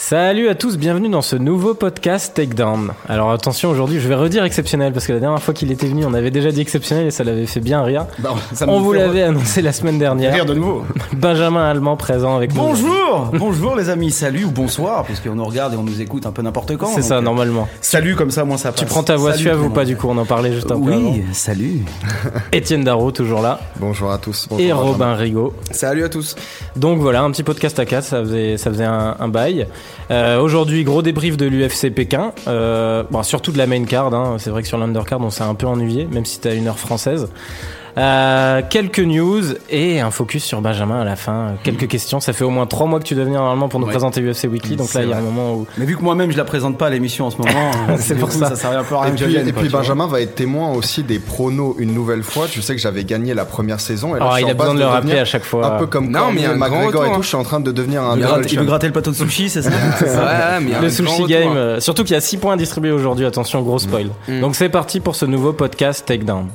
Salut à tous, bienvenue dans ce nouveau podcast Takedown. Alors attention, aujourd'hui je vais redire exceptionnel parce que la dernière fois qu'il était venu, on avait déjà dit exceptionnel et ça l'avait fait bien rire. Bah, ça me On vous fait l'avait hein. annoncé la semaine dernière. rire de nouveau. Benjamin Allemand présent avec nous. Bonjour, bonjour les amis, salut ou bonsoir, puisqu'on nous regarde et on nous écoute un peu n'importe quand. C'est donc, ça, euh, normalement. Salut comme ça, moi ça passe. Tu prends ta voix Salut, suave ou Clément. pas du coup On en parlait juste un peu avant. Oui, salut. Étienne Darro toujours là. Bonjour à tous. Et bonjour à Robin Rigaud. Salut à tous. Donc voilà, un petit podcast à 4, ça faisait, ça faisait un, un bail. Euh, Aujourd'hui, gros débrief de l'UFC Pékin, euh, bon, surtout de la main card, hein. c'est vrai que sur l'undercard on s'est un peu ennuyé, même si t'as une heure française. Euh, quelques news et un focus sur Benjamin à la fin, quelques questions, ça fait au moins 3 mois que tu dois venir normalement pour nous Mm. Ouais. présenter UFC Weekly, donc là c'est il y a un vrai. moment où... Mais vu que moi-même je la présente pas à l'émission en ce moment, euh, C'est du pour coup, ça. ça servait un peu à rien Ah, Et que je puis, vienne, et quoi, puis tu vois. Benjamin va être témoin aussi des pronos une nouvelle fois. Tu sais que j'avais gagné la première saison. Et là, Alors, je suis Ah, il en a besoin passe de le rappeler devenir à chaque fois. Un peu comme Non, mais il y a Cormier, un grand McGregor et retour, tout. hein. Je suis en train de devenir un Il veut Donald gratter- il veut Trump. gratter le plateau de sushi, c'est ça Ouais, mais il y a Le un grand sushi retour, Mm. game, hein. euh, surtout qu'il y a 6 points à distribuer aujourd'hui, attention, gros spoil. Donc c'est parti pour ce nouveau podcast Takedown.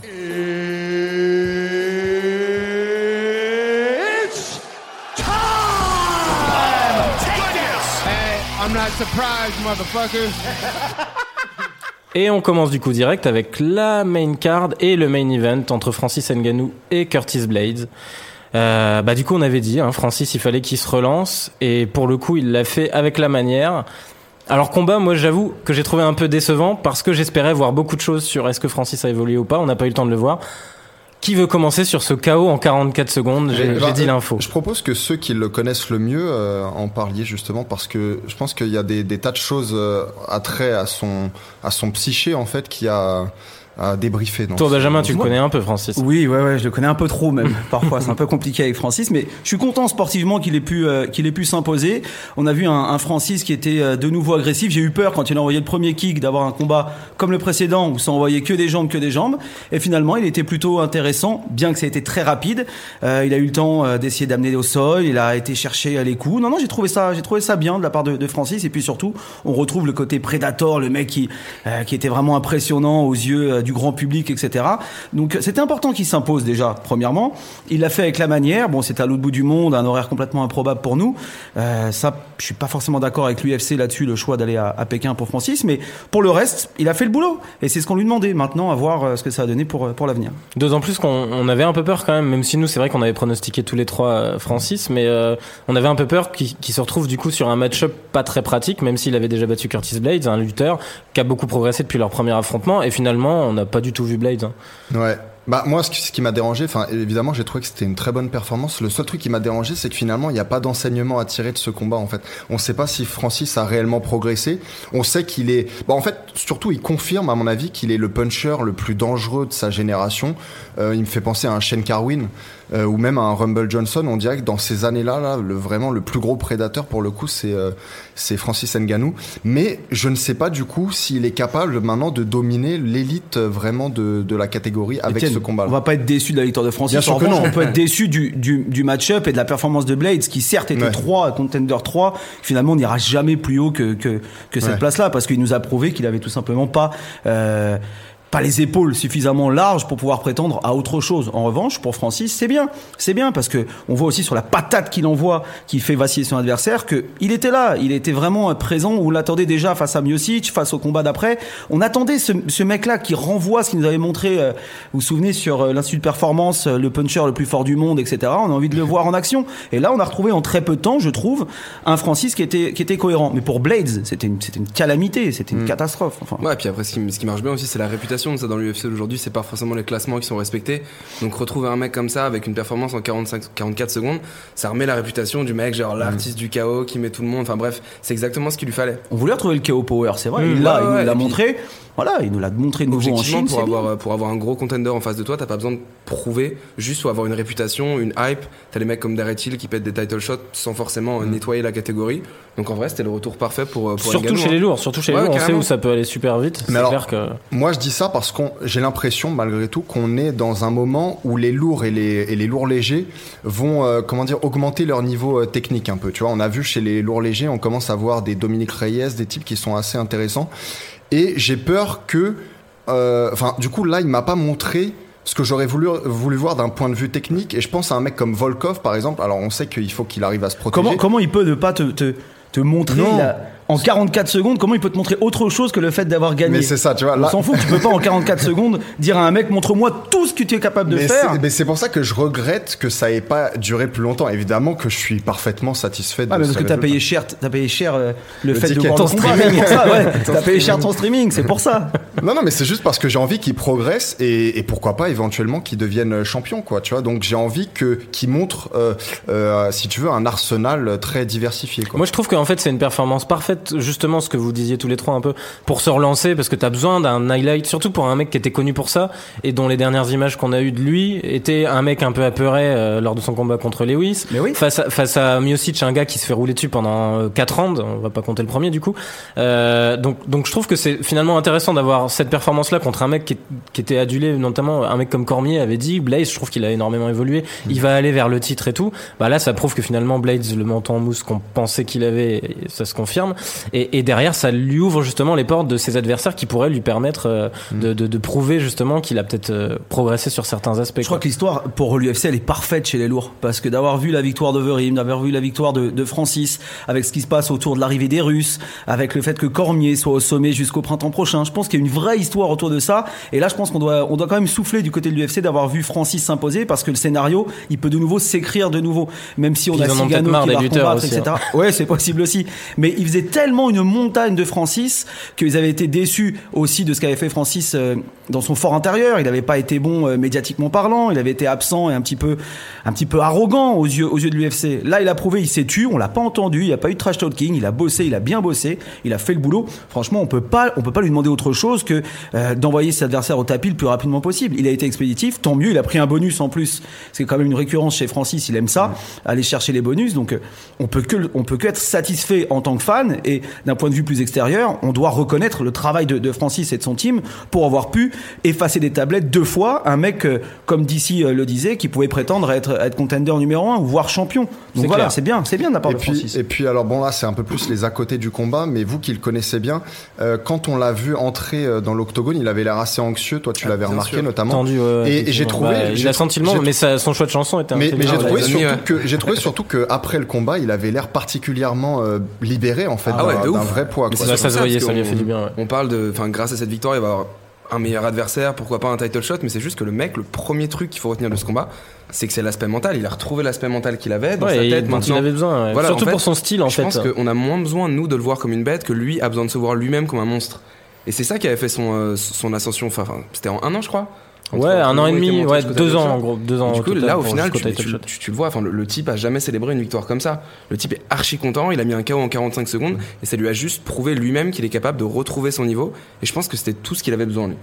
Et on commence du coup direct avec la main card et le main event entre Francis Ngannou et Curtis Blades. Euh, bah du coup on avait dit, hein, Francis il fallait qu'il se relance et pour le coup il l'a fait avec la manière. Alors combat, moi j'avoue que j'ai trouvé un peu décevant parce que j'espérais voir beaucoup de choses sur est-ce que Francis a évolué ou pas. On n'a pas eu le temps de le voir. Qui veut commencer sur ce KO en 44 secondes J'ai Mais, j'ai bah, dit l'info. Je propose que ceux qui le connaissent le mieux euh, en parliez justement parce que je pense qu'il y a des, des tas de choses euh, à trait à son, à son psyché en fait qui a à débriefer. dans Toi ce- Benjamin, tu le moi- connais un peu Francis. Oui, ouais, ouais, je le connais un peu trop même. Parfois, c'est un peu compliqué avec Francis, mais je suis content sportivement qu'il ait pu euh, qu'il ait pu s'imposer. On a vu un, un Francis qui était euh, de nouveau agressif. J'ai eu peur quand il a envoyé le premier kick d'avoir un combat comme le précédent où ça envoyait que des jambes, que des jambes. Et finalement, il était plutôt intéressant, bien que ça a été très rapide. Euh, il a eu le temps euh, d'essayer d'amener au sol. Il a été chercher euh, les coups. Non, non, j'ai trouvé ça, j'ai trouvé ça bien de la part de, de Francis. Et puis surtout, on retrouve le côté prédator, le mec qui euh, qui était vraiment impressionnant aux yeux euh, du grand public, etc. Donc euh, c'était important qu'il s'impose déjà, premièrement. Il l'a fait avec la manière. Bon, c'était à l'autre bout du monde, un horaire complètement improbable pour nous. Euh, ça, je suis pas forcément d'accord avec l'UFC là-dessus, le choix d'aller à, à Pékin pour Francis. Mais pour le reste, il a fait le boulot. Et c'est ce qu'on lui demandait. Maintenant, à voir euh, ce que ça a donné pour, euh, pour l'avenir. D'autant plus qu'on on avait un peu peur quand même, même si nous c'est vrai qu'on avait pronostiqué tous les trois euh, Francis, mais euh, on avait un peu peur qu'il qu'il se retrouve du coup sur un match-up pas très pratique, même s'il avait déjà battu Curtis Blades, un lutteur qui a beaucoup progressé depuis leur premier affrontement, et finalement on n'a pas du tout vu Blades. hein. Ouais. Bah moi, ce qui, ce qui m'a dérangé, enfin évidemment, j'ai trouvé que c'était une très bonne performance. Le seul truc qui m'a dérangé, c'est que finalement, il n'y a pas d'enseignement à tirer de ce combat. En fait, on ne sait pas si Francis a réellement progressé. On sait qu'il est, bah en fait, surtout, il confirme à mon avis qu'il est le puncher le plus dangereux de sa génération. Euh, il me fait penser à un Shane Carwin euh, ou même à un Rumble Johnson. On dirait que dans ces années-là, là, le vraiment le plus gros prédateur pour le coup, c'est euh, c'est Francis Ngannou. Mais je ne sais pas du coup s'il est capable maintenant de dominer l'élite euh, vraiment de, de la catégorie avec Étienne, ce combat. On va pas être déçu de la victoire de Francis. Bien sûr En que revanche, non. On peut être déçu du, du, du match-up et de la performance de Blades, qui certes était Ouais. 3, contender 3. Finalement, on n'ira jamais plus haut que, que, que cette Ouais. place-là, parce qu'il nous a prouvé qu'il avait tout simplement pas, euh, pas les épaules suffisamment larges pour pouvoir prétendre à autre chose. En revanche, pour Francis, c'est bien. C'est bien, parce que on voit aussi sur la patate qu'il envoie, qui fait vaciller son adversaire, que il était là. Il était vraiment présent. On l'attendait déjà face à Miocic, face au combat d'après. On attendait ce, ce mec-là qui renvoie ce qu'il nous avait montré, euh, vous vous souvenez, sur euh, l'Institut de Performance, euh, le puncher le plus fort du monde, etc. On a envie de le voir en action. Et là, on a retrouvé en très peu de temps, je trouve, un Francis qui était, qui était cohérent. Mais pour Blades, c'était une, c'était une calamité, c'était une catastrophe. Enfin, Hmm. Ouais, puis après, ce qui, ce qui marche bien aussi, c'est la réputation. Ça, dans l'UFC d'aujourd'hui, c'est pas forcément les classements qui sont respectés. Donc, retrouver un mec comme ça, avec une performance en 45, 44 secondes, ça remet la réputation du mec, genre l'artiste du chaos qui met tout le monde. Enfin, bref, c'est exactement ce qu'il lui fallait. on voulait retrouver le KO Power, c'est vrai. Mmh. il l'a, Ouais, il nous ouais, l'a et puis- montré. Voilà, il nous l'a montré de nouveau en Objectivement, Chine. pour, c'est bien. avoir, euh, pour avoir un gros contender en face de toi, t'as pas besoin de prouver, juste faut avoir une réputation, une hype. T'as les mecs comme Darrett Hill qui pètent des title shots sans forcément euh, nettoyer la catégorie. Donc, en vrai, c'était le retour parfait pour, euh, pour Surtout Ngannou, chez hein. les lourds, surtout chez les Ouais, lourds, on sait carrément. où ça peut aller super vite. Mais C'est alors- clair que Moi, je dis ça parce qu'on j'ai l'impression, malgré tout, qu'on est dans un moment où les lourds et les, et les lourds légers vont, euh, comment dire, augmenter leur niveau euh, technique un peu. Tu vois, on a vu chez les lourds légers, on commence à voir des Dominique Reyes, des types qui sont assez intéressants. Et j'ai peur que, euh, enfin, du coup, là, il m'a pas montré ce que j'aurais voulu, voulu voir d'un point de vue technique. Et je pense à un mec comme Volkov, par exemple. Alors, on sait qu'il faut qu'il arrive à se protéger. Comment, comment il peut ne pas te, te, te montrer Non. la- en 44 secondes comment il peut te montrer autre chose que le fait d'avoir gagné. Mais c'est ça, tu vois. On Là, s'en fout, tu peux pas en 44 secondes dire à un mec montre-moi tout ce que tu es capable de mais faire. c'est- mais c'est pour ça que je regrette que ça ait pas duré plus longtemps. Évidemment que je suis parfaitement satisfait de Ah, mais ce parce que t'as résultat. payé cher, t'as payé cher euh, le, Le fait de ticket. voir Ton le combat, streaming. c'est pour ça, ouais. Ton T'as payé cher ton streaming, c'est pour ça. Non, non, mais c'est juste parce que j'ai envie qu'ils progressent et, et pourquoi pas éventuellement qu'ils deviennent champions, quoi. Tu vois, donc j'ai envie que qu'ils montrent, euh, euh, si tu veux, un arsenal très diversifié, quoi. Moi, je trouve qu'en fait, c'est une performance parfaite, justement, ce que vous disiez tous les trois un peu, pour se relancer, parce que t'as besoin d'un highlight, surtout pour un mec qui était connu pour ça, et dont les dernières images qu'on a eues de lui étaient un mec un peu apeuré euh, lors de son combat contre Lewis. Mais oui. Face à, face à Miocic, un gars qui se fait rouler dessus pendant euh, quatre rounds, on va pas compter le premier du coup. Euh, donc, donc je trouve que c'est finalement intéressant d'avoir cette performance-là contre un mec qui, est- qui était adulé, notamment un mec comme Cormier avait dit, Blaze, je trouve qu'il a énormément évolué, il va aller vers le titre et tout. Bah là, ça prouve que finalement Blades, le menton en mousse qu'on pensait qu'il avait, ça se confirme. Et, et derrière, ça lui ouvre justement les portes de ses adversaires qui pourraient lui permettre euh, de, de, de prouver justement qu'il a peut-être euh, progressé sur certains aspects. Je crois quoi. que l'histoire pour l'UFC elle est parfaite chez les lourds parce que d'avoir vu la victoire de Verim, d'avoir vu la victoire de, de Francis, avec ce qui se passe autour de l'arrivée des Russes, avec le fait que Cormier soit au sommet jusqu'au printemps prochain, je pense qu'il y a une vraie histoire autour de ça. Et là, je pense qu'on doit on doit quand même souffler du côté de l'UFC d'avoir vu Francis s'imposer parce que le scénario il peut de nouveau s'écrire de nouveau, même si on Puis a ils en ont Cigano peut-être marre qui des va lutteurs combattre, aussi, hein. etc. Ouais, c'est possible aussi. Mais ils faisaient tellement une montagne de Francis qu'ils avaient été déçus aussi de ce qu'avait fait Francis euh, dans son fort intérieur. Il n'avait pas été bon euh, médiatiquement parlant. Il avait été absent et un petit peu, un petit peu arrogant aux yeux, aux yeux de l'UFC. Là, il a prouvé, il s'est tu. On l'a pas entendu. Il n'y a pas eu de trash talking. Il a bossé. Il a bien bossé. Il a fait le boulot. Franchement, on peut pas, on peut pas lui demander autre chose que euh, d'envoyer ses adversaires au tapis le plus rapidement possible. Il a été expéditif. Tant mieux. Il a pris un bonus en plus. C'est quand même une récurrence chez Francis. Il aime ça, aller chercher les bonus. Donc, euh, on peut que, le- on peut que être satisfait en tant que fan. Et d'un point de vue plus extérieur, on doit reconnaître le travail de, de Francis et de son team pour avoir pu effacer des tablettes deux fois un mec, euh, comme d'ici le disait, qui pouvait prétendre à être, à être contender numéro un, voire champion. Donc C'est voilà, clair. c'est bien, c'est bien de la part et de puis, Francis. et puis, alors bon, là, c'est un peu plus les à côté du combat, mais vous qui le connaissez bien, euh, quand on l'a vu entrer euh, dans l'octogone, il avait l'air assez anxieux. Toi, tu Ah, l'avais bien remarqué sûr. notamment. Tendu, ouais, et- et j'ai effectivement. trouvé- Bah, il j'ai- a senti le j'ai- manque, mais ça- son choix de chanson était Mais, mais j'ai intelligent. trouvé les amis, surtout ouais. que j'ai trouvé surtout que après le combat, il avait l'air particulièrement euh, libéré en fait Ah ouais, d'un de ouf. d'un vrai poids. Mais quoi. c'est Ouais, ça surtout se voyait, parce ça lui a qu'on- fait du bien, ouais. On parle de. Enfin, grâce à cette victoire, il va y avoir un meilleur adversaire, pourquoi pas un title shot, mais c'est juste que le mec, le premier truc qu'il faut retenir de ce combat, c'est que c'est l'aspect mental. Il a retrouvé l'aspect mental qu'il avait dans Ouais, sa et tête dont il maintenant. avait besoin, ouais. Voilà, surtout en fait, pour son style en je fait. euh, pense qu'on a moins besoin, nous, de le voir comme une bête que lui a besoin de se voir lui-même comme un monstre. Et c'est ça qui avait fait son, euh, son ascension. Enfin, enfin, c'était en un an, je crois. Entre- Ouais, un entre an et Moon demi, Moon ouais, jusqu'au deux title ans shot. en gros, deux ans. Du coup, total là, au pour- final, jusqu'au tu, title tu- shot. tu- tu le vois, enfin, le, le type a jamais célébré une victoire comme ça. Le type est archi content, il a mis un KO en 45 secondes, Mm. et ça lui a juste prouvé lui-même qu'il est capable de retrouver son niveau. Et je pense que c'était tout ce qu'il avait besoin, lui.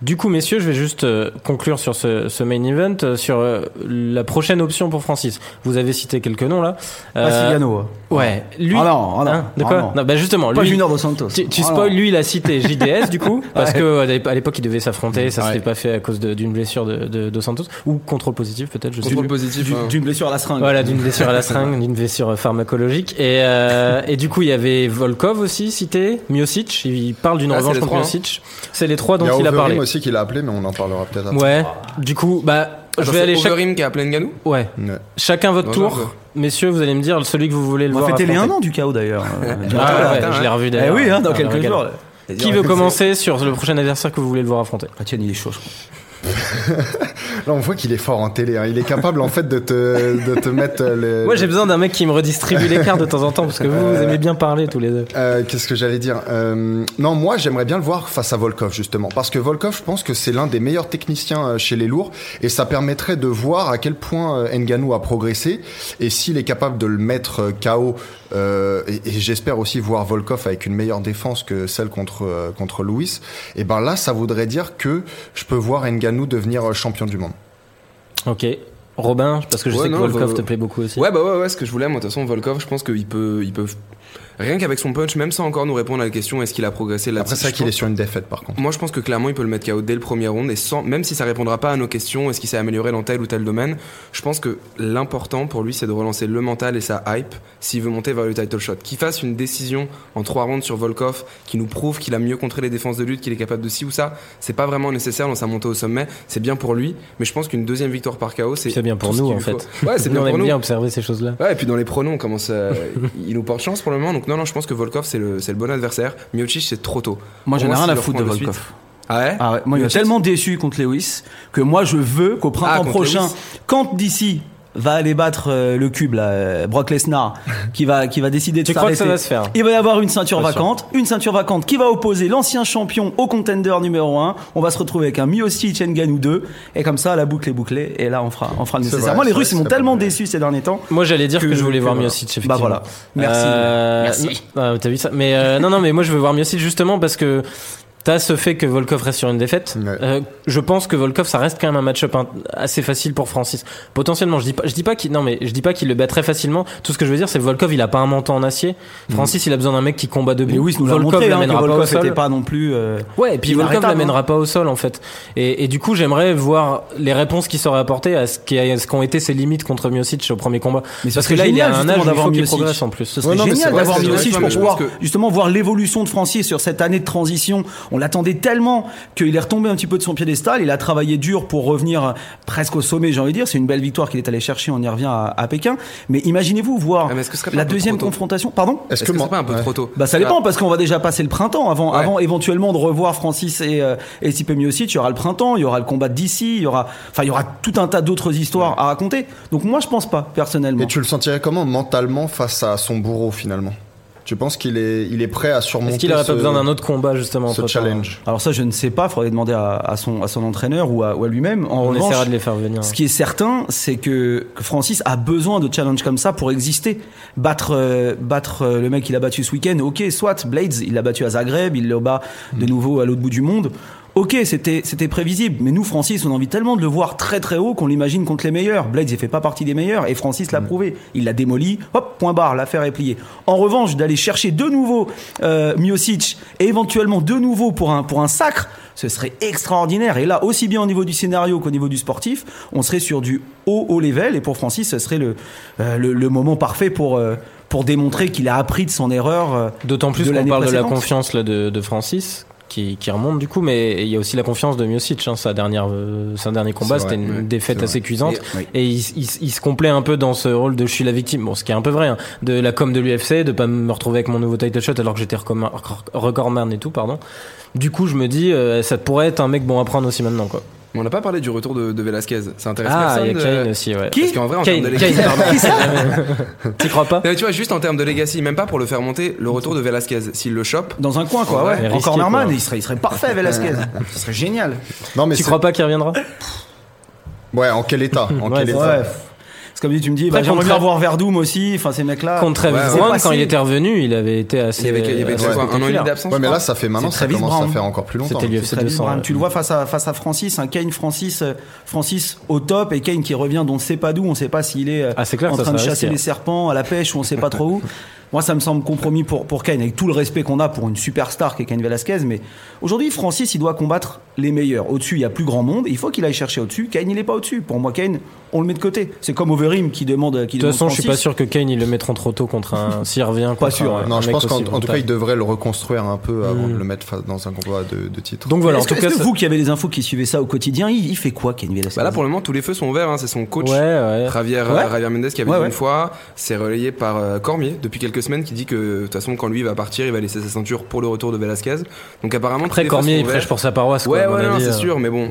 Du coup, messieurs, je vais juste euh, conclure sur ce, ce main event, euh, sur euh, la prochaine option pour Francis. Vous avez cité quelques noms là. Pas Euh, Cigano. hein. Ouais, lui. Ah non, ah non, Hein, de ah quoi non. bah justement, Pas lui. Junior Dos Santos. Tu, tu Ah spoil, non. lui, il a cité JDS du coup, parce Ouais. que euh, à l'ép- à l'époque, il devait s'affronter, ça s'était Ouais. pas fait à cause de- d'une blessure de, de, de Santos, ou contrôle positif peut-être, je sais Contrôle plus. positif. Du- hein. D'une blessure à la seringue. Voilà, d'une blessure à la seringue, d'une blessure pharmacologique. Et, euh, et du coup, il y avait Volkov aussi cité, Miocic, il parle d'une Ah, c'est revanche les contre trois, hein. Miocic. C'est les trois Il y a dont il a Overeem parlé. aussi qu'il a appelé, mais on en parlera peut-être. après. Ouais, du coup, bah, je Attends, vais c'est aller chaque... Overeem qui a plein Nganou Ouais, Ouais. chacun votre Non, tour. non, Messieurs, vous allez me dire celui que vous voulez le On va voir. fêter les un affronter. an du chaos d'ailleurs. Euh, bientôt, Ah là. ouais, Attends, je hein. l'ai revu Eh d'ailleurs. oui, hein, dans Ah, quelques regarde. jours. là. Qui veut commencer sur le prochain adversaire que vous voulez le voir affronter Ah, tiens, il est chaud, je crois. Là, on voit qu'il est fort en télé. hein. Il est capable en fait de te de te mettre euh, le. Moi, j'ai besoin d'un mec qui me redistribue les cartes de temps en temps parce que vous, vous aimez bien parler tous les deux. Euh, Qu'est-ce que j'allais dire Euh, Non, moi j'aimerais bien le voir face à Volkov justement, parce que Volkov, je pense que c'est l'un des meilleurs techniciens euh, chez les lourds, et ça permettrait de voir à quel point euh, Ngannou a progressé, et s'il est capable de le mettre euh, KO. euh, et et j'espère aussi voir Volkov avec une meilleure défense que celle contre euh, contre Louis. Et ben là, ça voudrait dire que je peux voir Ngannou devenir euh, champion du monde. Ok. Robin, parce que je Ouais, sais que non, Volkov bah, te plaît beaucoup aussi. Ouais, bah ouais, ouais, ce que je voulais, moi, de toute façon, Volkov, je pense qu'il peut, il peut. Rien qu'avec son punch, même sans encore nous répondre à la question, est-ce qu'il a progressé là Après ça, qu'il est sur une défaite par contre. Moi, je pense que clairement, il peut le mettre KO dès le premier round et sans, même si ça répondra pas à nos questions, est-ce qu'il s'est amélioré dans tel ou tel domaine, je pense que l'important pour lui, c'est de relancer le mental et sa hype s'il veut monter vers le title shot. Qu'il fasse une décision en trois rounds sur Volkov, qui nous prouve qu'il a mieux contré les défenses de lutte, qu'il est capable de ci ou ça, c'est pas vraiment nécessaire dans sa montée au sommet. C'est bien pour lui, mais je pense qu'une deuxième victoire par KO, c'est C'est bien pour tout ce nous, qu'il en lui fait. faut. Ouais, c'est Nous, bien on pour aime nous. bien observer ces choses-là. Ouais, et puis dans les pronoms, on commence, euh, il nous porte chance pour le moment, donc non, non, je pense que Volkov, c'est le, c'est le bon adversaire. Miocic, c'est trop tôt. Moi, j'en Pour ai moi, rien s'il à le foutre de prend de Volkov. Ah ouais Ah ouais, moi, il m'a Miocic, tellement déçu contre Lewis que moi, je veux qu'au Ah, printemps contre prochain, Lewis. quand d'ici va aller battre euh, le cube, là, euh, Brock Lesnar, qui va, qui va décider de Tu crois que ça s'arrêter, va se faire Il va y avoir une ceinture Pas sûr. vacante, une ceinture vacante qui va opposer l'ancien champion au contender numéro 1. On va se retrouver avec un Miocic Ngannou 2 et comme ça la boucle est bouclée et là on fera on fera le C'est nécessaire. vrai, Moi les c'est vrai Russes que ils m'ont ce serait tellement pas mal. déçu ces derniers temps. Moi, j'allais dire que, que- je voulais que voir voilà. Miocic, effectivement. Bah voilà. Merci. Euh, Merci. ah, t'as vu ça Mais euh, non, non, mais moi, je veux voir Miocic justement parce que t'as ce fait que Volkov reste sur une défaite. Ouais. Euh, je pense que Volkov, ça reste quand même un match-up int- assez facile pour Francis. Potentiellement, je dis pas, je dis pas qu'il, non, mais je dis pas qu'il le bat très facilement. Tout ce que je veux dire, c'est que Volkov, il a pas un menton en acier. Francis, il a besoin d'un mec qui combat debout. Mais oui, nous l'a Volkov montré hein, que l'amènera pas au Volkov sol. n'était pas non plus euh, Ouais, et puis Il est Volkov arrêtable, l'amènera pas au sol en fait. Et, et du coup, j'aimerais voir les réponses qui seraient apportées à ce qui- à ce qu'ont été ses limites contre Miocic au premier combat. Mais ce Parce que serait là, il est génial, à un justement, âge où il d'avoir faut qu'il Miocic. progresse en plus. ce serait Ouais, non, mais c'est génial vrai, d'avoir c'est vrai, Miocic c'est vrai, pour mais je pouvoir pense que- justement voir l'évolution de Francier sur cette année de transition. On l'attendait tellement qu'il est retombé un petit peu de son piédestal. Il a travaillé dur pour revenir presque au sommet, j'ai envie de dire. C'est une belle victoire qu'il est allé chercher. On y revient à, à Pékin. Mais imaginez-vous voir Ah, mais est-ce que ce serait pas la un peu deuxième trop tôt confrontation. Pardon Est-ce que moi- c'est pas un peu ouais. trop tôt Ah, bah ça dépend parce qu'on va déjà passer le printemps avant Ouais. avant éventuellement de revoir Francis et euh, et Stipe Miocic, il y aura le printemps, il y aura le combat d'ici, il y aura enfin il y aura tout un tas d'autres histoires à raconter. Donc moi je pense pas personnellement. Et tu le sentirais comment mentalement face à son bourreau finalement Tu penses qu'il est, il est prêt à surmonter Est-ce qu'il aurait ce- pas besoin d'un autre combat justement ce entre-temps challenge Alors ça, je ne sais pas. Faudrait demander à, à son à son entraîneur ou à, ou à lui-même. En On revanche, essaiera de les faire venir. ce qui est certain, c'est que que Francis a besoin de challenges comme ça pour exister. Battre euh, battre euh, le mec qu'il a battu ce week-end, ok, soit Blades, il l'a battu à Zagreb, il le bat de nouveau à l'autre bout du monde. Ok, c'était c'était prévisible, mais nous Francis, on a envie tellement de le voir très très haut qu'on l'imagine contre les meilleurs. Blades, il fait pas partie des meilleurs et Francis l'a prouvé. Il l'a démoli. Hop, point barre, l'affaire est pliée. En revanche, d'aller chercher de nouveau euh, Miocic et éventuellement de nouveau pour un pour un sacre, ce serait extraordinaire. Et là, aussi bien au niveau du scénario qu'au niveau du sportif, on serait sur du haut haut level. Et pour Francis, ce serait le euh, le, le moment parfait pour euh, pour démontrer qu'il a appris de son erreur. euh, D'autant plus de qu'on l'année parle de la précédente. confiance là, de, de Francis. Qui, qui remonte du coup, mais il y a aussi la confiance de Miocic. Hein, sa dernière, euh, son dernier combat, C'est vrai, c'était une ouais, défaite c'est assez cuisante. Et- oui. Et il, il- il se complaît un peu dans ce rôle de je suis la victime. Bon, ce qui est un peu vrai, hein, de la com de l'UFC, de pas me retrouver avec mon nouveau title shot alors que j'étais recoma- recordman et tout, pardon. Du coup, je me dis, euh, ça pourrait être un mec bon à prendre aussi maintenant, quoi. Mais On n'a pas parlé du retour de, de Velasquez. Ça intéresse Ah, il y a personne. de- Kane aussi, ouais. Parce qu'en vrai, en termes Kane, de Kane, legacy, pardon. T'y crois pas Non, mais tu vois, juste en termes de legacy, même pas pour le faire monter, le retour de Velasquez, s'il le chope, Dans un coin, quoi, Ouais, ouais. mais en risqué, cornerman, quoi. il serait, il serait parfait, Velasquez. Ce serait génial. Non mais hein Tu c'est- crois pas qu'il reviendra ouais, en quel état En Ouais, quel c'est état Ouais. C'est comme si tu me dis, bah, Après, j'aimerais contre- bien voir Verdum aussi. Enfin, ces mecs-là. Contre Travis Ah. Ouais, ouais. Brown, C'est quand il passé. était revenu, il avait été assez. il y avait, il y avait assez quoi, un an et demi spectaculaire. d'absence Ouais, mais je là crois ça fait maintenant, C'est ça Travis commence à Brown. faire encore plus longtemps. C'était l'UFC C'est Travis 200. Brown. Tu le vois face à, face à Francis, un Kane Francis, euh, Francis au top et Kane qui revient d'on ne sait pas d'où, on ne sait pas s'il est euh, Ah, c'est clair en que ça train de serait chasser risqué. les serpents à la pêche ou on ne sait pas trop où. Moi, ça me semble compromis pour, pour Kane, avec tout le respect qu'on a pour une superstar qui est Kane Velasquez. Mais aujourd'hui, Francis, il doit combattre les meilleurs. Au-dessus, il y a plus grand monde. Il faut qu'il aille chercher au-dessus. Kane, il n'est pas au-dessus. Pour moi, Kane, on le met de côté. C'est comme Overeem qui demande. Qui De toute façon, demande je suis Francis. pas sûr que Kane ils le mettront trop tôt contre un. S'il revient, contre sûr, un- ouais. un Non, je mec pense qu'en aussi en tout cas, taille. il devrait le reconstruire un peu avant de le mettre fa- dans un combat de, de titre. Donc voilà, en Est-ce que, tout cas, est-ce que ça- vous qui avez des infos qui suivez ça au quotidien, il, il fait quoi, Kane Velasquez Bah là, pour le moment, tous les feux sont ouverts. hein. C'est son coach, Ouais, ouais. Javier, Ouais. euh, Javier Mendez, qui avait Ouais, dit ouais. une fois. C'est relayé par euh, Cormier depuis quelques semaines, qui dit que de toute façon, quand lui va partir, il va laisser sa ceinture pour le retour de Velasquez. Donc apparemment, tous Après, les feux sont Cormier, il ouverts. prêche pour sa paroisse. quoi, Ouais, à mon ouais, non, avis, c'est euh. sûr, mais bon.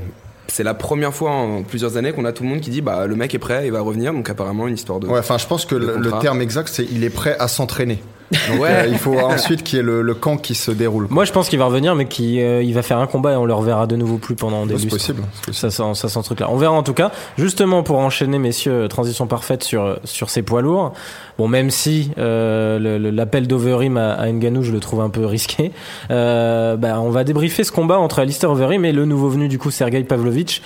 C'est la première fois en plusieurs années qu'on a tout le monde qui dit bah le mec est prêt, il va revenir, donc apparemment une histoire de. Ouais, enfin, je pense que le, le contrat. terme exact, c'est il est prêt à s'entraîner. Donc, Ouais. euh, il faut ensuite qu'il y ait le, le camp qui se déroule. quoi. Moi, je pense qu'il va revenir, mais qu'il euh, il va faire un combat et on le reverra de nouveau plus pendant des c'est lustres. possible. c'est possible. Ça sent, ça sent ce truc-là. On verra en tout cas. Justement, pour enchaîner, messieurs, euh, transition parfaite sur, euh, sur ces poids lourds. Bon, même si euh, le- le- l'appel d'Overim à, à Ngannou, je le trouve un peu risqué, euh, bah, on va débriefer ce combat entre Alistair Overeem et le nouveau venu, du coup, Sergei Pavlovitch,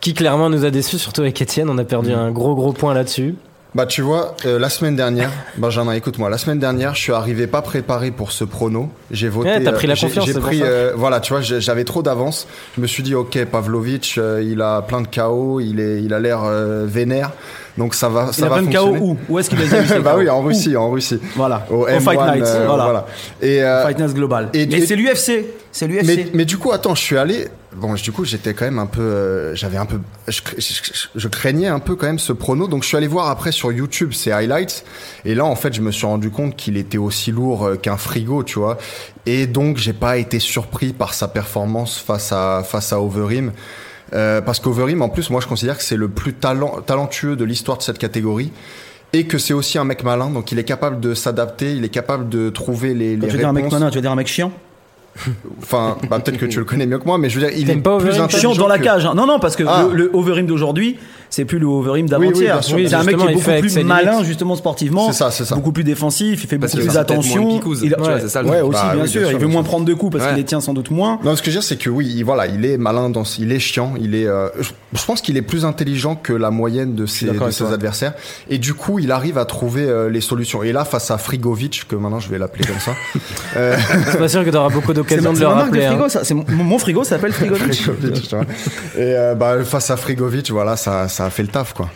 qui clairement nous a déçus, surtout avec Étienne. On a perdu Mm. un gros, gros point là-dessus. Bah tu vois, euh, la semaine dernière, Benjamin, écoute-moi, la semaine dernière, je suis arrivé pas préparé pour ce prono. J'ai voté. Ouais, t'as pris la j'ai- confiance, J'ai c'est pris, pour ça. euh, voilà, tu vois, j'ai- j'avais trop d'avance. Je me suis dit, ok, Pavlovitch, euh, il a plein de KO, il est, il a l'air euh, vénère, donc ça va, ça Il a va plein de KO fonctionner. où Où est-ce qu'il les a eu, ces bah KO? oui, en Où Russie, en Russie. Voilà. Au Au M1, Fight Night. euh, voilà. Et euh, Fight Night Global. et- mais et- c'est l'UFC. C'est l'UFC. mais, mais du coup, attends, je suis allé bon, du coup, j'étais quand même un peu, euh, j'avais un peu, je, cra- je- je- je craignais un peu quand même ce prono. Donc, je suis allé voir après sur YouTube ses highlights. Et là, en fait, je me suis rendu compte qu'il était aussi lourd euh, qu'un frigo, tu vois. Et donc, j'ai pas été surpris par sa performance face à face à Overeem. Euh, parce qu'Overim, en plus, moi, je considère que c'est le plus talent, talentueux de l'histoire de cette catégorie. Et que c'est aussi un mec malin, donc il est capable de s'adapter, il est capable de trouver les, Quand les tu veux dire un mec réponses. malin, tu veux dire un mec chiant Enfin, bah, peut-être que tu le connais mieux que moi, mais je veux dire, il est T'aimes pas plus Overeem intelligent Chiant dans la que- cage. hein. Non, non, parce que Ah. le, le Overeem d'aujourd'hui, c'est plus le Overeem Oui, oui, d'avant-hier. bien sûr. Oui, c'est un mec qui justement, est il fait beaucoup avec plus ses malin, limites. justement, sportivement. C'est ça, c'est ça. Beaucoup plus défensif, il fait Parce beaucoup que plus c'est peut-être attention. moins une picouse. Il- Tu vois, c'est ça le Ouais, truc. aussi, Aussi, Bah, bien oui, sûr, bien il sûr, veut bien moins sûr. prendre de coups parce qu'il Ouais. les tient sans doute moins. Non, ce que je veux dire, c'est que oui, il, voilà, il est malin, dans, il est chiant, il est. euh, je, je pense qu'il est plus intelligent que la moyenne de ses, d'accord de avec ses toi. adversaires, et du coup, il arrive à trouver euh, les solutions. Et là, face à Frigovic, que maintenant je vais l'appeler comme ça, C'est pas sûr que t'auras beaucoup C'est d'occasion ma, de c'est le ma marque de rappeler. hein. frigo, ça. C'est mon, mon frigo s'appelle Frigovic. Frigovic, tu vois. et euh, bah, face à Frigovic, voilà, ça, ça a fait le taf, quoi.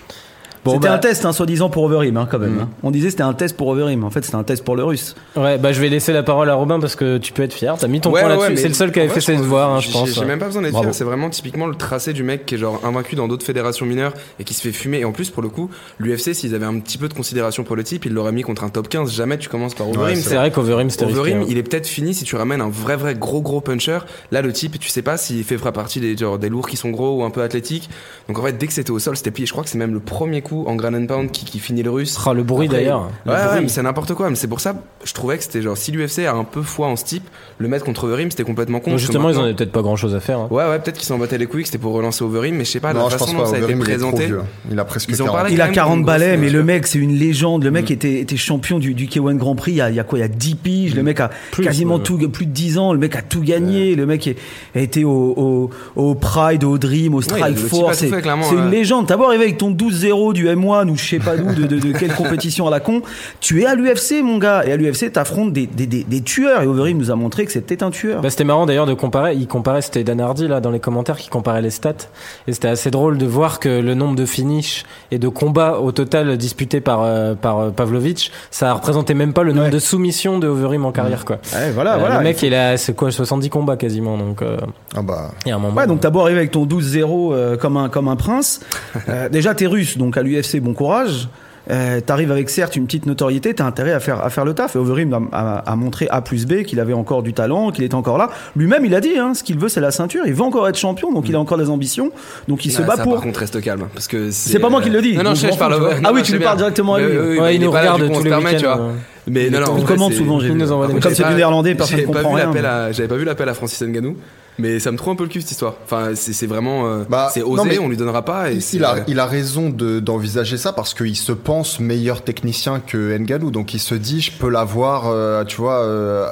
Bon, c'était bah- un test, hein, soi-disant, pour Overeem, hein, quand même. Mm. hein. On disait c'était un test pour Overeem. En fait, c'était un test pour le russe. Ouais, bah je vais laisser la parole à Robin parce que tu peux être fier. T'as mis ton Ouais, point ouais, là-dessus. mais c'est le seul qui en avait vrai, fait ses devoirs, hein, j'ai- je pense. J'ai même pas besoin d'être Bravo. fier, c'est vraiment typiquement le tracé du mec qui est genre invaincu dans d'autres fédérations mineures et qui se fait fumer. Et en plus, pour le coup, l'UFC, s'ils avaient un petit peu de considération pour le type, ils l'auraient mis contre un top 15. Jamais tu commences par Overeem. c'est C'est vrai qu'Overim, c'était risqué. Overeem, hein. il est peut-être fini si tu ramènes un vrai vrai gros gros puncher. Là, le type, tu sais pas s'il fait faire partie des genre, des lourds qui sont gros ou un peu athlétiques. Donc en fait, dès que c'était au sol, c'était plié. Je crois que c'est même le premier coup en ground and pound qui, qui finit le russe. Oh, le bruit Après, d'ailleurs. Ouais, ouais, mais c'est n'importe quoi. Mais c'est pour ça, je trouvais que c'était genre si l'UFC a un peu foi en ce type, le mettre contre Overeem, c'était complètement con. Donc, parce que justement, ils en maintenant- avaient peut-être pas grand chose à faire. hein. Ouais, ouais, peut-être qu'ils s'en battaient les couilles, que c'était pour relancer Overeem, mais je sais pas, non, la je façon pense dont pas. ça a été Overeem, il est trop présenté. vieux. Il a presque Ils en 40. parlaient Il quand a même 40 une balais, grosse mais le légende. mec, c'est une légende. Le Mm. mec était, était champion du, du K1 Grand Prix il y, a, il y a quoi Il y a 10 piges. Le mec a Mm. Plus, quasiment ouais. tout, plus de 10 ans. Le mec a tout gagné. Le mec est- a été au, au, au Pride, au Dream, au il a- le Strike type a Force. tout C'est fait, clairement, c'est une ouais. légende. T'as beau arriver avec ton 12-0 du M1 ou je sais pas d'où, de, de- de quelle compétition à la con. Tu es à l'UFC, mon gars. Et à l'UFC, t'affrontes des, des, des, des tueurs. Et Overeem nous a montré que c'était un tueur. Bah, c'était marrant d'ailleurs de comparer. Il comparait, c'était Dan Hardy là dans les commentaires qui comparait les stats. Et c'était assez drôle de voir que le nombre de finishes et de combats au total disputés par, euh, par euh, Pavlovich, ça représentait même pas le nombre Ouais. de soumissions de Overeem Mm. en carrière quoi. Ouais, Ah, voilà, Euh, voilà. le mec, il a c'est quoi 70 combats quasiment donc euh, Ah bah. il y a un moment. euh. Ouais, donc t'as beau arriver avec ton 12-0 euh, comme, un, comme un prince. euh, déjà, t'es russe, donc à l'UFC, bon courage. Euh, T'arrives avec certes une petite notoriété, t'as intérêt à faire, à faire le taf. Et Overeem a, a- a montré A plus B qu'il avait encore du talent, qu'il était encore là. Lui-même, il a dit, hein, ce qu'il veut, c'est la ceinture. Il veut encore être champion, donc il a encore des ambitions. Donc il se Non, bat ça, pour. Par contre, reste calme. Parce que C'est pas moi qui le dis, Non, non, donc je, je sais, m'en je parle. fous, tu vois. ouais, Ah non, oui, je tu sais lui bien. parles directement à Mais lui. oui, oui, Ouais, mais il est nous pas là, regarde du coup, on tous se les permet, week-ends, tu vois. euh. Mais non, non, Il en vrai, commande c'est- souvent, j'ai- Il nous envoie des Après, Comme j'ai c'est pas- du néerlandais, personne j'ai pas comprend vu rien, l'appel mais- à- J'avais pas vu l'appel à Francis Nganou, mais ça me trouve un peu le cul cette histoire. Enfin, c'est c'est vraiment. euh, Bah, c'est non, osé, mais on lui donnera pas. Et Il, c'est- il a, il a raison de- d'envisager ça parce qu'il se pense meilleur technicien que Nganou, donc il se dit je peux l'avoir, euh, tu vois, euh,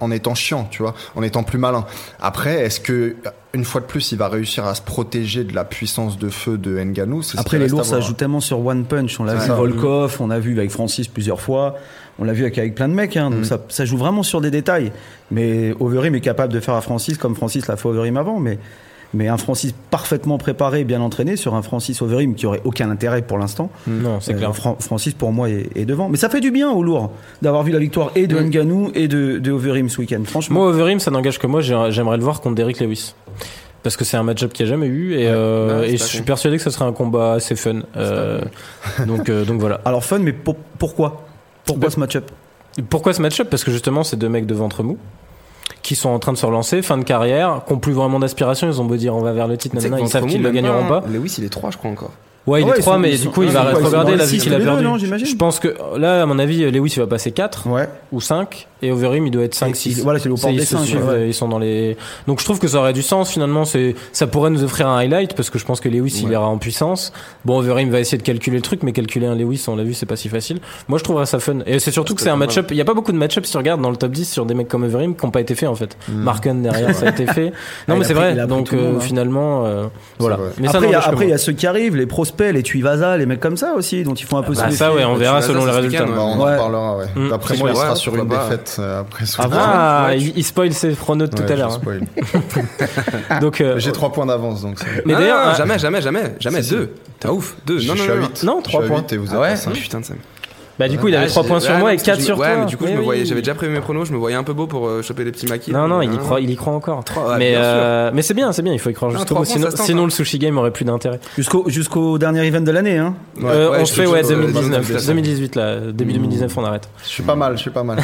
en étant chiant, tu vois, en étant plus malin. Après, est-ce que une fois de plus, il va réussir à se protéger de la puissance de feu de Nganou C'est ce Après, qui les reste à lourds, ça voir. joue tellement sur One Punch. On l'a C'est vu ça. Volkov, on l'a vu avec Francis plusieurs fois, on l'a vu avec, avec plein de mecs. Mm. hein. donc ça, ça joue vraiment sur des détails. Mais Overeem est capable de faire à Francis comme Francis l'a fait à Overeem avant. Mais, mais un Francis parfaitement préparé, bien entraîné, sur un Francis Overeem qui aurait aucun intérêt pour l'instant. non, c'est Euh, clair. Fran- Francis, pour moi, est, est devant. Mais ça fait du bien aux lourds d'avoir vu la victoire et de Mm. Ngannou et de, de Overeem ce week-end. Franchement, Moi, Overeem, ça n'engage que moi. j'ai- J'aimerais le voir contre Derrick Lewis. Parce que c'est un match-up qu'il n'y a jamais eu et, euh, Bah Ouais, c'est et pas je suis con. persuadé que ce serait un combat assez fun. Euh, donc, euh, donc voilà. alors fun, mais pour- pourquoi Pourquoi Bah, ce match-up Pourquoi ce match-up Parce que justement, c'est deux mecs de ventre mou qui sont en train de se relancer, fin de carrière, qui n'ont plus vraiment d'aspiration. Ils ont beau dire on va vers le titre, Tu sais nanana, que ils savent Ventremont, qu'ils ne le même gagneront pas. Lewis, il est 3, je crois encore. Ouais, il Ah ouais, est ils 3, sont- mais ils du sont- coup, il ils va sont- ils sont regarder dans la les vie six, qu'il a tous les deux, perdue. non, j'imagine Je pense que là, à mon avis, Lewis, il va passer 4 Ouais. ou 5 et Overeem, il doit être 5, Et- 6. voilà, c'est le haut port ils des se cinq, suivent, ouais. euh, ils sont dans les. Donc je trouve que ça aurait du sens finalement. C'est ça pourrait nous offrir un highlight parce que je pense que Lewis il Ouais. ira en puissance. Bon, Overeem va essayer de calculer le truc, mais calculer un Lewis, on l'a vu, c'est pas si facile. Moi, je trouverais ça fun. Et c'est Ah, surtout que c'est un pas mal. match-up. Il y a pas beaucoup de match-up si tu regardes dans le top 10 sur des mecs comme Overeem qui n'ont pas été faits en fait. Marken derrière, ça a été fait. Non, Hmm. Ah, il mais a c'est pris- vrai. il a pris Donc tout le euh, monde, hein. finalement, euh, voilà. vrai. Mais ça après, il y a- n'engage que après, il moi. y a ceux qui arrivent, les prospects, les Tuivasa, les mecs comme ça aussi, dont ils font un peu se Bah, méfier. ça, ouais, on Tu verra vas selon ça les ce résultats. week-end, ouais. Bah, on Ouais. en parlera, ouais. Mm. D'après Je moi, il crois sera pas, sur je une crois pas. défaite euh, après ce Ah, week-end. Ah, Ouais, il, il spoil ses pronos de tout Ouais, à l'heure. je spoil. hein. Donc, euh, J'ai 3 points d'avance, donc c'est- mais Ah, d'ailleurs, non, un- jamais, jamais, jamais, jamais. Si, si. 2. T'as ouf, 2. je Non, non, suis à non. non. 8. non, trois points. Et vous Ah êtes à ouais cinq. Putain de ça. Bah, du coup, il avait Ah, 3 j'ai- points sur ah, moi non, et parce que 4 je- sur ouais, toi. mais du coup, je Mais me oui. voyais, j'avais déjà prévu mes pronos, je me voyais un peu beau pour euh, choper les petits maquis. Non, non, mais, il y hein. croit, il y croit encore. Trois- ouais, mais bien sûr. euh, mais c'est bien, c'est bien, il faut y croire Non, jusqu'au trois bout. points, Sinon, ça se tente, sinon hein. le sushi game aurait plus d'intérêt. Jusqu'au jusqu'au dernier event de l'année. Hein. Euh, ouais, on je se fait, te ouais, jure, euh, 2019, 2019. 2018, là. Début 2019, on arrête. Bah, Je suis pas mal, je suis pas mal.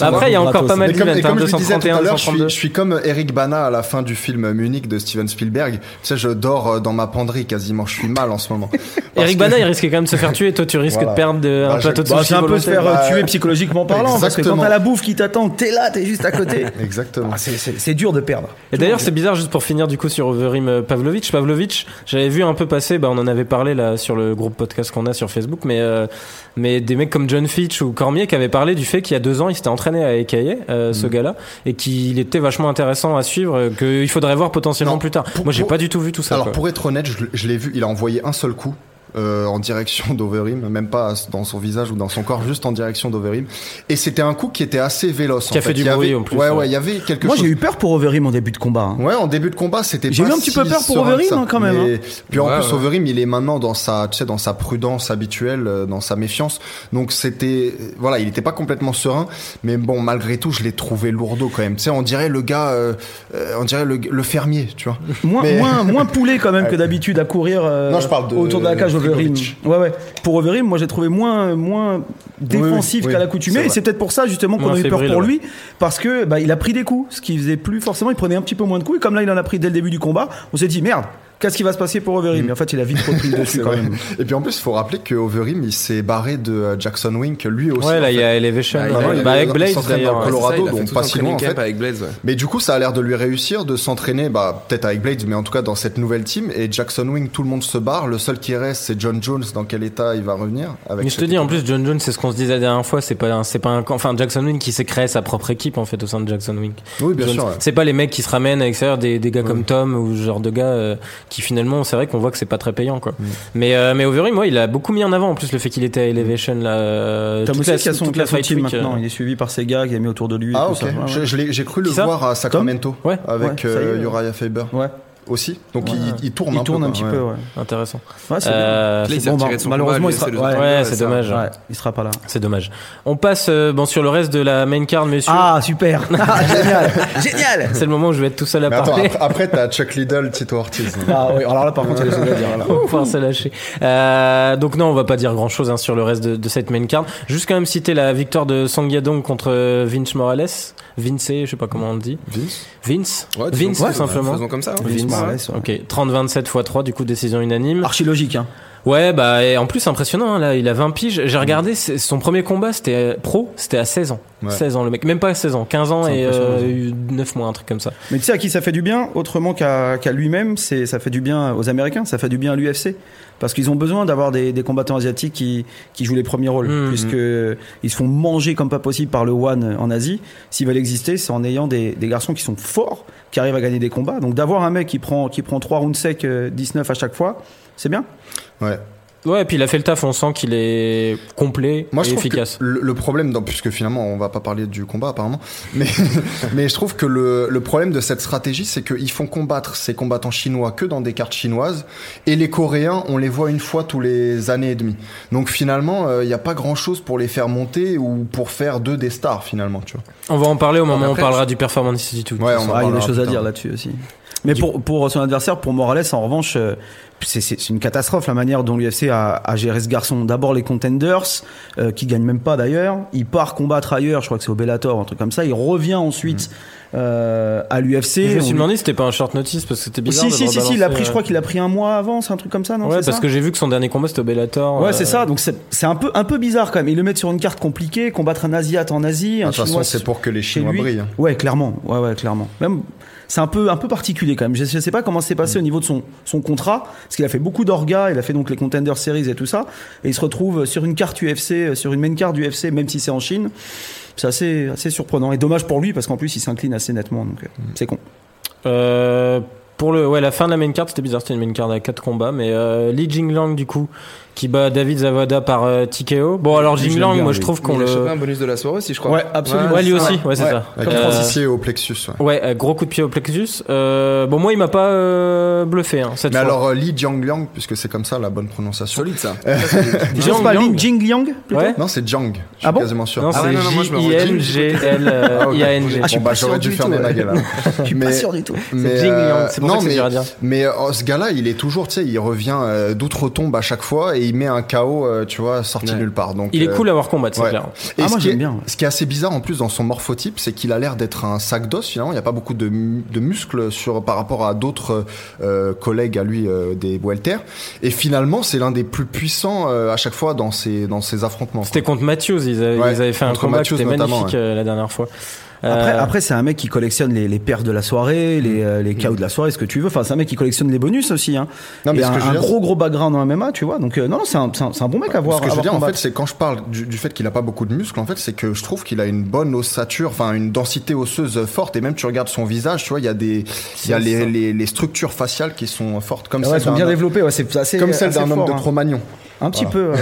Après, il y a encore pas mal Et comme, d'events, et hein, comme je le disais tout 231, à l'heure, je suis, 232. je suis comme Eric Bana à la fin du film Munich de Steven Spielberg. Tu sais, je dors euh, dans ma penderie quasiment. Je suis mal en ce moment. Parce Eric que- Bana, il risque quand même de se faire tuer. Toi, tu risques Voilà. de perdre de- Bah, un je- plateau de bah, sushi. Bah, c'est un peu se volontaire. faire euh, bah, tuer psychologiquement parlant, parce que quand Exactement. t'as la bouffe qui t'attend, t'es là, t'es juste à côté. Exactement. Ah, c'est- c'est c'est dur de perdre. Et d'ailleurs, c'est bizarre, juste pour finir du coup sur Overeem euh, Pavlovitch. Pavlovitch, j'avais vu un peu passer, bah, on en avait parlé là sur le groupe podcast qu'on a sur Facebook, mais, euh, mais des mecs comme John Fitch ou Cormier qui avaient parlé du fait qu'il y a deux ans, il s'était entraîné à Ekaye, euh, Mm. ce gars-là, et qu'il était vachement intéressant à suivre, euh, qu'il faudrait voir potentiellement Non, plus tard. pour- Moi, j'ai pour- pas du tout vu tout ça. Alors quoi. pour être honnête, je, l- je l'ai vu, il a envoyé un seul coup. euh, en direction d'Overim, même pas à- dans son visage ou dans son corps, juste en direction d'Overim. Et c'était un coup qui était assez véloce. Qui a en fait du Il y bruit, avait- en plus, Ouais, ouais. ouais, il y avait quelque Moi, chose. j'ai eu peur pour Overeem en début de combat. hein. Ouais, en début de combat, c'était. J'ai pas eu un petit si peu peur pour serein que Overeem, ça. hein, quand même, Mais- Puis en Ouais, plus, ouais. Overeem, il est maintenant dans sa, tu sais, dans sa prudence habituelle, euh, dans sa méfiance. Donc c'était, euh, voilà, il n'était pas complètement serein. Mais bon, malgré tout, je l'ai trouvé lourdeau quand même. Tu sais, on dirait le gars, euh, euh, on dirait le, le fermier, tu vois. Moins, Mais- moins, moins poulet quand même que d'habitude à courir euh, Non, je parle de- autour de la cage Overeem. Trigorovitch. Ouais, ouais. Pour Overeem, moi j'ai trouvé moins, moins défensif oui, qu'à oui, l'accoutumée. c'est Et vrai. c'est peut-être pour ça justement qu'on Moins a eu peur fébrile, pour ouais. lui. Parce que bah, il a pris des coups, ce qu'il faisait plus forcément. Il prenait un petit peu moins de coups. Et comme là il en a pris dès le début du combat, on s'est dit merde, qu'est-ce qui va se passer pour Overeem Mais en fait, il a vite repris le dessus Mm. C'est quand vrai. même. Et puis en plus, il faut rappeler que Overeem, il s'est barré de euh, Jackson Wink, lui aussi. ouais, en là, il y fait. a Elevation. Bah, là, il y a- bah, avec il Blaze s'entraîne dans d'ailleurs. le ouais. Ouais, c'est ça, Colorado, il a fait donc tout pas son si loin, training en camp fait. avec Blaze, ouais. Mais du coup, ça a l'air de lui réussir de s'entraîner, bah, peut-être avec Blades, mais en tout cas dans cette nouvelle team. Et Jackson Wing, tout le monde se barre. Le seul qui reste, c'est John Jones. Dans quel état il va revenir avec Mais je te cette dis, en équipe. plus, John Jones, c'est ce qu'on se disait la dernière fois, c'est pas, un- c'est pas un, enfin, Jackson Wink qui s'est créé sa propre équipe, en fait, au sein de Jackson Wink. Oui, bien Jones. sûr. ouais. C'est pas les mecs qui se ramènent à l'extérieur, des, des gars comme Tom ou ce genre de gars euh, qui finalement, c'est vrai qu'on voit que c'est pas très payant quoi. Mm. Mais euh, mais Overeem, moi, il a beaucoup mis en avant en plus le fait qu'il était à Elevation là. euh, Tom toute aussi la- qui a son, toute qui a la son Fight team Week, euh, maintenant. Il est suivi par ses gars qui a mis autour de lui. et Ah tout ok, ça. Ouais, ouais. Je- je l'ai- j'ai cru le Qui ça voir à Sacramento Ouais. avec Ouais, ça y est, euh, ouais. Uriah Faber Ouais. aussi. Donc Ouais. il, il tourne Il un tourne peu. un quoi, petit ouais. peu. Ouais. Intéressant. Ouais, Ah, c'est Euh, Là, il s'est bon, retiré de son malheureusement, combat, il sera- lui, ouais, c'est le- ouais, ouais, c'est ça. dommage. hein. bien. Ouais, il sera pas là. C'est dommage. On passe euh, bon sur le reste de la main card, monsieur. Ah super, Ah, génial, génial. C'est le moment où je vais être tout seul à Mais attends, parler. ap- après t'as Chuck Liddell, Tito Ortiz. Ah oui, alors là par contre, il y a des choses à dire. là. On va pouvoir se lâcher. Euh, donc non, on va pas dire grand chose sur le reste de, de cette main card. Juste quand même citer la victoire de Sangadong contre euh, Vince Morales. Vince, je sais pas comment on le dit. Vince. Vince Ouais, disons- Vince, ouais, tout simplement. Faisons comme ça. hein. Vince Vince. Morales, ouais. Ok, 30-27 x 3, du coup, décision unanime. Archi logique, hein. Ouais, bah, et en plus, impressionnant, hein, là, il a 20 piges. J'ai regardé, c'est- son premier combat, c'était euh, pro, c'était à 16 ans. Ouais. 16 ans, le mec, même pas à 16 ans, 15 ans C'est et impressionnant, euh, ça. eu 9 mois, un truc comme ça. Mais tu sais à qui ça fait du bien autrement qu'à qu'à lui-même, c'est ça fait du bien aux Américains, ça fait du bien à l'UFC parce qu'ils ont besoin d'avoir des, des combattants asiatiques qui, qui jouent les premiers rôles Mhm. puisque ils se font manger comme pas possible par le one en Asie. S'ils veulent exister, c'est en ayant des, des garçons qui sont forts, qui arrivent à gagner des combats. Donc d'avoir un mec qui prend qui prend trois rounds secs, euh, 19 à chaque fois, c'est bien. Ouais. Ouais, et puis il a fait le taf, on sent qu'il est complet Moi, je et trouve efficace. que le, le problème, dans, puisque finalement, on va pas parler du combat apparemment, mais, mais je trouve que le, le problème de cette stratégie, c'est qu'ils font combattre ces combattants chinois que dans des cartes chinoises, et les Coréens, on les voit une fois tous les années et demie. Donc finalement, il n'y a pas grand-chose pour les faire monter ou pour faire d'eux des stars finalement, tu vois. On va en parler au moment où on après, parlera du Performance Institute. Ouais, Ah, il y on en a parlera des choses plus à tard. dire là-dessus aussi. Mais pour, pour son adversaire, pour Morales, en revanche, euh, c'est- c'est c'est une catastrophe la manière dont l'UFC a, a géré ce garçon. D'abord les contenders, euh, qui gagnent même pas d'ailleurs. Il part combattre ailleurs, je crois que c'est au Bellator, un truc comme ça. Il revient ensuite euh, à l'UFC. Je me suis On- demandé si c'était pas un short notice parce que c'était bizarre. si, de si, le si, si, il a rebalancer, pris, je crois euh. qu'il a pris un mois avant, c'est un truc comme ça, non Ouais, c'est parce ça que j'ai vu que son dernier combat c'était au Bellator. Ouais, euh, c'est ça. Donc c'est c'est un peu un peu bizarre quand même. Ils le mettent sur une carte compliquée, combattre un Asiate en Asie, Bah, un De toute façon, Chinois c'est pour que les chez Chinois lui. brillent. hein. Ouais, clairement. Ouais, ouais, clairement. Même, c'est un peu, un peu particulier quand même. Je, je sais pas comment c'est Mm. passé au niveau de son, son contrat, parce qu'il a fait beaucoup d'orgas, il a fait donc les Contender Series et tout ça, et il se retrouve sur une carte UFC, euh, sur une main card UFC, même si c'est en Chine. C'est assez, Mm. assez surprenant et dommage pour lui parce qu'en plus il s'incline assez nettement, donc euh, c'est con. Euh, pour- pour le, ouais, la fin de la main card, c'était bizarre, c'était une main card à 4 combats, mais euh, Li Jinglang, du coup, qui bat David Zavada par euh, TKO. Bon, alors Li Jinglang, moi Jinglang, je trouve qu'on Qu'on a chopé le. un bonus de la soirée aussi, je crois. Ouais, absolument. Ouais, lui Ouais. aussi, ouais, Ah, c'est Ouais. ça. Avec Euh, Francis et au plexus. ouais. Ouais, euh, gros coup de pied au plexus. Euh, bon, moi, il m'a pas euh, bluffé hein, cette Mais fois. alors, euh, Li Jiangliang, puisque c'est comme ça la bonne prononciation. Solide ça. Je Jiang pas Yang. Lin Jing Liang plutôt Ouais. Non, c'est Jiang. Je suis Ah bon quasiment sûr. Non, Ah c'est ouais, non, non, moi, je me retiens. Euh, J-L-G-L-I-A-N-G. Ah, je suis Bon, bah, pas sûr j'aurais dû du faire tout, des ouais. blagues, là. Je suis Mais- pas sûr du tout. Mais, Jing euh, Yang, c'est pour non, ça que c'est mais- dur à dire. Mais euh, ce gars-là, il est toujours, tu sais, il revient euh, d'outre-tombe à chaque fois et il met un KO, euh, tu vois, sorti Ouais. nulle part. Donc, Il est euh, cool à voir combattre, c'est ouais. clair. hein. Et Ah, moi, ce, qui j'aime est, bien, ouais. ce qui est assez bizarre en plus dans son morphotype, c'est qu'il a l'air d'être un sac d'os finalement. Il n'y a pas beaucoup de, mu- de muscles sur, par rapport à d'autres euh, collègues à lui euh, des Welter. Et finalement, c'est l'un des plus puissants euh, à chaque fois dans ses, dans ses affrontements. quoi. C'était contre Matthews, ils avaient, Ouais, ils avaient fait un contre combat qui Matthews était notamment, magnifique ouais. euh, la dernière fois. Après, Euh, après c'est un mec qui collectionne les, les perfs de la soirée, Mm. les, euh, les KO de la soirée, ce que tu veux. Enfin, c'est un mec qui collectionne les bonus aussi. Hein. Non, mais Il a ce que je veux un, un dire, gros gros background en MMA, tu vois. Donc euh, non, non, c'est un, c'est un- c'est un bon mec à voir. Ce que à je voir veux dire, en fait, combattre. c'est quand je parle du, du fait qu'il a pas beaucoup de muscles, en fait, c'est que je trouve qu'il a une bonne ossature, enfin, une densité osseuse forte. Et même, tu regardes son visage, tu vois, il y a des, il y a les, les, les structures faciales qui sont fortes, comme Ouais, celle ils sont bien d'un- développés. Ouais, c'est assez. comme celle assez d'un homme fort, de hein. Cro-Magnon. Un petit peu. ouais.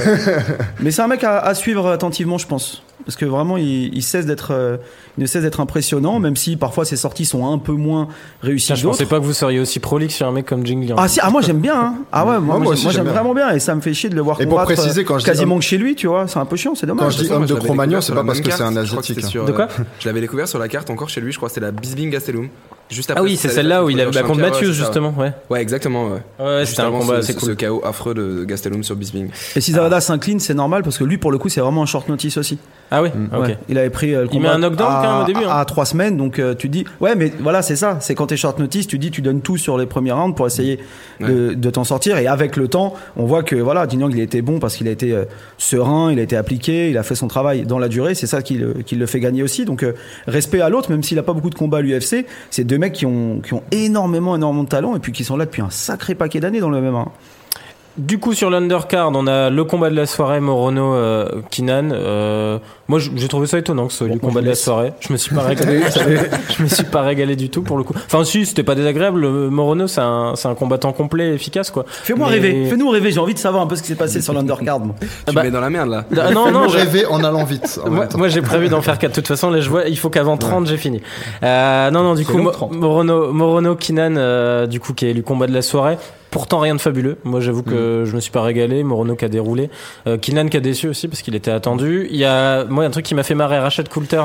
Mais c'est un mec à, à suivre attentivement, je pense. Parce que vraiment, il, il cesse d'être, euh, il ne cesse d'être impressionnant, même si parfois ses sorties sont un peu moins réussies tiens, que je d'autres. pensais pas que vous seriez aussi prolixe sur un mec comme Jing Liang. Ah si, ah moi j'aime bien. Hein. Ah ouais, moi, moi moi, aussi, j'aime- moi, j'aime j'aime bien. vraiment bien et ça me fait chier de le voir Et pour combattre, euh, préciser, quand je dis quasiment homme- que chez lui, tu vois. C'est un peu chiant, c'est Quand dommage. je dis homme de Cro-Magnon, c'est pas parce que c'est un asiatique. hein. De quoi Je l'avais découvert sur la carte encore chez lui, je crois que c'était la Bisbing Gastelum. Juste Ah après, oui, c'est celle-là où il a bah, contre Matthews, justement. Ouais, Ouais, exactement. ouais. ouais Juste c'était un avant combat ce- assez ce- cool. Ce chaos affreux de Gastelum sur Bisbing. Et si Zavada s'incline, c'est normal parce que lui, pour le coup, c'est vraiment un short notice aussi. Ah oui, ok. Mm. Ouais. Il avait pris euh, le Il combat met un knockdown à, quand même au début, hein. à, à trois semaines, donc euh, tu te dis ouais, mais voilà, c'est ça. C'est quand t'es short notice, tu dis tu donnes tout sur les premiers rounds pour essayer de, de t'en sortir. Et avec le temps, on voit que voilà, Jin Yang, il était bon parce qu'il a été euh, serein, il a été appliqué, il a fait son travail dans la durée. C'est ça qui le, qui le fait gagner aussi. Donc euh, respect à l'autre, même s'il a pas beaucoup de combats à l'UFC. C'est deux mecs qui ont qui ont énormément énormément de talent et puis qui sont là depuis un sacré paquet d'années dans le même. Du coup, sur l'undercard, on a le combat de la soirée Morono-Kinan. euh, moi, j- j'ai trouvé ça étonnant que ce soit le moi, combat je de la laisse. soirée. Je me suis pas régalé. je me suis pas régalé du tout pour le coup. Enfin, si, c'était pas désagréable. Le Morono, c'est un, c'est un combattant complet, et efficace, quoi. Fais-moi Mais- rêver, fais-nous rêver. J'ai envie de savoir un peu ce qui s'est passé sur l'undercard. moi. Ah Tu bah- me mets dans la merde là. Ah, Non, non, Fais-nous j'ai- rêver en allant vite. en Moi, même temps. moi, j'ai prévu d'en faire 4 de toute façon là je vois il faut qu'avant 30 j'ai fini. Euh, non non du coup long, Mo- 30. Morono Morono Kinan euh, du coup qui a élu combat de la soirée. Pourtant rien de fabuleux. Moi j'avoue Mm. que je me suis pas régalé, Morono qui a déroulé, euh, Kinan qui a déçu aussi parce qu'il était attendu. Il y a moi un truc qui m'a fait marrer Rachel Coulter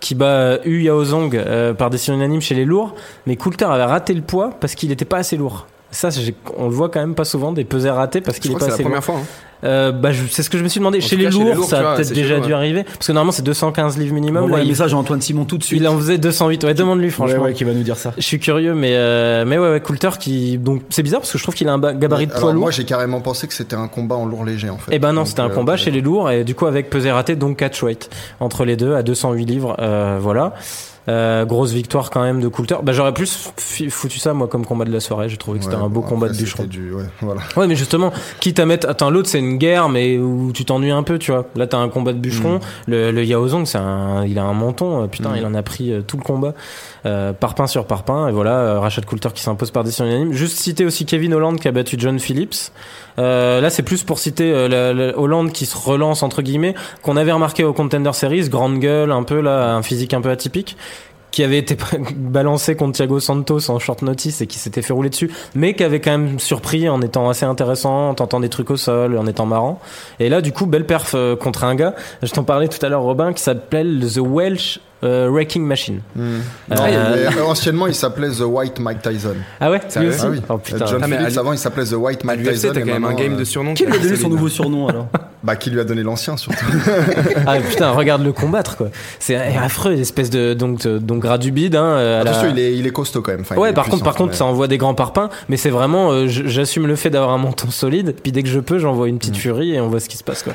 qui bat euh, Yu Yaozong euh, par décision unanime chez les lourds, mais Coulter avait raté le poids parce qu'il était pas assez lourd. Ça, c'est- on le voit quand même pas souvent des pesées ratées parce Je qu'il est crois que pas c'est la assez lourd. première fois. hein. Euh, bah, je- c'est ce que je me suis demandé. En Chez tout les, cas, chez lourds, les lourds, tu ça a vois, peut-être c'est déjà chelou, dû ouais. arriver. Parce que normalement, c'est 215 livres minimum. bah, Envoie là, un il, message à Antoine Simon tout de suite. il en faisait 208. Ouais, demande-lui, franchement. qui va nous dire ça. Je suis curieux, mais, euh, mais ouais, ouais, Coulter qui. Donc, c'est bizarre parce que je trouve qu'il a un ba- gabarit de Alors, poids lourd. moi, j'ai carrément pensé que c'était un combat en lourd léger, en fait. Et ben non, Donc, c'était un euh, combat chez les lourds et du coup avec pesé raté donc catch weight entre les deux à 208 livres euh, voilà. Euh, grosse victoire quand même de Coulter. Bah j'aurais plus fi- foutu ça moi comme combat de la soirée, j'ai trouvé que c'était ouais, un beau bon, combat de après, bûcheron. c'était du- ouais, voilà. Ouais, mais justement, quitte à mettre. Attends, l'autre, c'est une guerre, mais où tu t'ennuies un peu, tu vois. Là, t'as un combat de bûcheron. Le, le Yaozong, c'est un... il a un menton. euh, Putain, il en a pris euh, tout le combat. Euh, parpaing sur parpaing. Et voilà, euh, Rachel Coulter qui s'impose par décision unanime. Juste citer aussi Kevin Holland qui a battu John Phillips. Euh, là, c'est plus pour citer euh, la- la- Hollande qui se relance, entre guillemets, qu'on avait remarqué au Contender Series. Grande gueule, un peu là, un physique un peu atypique qui avait été balancé contre Thiago Santos en short notice et qui s'était fait rouler dessus, mais qui avait quand même surpris en étant assez intéressant, en tentant des trucs au sol, en étant marrant. Et là, du coup, belle perf euh, contre un gars, je t'en parlais tout à l'heure, Robin, qui s'appelle The Welsh euh, Wrecking Machine. Non, Euh, mais anciennement, il s'appelait The White Mike Tyson. Ah ouais Lui Sérieux aussi Ah oui. Oh putain. John Ah, mais Phillips, à- avant, il s'appelait The White À Mike l'UFC, Tyson. t'as quand et même un maintenant, game euh, de surnom. Qui lui a donné son Céline. nouveau surnom alors Bah, qui lui a donné l'ancien, surtout. Ah putain, regarde le combattre quoi. C'est affreux, espèce de donc de- donc ras du bide. Hein, euh, à la- Attention, il est, il est costaud quand même. Enfin, il Ouais, est par contre, puissant, par contre, mais- ça envoie des grands parpaings, mais c'est vraiment, euh, je- j'assume le fait d'avoir un menton solide, puis dès que je peux, j'envoie une petite Mm. furie et on voit ce qui se passe, quoi.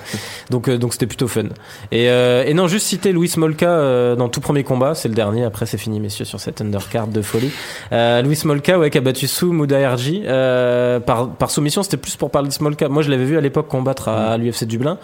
Donc, euh, donc c'était plutôt fun. Et, euh, et non, juste citer Louis Molka euh, dans tout premier combat, c'est le dernier, après c'est fini messieurs sur cette undercard de folie. Euh, Louis Smolka ouais, qui a battu Sou Moudaerji euh, par, par soumission, c'était plus pour parler de Smolka. Moi je l'avais vu à l'époque combattre Mm. à, à l'UFC Dublin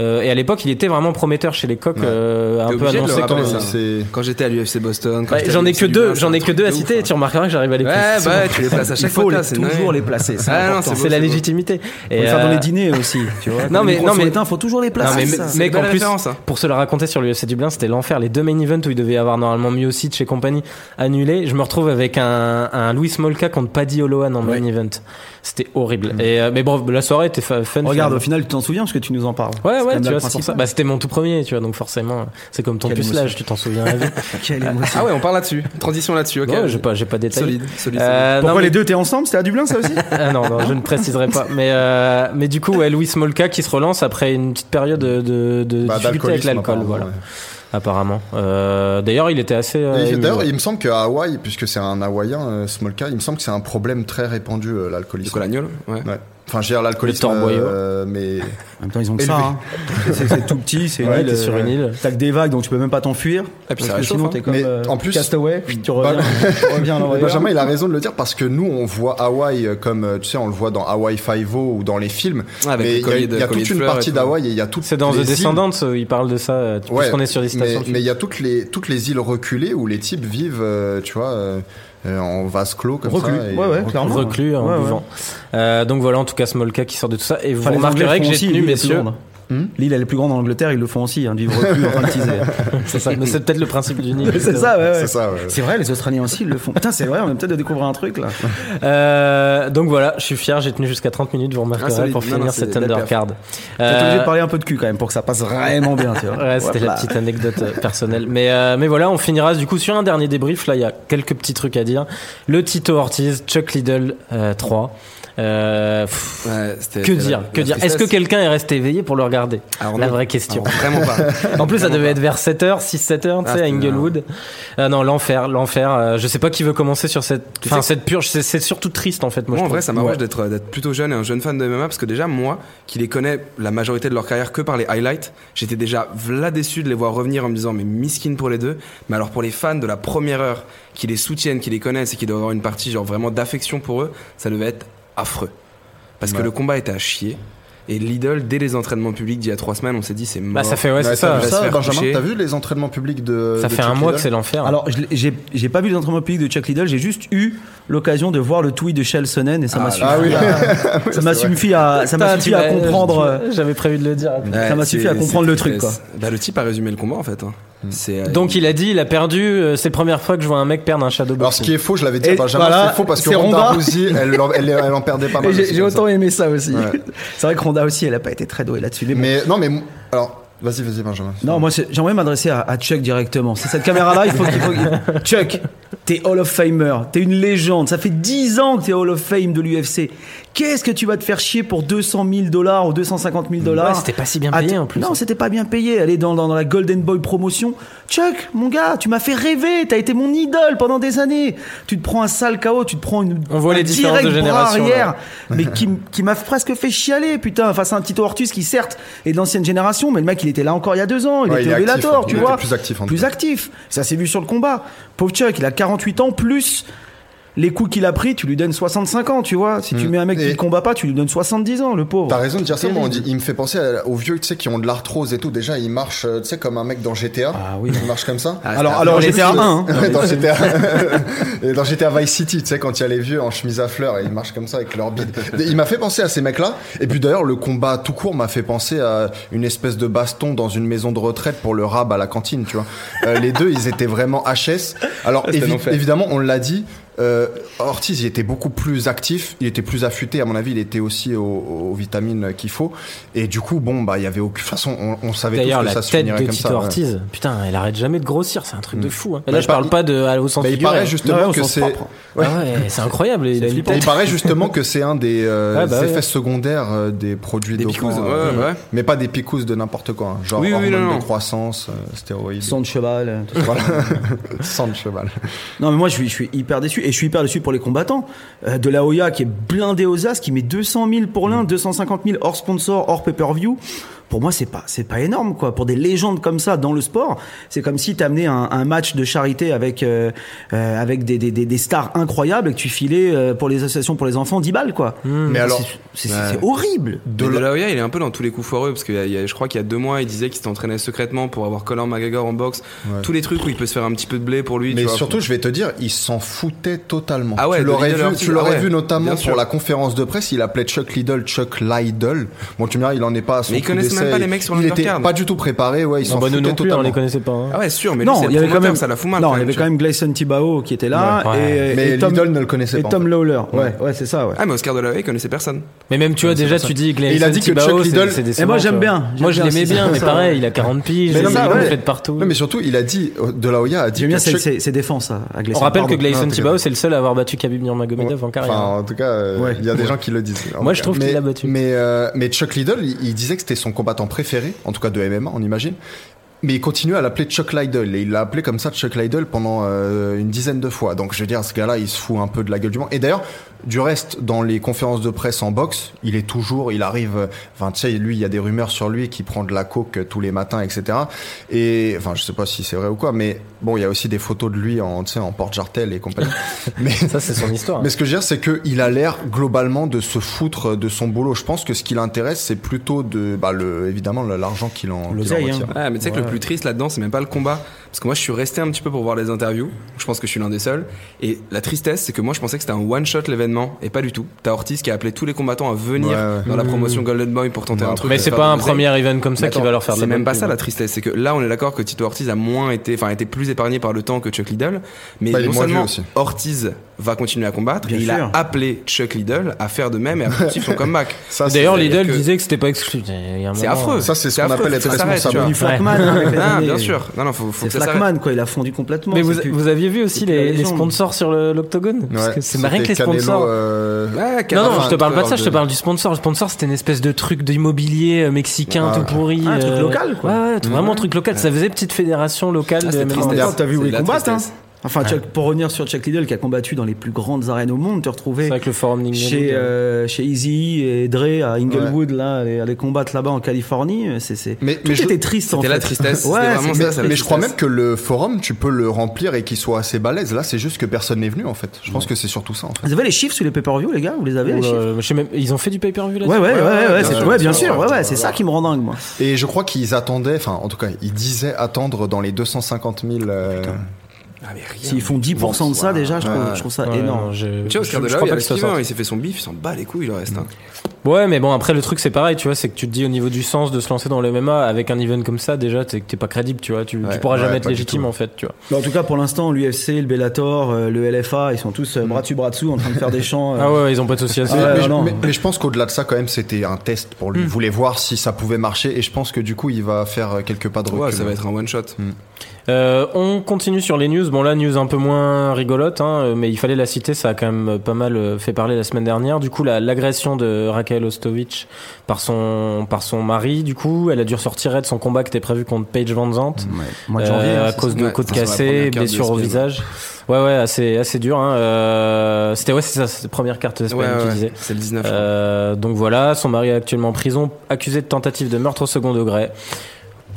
euh, et à l'époque il était vraiment prometteur chez les coqs, Ouais. euh, T'es un peu obligé de le annoncé rappeler, comme ça. c'est Quand j'étais à l'UFC Boston, quand Ouais, j'étais à j'en ai l'UFC que deux, Dublin, j'en ai c'est que un deux à truc de citer et ouf, hein. tu remarqueras que j'arrive à les Ouais, placer, c'est bah bon. tu les places à Il chaque faut fois. les- toujours les placer. C'est Ah, non, important. c'est Faut c'est la beau. légitimité. Et, le faire dans euh, les dîners aussi, tu vois. Non, Quand mais- les micros non, sont mais- éteints, faut toujours les Non, mais placer. ça. c'est mec, une en belle plus, référence, hein. pour se le raconter sur l'UFC Dublin, c'était l'enfer. Les deux main events où il devait y avoir normalement Miocic et compagnie annulés, je me retrouve avec un, un Louis Molka contre Paddy Holohan en main Ouais. event. C'était horrible. Et, euh, mais bon, la soirée était fa- fun. Regarde, finalement. au final, tu t'en souviens parce que tu nous en parles. Ouais, ouais, quand même tu le vois, c'est pour ça. principal. Bah, c'était mon tout premier, tu vois, donc forcément, c'est comme ton Quelle pucelage, tu t'en souviens. à vie. Quelle émotion. Ah ouais, on parle là-dessus. Transition là-dessus, ok. Ouais, j'ai pas, j'ai pas détaillé. Solide, solide. Euh, non, Pourquoi mais- les deux étaient ensemble C'était à Dublin, ça aussi Ah non, non, je ne préciserai pas. Mais, euh, mais du coup, ouais, Louis Molka qui se relance après une petite période de, de, de bah, difficulté avec d'alcoolisme, l'alcool, apparemment, voilà, ouais. apparemment. Euh, D'ailleurs, il était assez. euh, Et ému, D'ailleurs, ouais. il me semble qu'à Hawaï, puisque c'est un Hawaïen, euh, Smolka, il me semble que c'est un problème très répandu, euh, Du l'alcoolisme. colagnol, ouais. Ouais. Enfin, j'ai l'alcoolisme, Le torboyau. euh, mais En même temps, ils ont que Élevé. ça. hein. C'est c'est tout petit, c'est Ouais, une t'es île. sur euh, une île. T'as que des vagues, donc tu peux même pas t'enfuir. Et puis Parce ça que réchauffe, sinon, hein. t'es comme Mais euh, en plus- Castaway, tu reviens, Bah, tu reviens à l'envoyeur. Benjamin, il a raison de le dire parce que nous, on voit Hawaï euh, comme, euh, tu sais, on le voit dans Hawaii Five-O ou dans les films. Ah, avec mais il le y a, il collier y a de- collier toute de une fleurs et partie tout. d'Hawaï et il y a toutes C'est dans les The îles. Descendants, euh, il parle de ça, euh, parce qu'on est sur des mais, stations. de mais films. il y a toutes les, toutes les îles reculées où les types vivent, euh, tu vois, euh, euh, en vase clos comme Reclus. ça. et- Ouais, ouais, clairement. reclus en Ouais, ouais. buvant. Euh, donc voilà, en tout cas, Smolka qui sort de tout ça. Et vous Enfin, les Anglais remarquerez le que font j'ai aussi, tenu, l'île est plus messieurs. grande. L'île, elle est plus grande en Angleterre, ils le font aussi, hein, de vivre reclus en train de teaser. C'est ça, mais c'est peut-être le principe du Nil. hein. C'est ça, ouais, ouais. C'est ça, ouais. C'est vrai, les Australiens aussi ils le font. Putain, c'est vrai, on vient peut-être de découvrir un truc là. Euh, donc voilà, je suis fier, j'ai tenu jusqu'à 30 minutes, vous remarquerez, Ah, solide. pour Non, finir non, c'est cette belle perf. undercard. T'es obligé Euh, de parler un peu de cul quand même pour que ça passe vraiment bien, tu vois. Ouais, c'était Voilà. la petite anecdote euh, personnelle. Mais, euh, mais voilà, on finira du coup sur un dernier débrief. Là, il y a quelques petits trucs à dire. Le Tito Ortiz, Chuck Liddell euh, 3. Euh, pff, Ouais, c'était- que c'était dire, la- que la dire. Est-ce que tristesse. quelqu'un est resté éveillé pour le regarder Alors, La non. vraie question. Ah Alors, Vraiment pas. En plus, ça Vraiment devait pas. bah. être vers 7h, 6-7h, tu Ah, sais, à c'était Inglewood. Ah non, l'enfer, l'enfer. Euh, je sais pas qui veut commencer sur cette, Tu enfin, sais- cette purge. C'est- C'est surtout triste, en fait, moi. Moi, je en vrai, trouve. ça m'arrange Ouais. d'être d'être plutôt jeune et un jeune fan de MMA parce que déjà, moi, qui les connais la majorité de leur carrière que par les highlights, j'étais déjà vla déçu de les voir revenir en me disant, mais miskin pour les deux. Mais alors, pour les fans de la première heure qui les soutiennent, qui les connaissent et qui doivent avoir une partie genre vraiment d'affection pour eux, ça devait être affreux. Parce que le combat était à chier. Et Lidl, dès les entraînements publics d'il y a trois semaines, on s'est dit, c'est mort. Bah, ça fait, ouais, Ouais, c'est t'as ça. vu va se faire Benjamin, coucher. t'as vu les entraînements publics de. Ça de fait un Chuck mois que Liddell c'est l'enfer. Alors, je l'ai- j'ai j'ai pas vu les entraînements publics de Chuck Liddell, j'ai juste eu l'occasion de voir le tweet de Shell Sonnen et ça m'a suffi. Ah oui, ça m'a suffi à, ça m'a Putain, suffi tu à l'as- comprendre. euh, J'avais prévu de le dire. Ouais, Ça m'a c'est- suffi à c'est comprendre le tristesse. truc, quoi. Bah, le type a résumé le combat en fait. hein. Hmm. C'est, euh, Donc il a dit, il a perdu. euh, c'est la première fois que je vois un mec perdre un shadow Alors, ce qui boxing. est faux, je l'avais dit à Et Benjamin, voilà, c'est faux parce que c'est Ronda Ronda. Rousey, elle, en- elle, elle en perdait pas mal. Et J'ai aussi j'ai comme autant aimé bah, ça aussi. Ouais. C'est vrai que Ronda aussi, elle a pas été très douée là-dessus. mais ça. bon. Mais non, mais. m- Alors, vas-y, vas-y, Benjamin. Non, moi c'est- j'aimerais m'adresser à, à Chuck directement. C'est cette caméra-là, il faut qu'il faut. qu'il- Chuck, t'es Hall of Famer, t'es une légende. Ça fait 10 ans que t'es Hall of Fame de l'UFC. Qu'est-ce que tu vas te faire chier pour 200 000 dollars ou 250 000 dollars Ouais, c'était pas si bien payé, en plus. Non, c'était pas bien payé. Elle est dans, dans, dans la Golden Boy promotion. Chuck, mon gars, tu m'as fait rêver. T'as été mon idole pendant des années. Tu te prends un sale KO, tu te prends une. On voit un les différences direct de bras génération, arrière là. mais qui, m- qui m'a presque fait chialer, putain, face à un Tito Ortus qui, certes, est d'ancienne génération, mais le mec, il était là encore il y a deux ans, il Ouais, était il est au actif, Bellator, ouais. tu Il vois. était plus actif, en tout Plus cas. actif. Ça s'est vu sur le combat. Pauvre Chuck, il a 48 ans, plus les coups qu'il a pris, tu lui donnes 65 ans, tu vois. Si tu mets un mec qui Mm. Et- ne combat pas, tu lui donnes 70 ans, le pauvre. T'as raison de dire ça, moi on dit, il me fait penser à- aux vieux, tu sais, qui ont de l'arthrose et tout. Déjà, ils marchent, euh, tu sais, comme un mec dans GTA. Ah oui. Il marche comme ça. Alors, alors Dans j'étais à les- 1. Ouais, dans GTA. et dans GTA Vice City, tu sais, quand il y a les vieux en chemise à fleurs et ils marchent comme ça avec leur bide. Il m'a fait penser à ces mecs-là. Et puis d'ailleurs, le combat tout court m'a fait penser à une espèce de baston dans une maison de retraite pour le rab à la cantine, tu vois. Euh, les deux, ils étaient vraiment HS. Alors, Ah, C'était évi- un enfer. évidemment, on l'a dit. euh, Ortiz, il était beaucoup plus actif, il était plus affûté, à mon avis, il était aussi aux, aux vitamines qu'il faut. Et du coup, bon, bah, il y avait aucune façon, on, on savait tous D'ailleurs, que la ça se tête finirait de comme Tito ça. ouais. Ortiz, putain, elle arrête jamais de grossir, c'est un truc de fou. hein. Et Bah, là, il je parle par- pas de, à- au sens Bah, il figuré. paraît justement Ouais, au que sens c'est. propre. Ouais. Ah ouais, c'est incroyable, il a une Il paraît justement que c'est un des euh, Ah bah effets ouais. secondaires euh, des produits Des dopants, picouses, ouais, euh, ouais. mais pas des picouses de n'importe quoi, hein, genre Oui, oui, hormones non, non. de croissance, euh, stéroïdes, Son de cheval. euh, tout ça. Voilà. sang de cheval. Non, mais moi, je suis, je suis hyper déçu. Et je suis hyper déçu pour les combattants. Euh, de la Hoya qui est blindé aux as, qui met 200 000 pour l'un, 250 000 hors sponsor, hors pay-per-view. pour moi, c'est pas, c'est pas énorme, quoi. Pour des légendes comme ça dans le sport, c'est comme si t'amenais un, un match de charité avec, euh, euh, avec des, des, des, des stars incroyables et que tu filais euh, pour les associations pour les enfants 10 balles, quoi. Hmm. Mais alors, C'est, c'est- c'est horrible. De la Hoya, il est un peu dans tous les coups foireux parce que je crois qu'il y a deux mois, il disait qu'il s'entraînait secrètement pour avoir Colin McGregor en boxe. Tous les trucs où il peut se faire un petit peu de blé pour lui. tu Mais vois. surtout, je vais te dire, il s'en foutait totalement. Ah ouais, tu de l'aurais Lidl vu, Ortiz, tu l'aurais ah ouais, vu bien notamment sûr. pour la conférence de presse. Il appelait Chuck Liddell Chuck Liddell. Bon, tu me diras, il en est pas à son Mais ils coup connaissent d'essai. même pas les mecs sur Il était l'undercard. pas du tout préparé. Ouais, ils Non, s'en bah, nous foutaient non plus, on totalement. les connaissait pas. hein. Ah ouais, sûr, mais lui, non, c'est il le y avait quand promoteur, même, ça la fout mal. non, quand il y même, avait tu quand même Gleison Tibao qui était là Ouais. et, Mais et Tom, Liddle ne le connaissait et pas. Tom Lawler. Ouais, ouais, Ouais. c'est ça. Ouais. vois. Ah, mais Oscar de la Hoya, il connaissait personne. Mais même, tu vois, déjà, tu dis Glenn il a dit que Tibao, Chuck c'est- Liddell- c'est Et décevant, moi, j'aime tu vois. bien. J'aime Moi, je bien, l'aimais c'est bien, ça, mais ça. pareil, il a 40 piges, Mais non, il mais en ouais. fait partout. Non, mais surtout, il a dit, De La Hoya a dit J'aime bien que ses, Chuck- ses- ses défenses à, à On Gleison, rappelle pardon. que Gleison Non, t'inquiète. Tibao, c'est le seul à avoir battu Khabib Nurmagomedov en carrière. Enfin, en tout cas, euh, il Ouais. y a des gens qui le disent. En Moi, tout je cas. trouve Mais- qu'il l'a battu. Mais, euh, mais Chuck Liddell, il, il disait que c'était son combattant préféré, en tout cas de MMA, on imagine. Mais il continue à l'appeler Chuck Liddell. Et il l'a appelé comme ça Chuck Liddell pendant euh, une dizaine de fois. Donc, je veux dire, ce gars-là, il se fout un peu de la gueule du monde. Et d'ailleurs, du reste, dans les conférences de presse en boxe, il est toujours, il arrive, euh, enfin, tu sais, lui, il y a des rumeurs sur lui qui prend de la coke euh, tous les matins, etc. Et, enfin, je sais pas si c'est vrai ou quoi, mais bon, il y a aussi des photos de lui en, tu sais, en porte-jartel et compagnie. mais, Ça, c'est son histoire. mais ce que je veux dire, c'est qu'il a l'air globalement de se foutre de son boulot. Je pense que ce qui l'intéresse, c'est plutôt de, bah, le, évidemment, le- l'argent qu'il en, qu'il en L'oseille, retire. Ah, mais tu sais que le plus triste là-dedans, c'est même pas le combat. Parce que moi, je suis resté un petit peu pour voir les interviews. Je pense que je suis l'un des seuls. Et la tristesse, c'est que moi, je pensais que c'était un one-shot l'événement. Et pas du tout. T'as Ortiz qui a appelé tous les combattants à venir Ouais, ouais. dans la promotion Golden Boy pour tenter Ouais. un truc. Mais de c'est faire pas de un l'oseille. premier event comme ça qui Attends, va leur faire de la C'est même bonne pas pub. ça la tristesse, c'est que là on est d'accord que Tito Ortiz a moins été, enfin a été plus épargné par le temps que Chuck Liddell, mais Bah, il est non moins seulement vieux aussi. Ortiz va continuer à combattre, Bien il sûr. a appelé Chuck Liddell à faire de même et à poursuivre son comeback. Ça, c'est- D'ailleurs, c'est-à-dire Lidl que- disait que c'était pas exclu. Il y a un C'est moment, hein. affreux. ça, c'est ce qu'on affreux, appelle faut être que ça s'arrête, responsable. tu vois. Tony Flakman. avec les Ah, années. bien sûr. Non, non, faut, faut C'est que ça s'arrête. Flakman, quoi. Il a fondu complètement. Mais c'est Ah, vous, plus- vous aviez vu aussi c'est plus la les, les légende. sponsors sur le- l'octogone Parce Ouais, que c'est marrant que les c'était Canelo, sponsors. euh, Ouais, Non, non, Cavani, je te parle pas de ça, Cavani. je te parle du sponsor. Le sponsor, c'était une espèce de truc d'immobilier euh, mexicain Ah, tout pourri. ah, un truc euh, local, quoi. Ouais, ouais, tout- vraiment un truc local. Ça faisait petite fédération locale Ah, de c'est MMA. triste. D'ailleurs, t'as vu où C'est ils la combattent, hein. tristesse. Enfin, Chuck- pour revenir sur Chuck Liddell qui a combattu dans les plus grandes arènes au monde, te C'est retrouver vrai que le forum Ning chez Ning, euh, euh, chez Easy et Dre à Inglewood là, aller, aller combattre là-bas en Californie, euh, c'est c'est Mais- tout mais je- était triste en fait. C'était la tristesse, Ouais, c'était vraiment c'est- ça, ça mais la je crois tristesse. même que le forum, tu peux le remplir et qu'il soit assez balèze. Là, c'est juste que personne n'est venu, en fait. Je pense que c'est surtout ça, en fait. Vous avez les chiffres sur les pay-per-view les gars, vous les avez les ou, chiffres euh, je sais même- Ils ont fait du pay-per-view là Ouais ouais ouais ouais, ouais, c'est- sûr, ouais, bien bien sûr, sûr, ouais ouais, c'est ça qui me rend dingue moi. Et je crois qu'ils attendaient, enfin, en tout cas, ils disaient attendre dans les 250 000. euh, Ah, mais rien. S'ils font 10% de ça déjà, je trouve, Ouais. je trouve ça énorme. Tu vois, Oscar de je la crois Hoya, pas que il, ça a ce qu'il veut, sorte. hein, il s'est fait son bif, il s'en bat les couilles, il reste. hein. Ouais, mais bon, après, le truc, c'est pareil, tu vois, c'est que tu te dis au niveau du sens de se lancer dans le MMA avec un event comme ça, déjà, t'es t'es pas crédible, tu vois, tu, tu Ouais, pourras ouais, jamais être pas du légitime, tout. en fait, tu vois. Mais en tout cas, pour l'instant, l'UFC, le Bellator, euh, le LFA, ils sont tous euh, bras dessus bras dessous en train de faire des chants. euh, Mm. Ah ouais, ils ont pas de société. Ah Mais, ouais, mais non, je- non. mais- mais je pense qu'au-delà de ça, quand même, c'était un test pour lui. Il voulait voir si ça pouvait marcher et je pense que du coup, il va faire euh, quelques pas de recul. Ouais, ça va être un one shot. Euh, on continue sur les news. Bon, là, news un peu moins rigolote, hein, euh, mais il fallait la citer. Ça a quand même euh, pas mal euh, fait parler la semaine dernière. Du coup, la- l'agression de Raquel Ostovich par son, par son mari, du coup, elle a dû ressortir de son combat qui était prévu contre Paige Van Zandt. Ouais, mois de janvier, Euh, hein, à c'est cause ça. de Ouais, côtes ça, c'est la cassées, première carte blessures au d'espèce, visage. Ouais, ouais, assez, assez dur. Hein. Euh, c'était ouais, c'est ça, c'est la première carte Ouais, d'Espagne ouais, qui disait. c'est le 19. je crois. Euh, donc voilà, son mari est actuellement en prison, accusé de tentative de meurtre au second degré.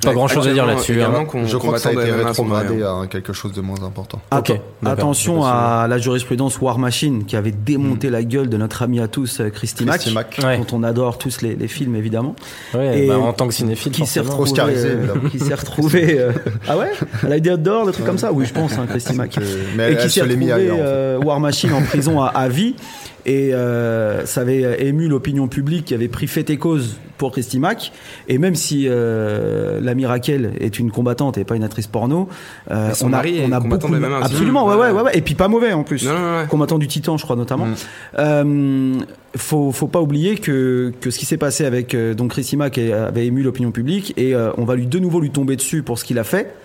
Pas Ouais, grand chose à dire actuellement, là-dessus. hein. également qu'on- Je qu'on crois que ça a va été attendre à son mari, rétrogradé hein. à quelque chose de moins important. Ok, Atten- d'accord, attention c'est pas Mm. à la jurisprudence War Machine qui avait démonté la gueule de notre ami à tous euh, Christy Mack, Christy Mack. Ouais. dont on adore tous les, les films évidemment, Ouais, Et bah, en tant que cinéphile, qui s'est forcément. retrouvé, Oscarisé, euh, évidemment. qui s'est retrouvé, euh, ah ouais, elle a eu des dehors, des trucs comme ça, oui je pense, hein, Christy Mack. euh, Mais et elle, qui elle s'est se l'est mis retrouvé ailleurs. en fait. euh, War Machine en prison à, à vie. Et euh, ça avait ému l'opinion publique qui avait pris fait et cause pour Christy Mack. Et même si euh, l'ami Raquel est une combattante et pas une actrice porno, euh, Bah, Mais son mari est combattant de MMA aussi. absolument, ouais, ouais, ouais, ouais. et puis pas mauvais en plus. euh, Non, non, ouais. Combattant du Titan, je crois Mm. notamment. Euh, faut, faut pas oublier que, que ce qui s'est passé avec euh, donc Chrissy Mack est- avait ému l'opinion publique et euh, on va lui de nouveau lui tomber dessus pour ce qu'il a fait.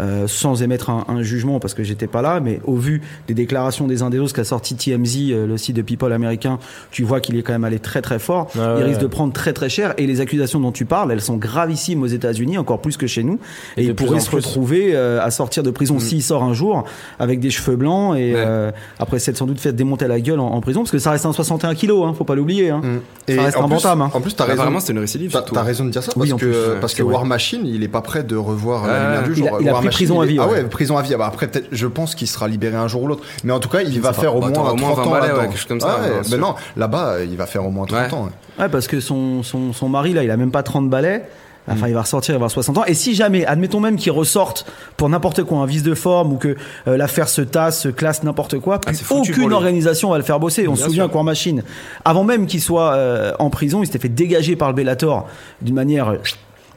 euh, sans émettre un, un jugement parce que j'étais pas là, mais au vu des déclarations des uns des autres qu'a sorti TMZ, euh, le site de People américain, tu vois qu'il est quand même allé très très fort. Ah ouais. Il risque de prendre très très cher et les accusations dont tu parles, elles sont gravissimes aux États-Unis, encore plus que chez nous. Et, Et de il plus pourrait en se plus. retrouver euh, à sortir de prison s'il sort un jour avec des cheveux blancs et Ouais. euh, après s'être sans doute fait démonter la gueule en, en prison parce que ça reste un 61 kilos, hein, faut pas l'oublier. Mm. Hein. Ça reste en un plus, bantam. hein. En plus, t'as Bah, raison. Apparemment, c'était une récidive. T'as surtout. t'as raison de dire ça Oui, parce en que plus, ouais, parce c'est que vrai. War Machine, il est pas prêt de revoir Ouais. la lumière du Il jour. a- il a War pris Machine, prison à il est- vie, Ah ouais. ouais, prison à vie. Ah bah après, peut-être, je pense qu'il sera libéré un jour ou l'autre. Mais en tout cas, il va sais pas. faire au Bah, moins t'auras au moins 30 ans 20 balais, ouais, là-dedans. quelque chose comme ça, Ah ouais, ouais, mais sûr. non, là-bas, euh, il va faire au moins 30 Ouais. ans. ouais. Ouais, parce que son, son, son mari, là, il a même pas 30 balais. Enfin, il va ressortir, il va avoir 60 ans. Et si jamais, admettons même qu'il ressorte pour n'importe quoi, un vice de forme ou que euh, l'affaire se tasse, se classe n'importe quoi, plus c'est foutu pour aucune lui. organisation va le faire bosser. On se Bien souvient sûr. qu'en machine, avant même qu'il soit euh, en prison, il s'était fait dégager par le Bellator d'une manière euh,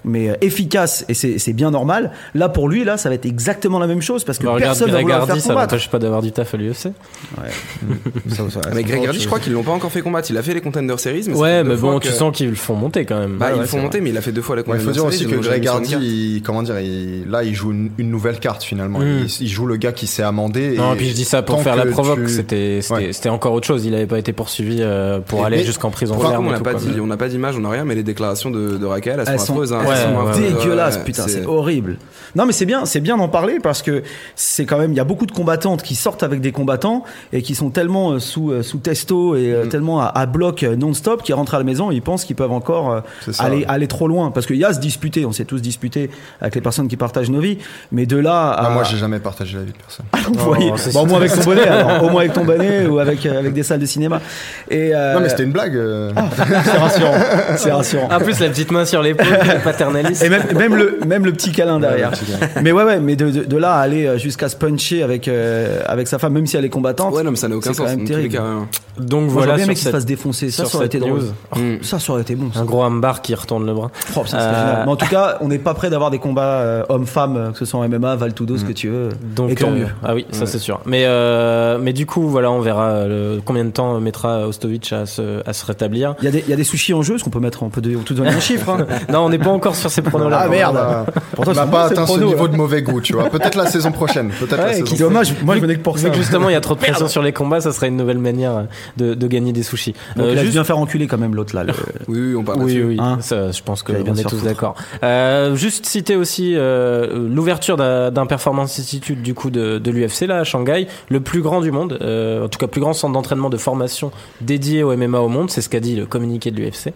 mais euh, efficace et c'est c'est bien normal. Là, pour lui, là, ça va être exactement la même chose parce que Bah, regarde personne va Greg vouloir le Hardy, faire ça combattre. l'empêche pas d'avoir du taf à l'UFC. Ah, Mais Greg Hardy, je crois qu'ils l'ont pas encore fait combattre. Il a fait les Contender Series. Mais ça Ouais, fait mais deux fois bon, que- tu sens qu'ils le font monter quand même. Bah, Ouais, ils ouais, le font c'est monter, mais il a fait deux fois la Ouais, il Contender faut dire Series, aussi que donc Greg j'ai mis son Hardy, carte. il- comment dire, il- là, il joue une, une nouvelle carte finalement. Mm. Il, il joue le gars qui s'est amendé. Non, et puis je dis ça pour tant faire la que provoque. tu- C'était c'était Ouais. c'était encore autre chose. Il avait pas été poursuivi euh, pour Et- aller mais- jusqu'en prison Pour le ferme. coup, on et n'a tout, pas, quoi. dit- on n'a pas d'image, on n'a rien, mais les déclarations de, de Raquel, elles, Elles sont sont, affreuses. hein. elles Ouais, sont ouais, affreuses, dégueulasses, ouais, putain, c'est horrible. Non, mais c'est bien, c'est bien d'en parler parce que c'est quand même, il y a beaucoup de combattantes qui sortent avec des combattants et qui sont tellement euh, sous, euh, sous testo et euh, tellement à, à bloc euh, non-stop qu'ils rentrent à la maison et ils pensent qu'ils peuvent encore euh, C'est ça, aller, ouais. aller trop loin. Parce qu'il y a à se disputer, on s'est tous disputés avec les personnes qui partagent nos vies, mais de là à. Ah, moi, j'ai jamais partagé la vie de personne. Vous voyez. c'est- Bon, au moins avec ton bonnet, alors. au moins avec ton bonnet ou avec, euh, avec des salles de cinéma. Et, euh, Ah, Non, mais c'était une blague. euh. c'est rassurant. C'est rassurant. En plus, la petite main sur l'épaule, le paternaliste. Et même, même, le, même le petit câlin derrière. mais ouais, ouais, mais de, de, de là à aller euh, jusqu'à se puncher avec, euh, avec sa femme, même si elle est combattante. Ouais, non, mais ça n'a aucun C'est quand sens. même dans tous les terrible. cas, hein. Donc Moi, voilà j'aurais bien aimé sur qu'il se cette, fasse défoncer. Ça, sur ça aurait cette été drôle. news. Mm. Ça, ça aurait été bon. ça. un gros hambar qui retourne le bras. Oh, ça serait Euh, génial. Mais en tout cas, on n'est pas prêt d'avoir des combats euh, hommes-femmes, euh, que ce soit en MMA, Valtudo, ce que tu veux. Donc, Et tant euh, mieux. Ah oui, ça Ouais. c'est sûr. Mais, euh, mais du coup, voilà, on verra euh, le- combien de temps mettra Ostovic à se, à se rétablir. Il y, a des- il y a des sushis en jeu, ce qu'on peut mettre, on peut, on peut donner un chiffre. hein. non, on n'est pas encore sur ces pronos-là. Ah, Pardon. merde. Bah, Pourtant, On n'a c'est pas bon, c'est atteint pour ce nous, niveau hein. de mauvais goût, tu vois. Peut-être la saison prochaine. Peut-être la Ouais, saison qui prochaine. dommage, moi je venais que pour Vu ça. que justement, il y a trop de pression sur les combats, ça serait une nouvelle manière de, de gagner des sushis. Donc, Euh, il a juste- bien faire enculer quand même l'autre là. le- Oui, oui, on parle Oui, là-dessus. oui, Hein ça, je pense que Vous allez bien on est se faire tous foutre. d'accord. Euh, juste citer aussi euh, l'ouverture d'un d'un performance institute du coup de, de l'UFC là à Shanghai, le plus grand du monde, euh, en tout cas plus grand centre d'entraînement de formation dédié au MMA au monde, c'est ce qu'a dit le communiqué de l'UFC.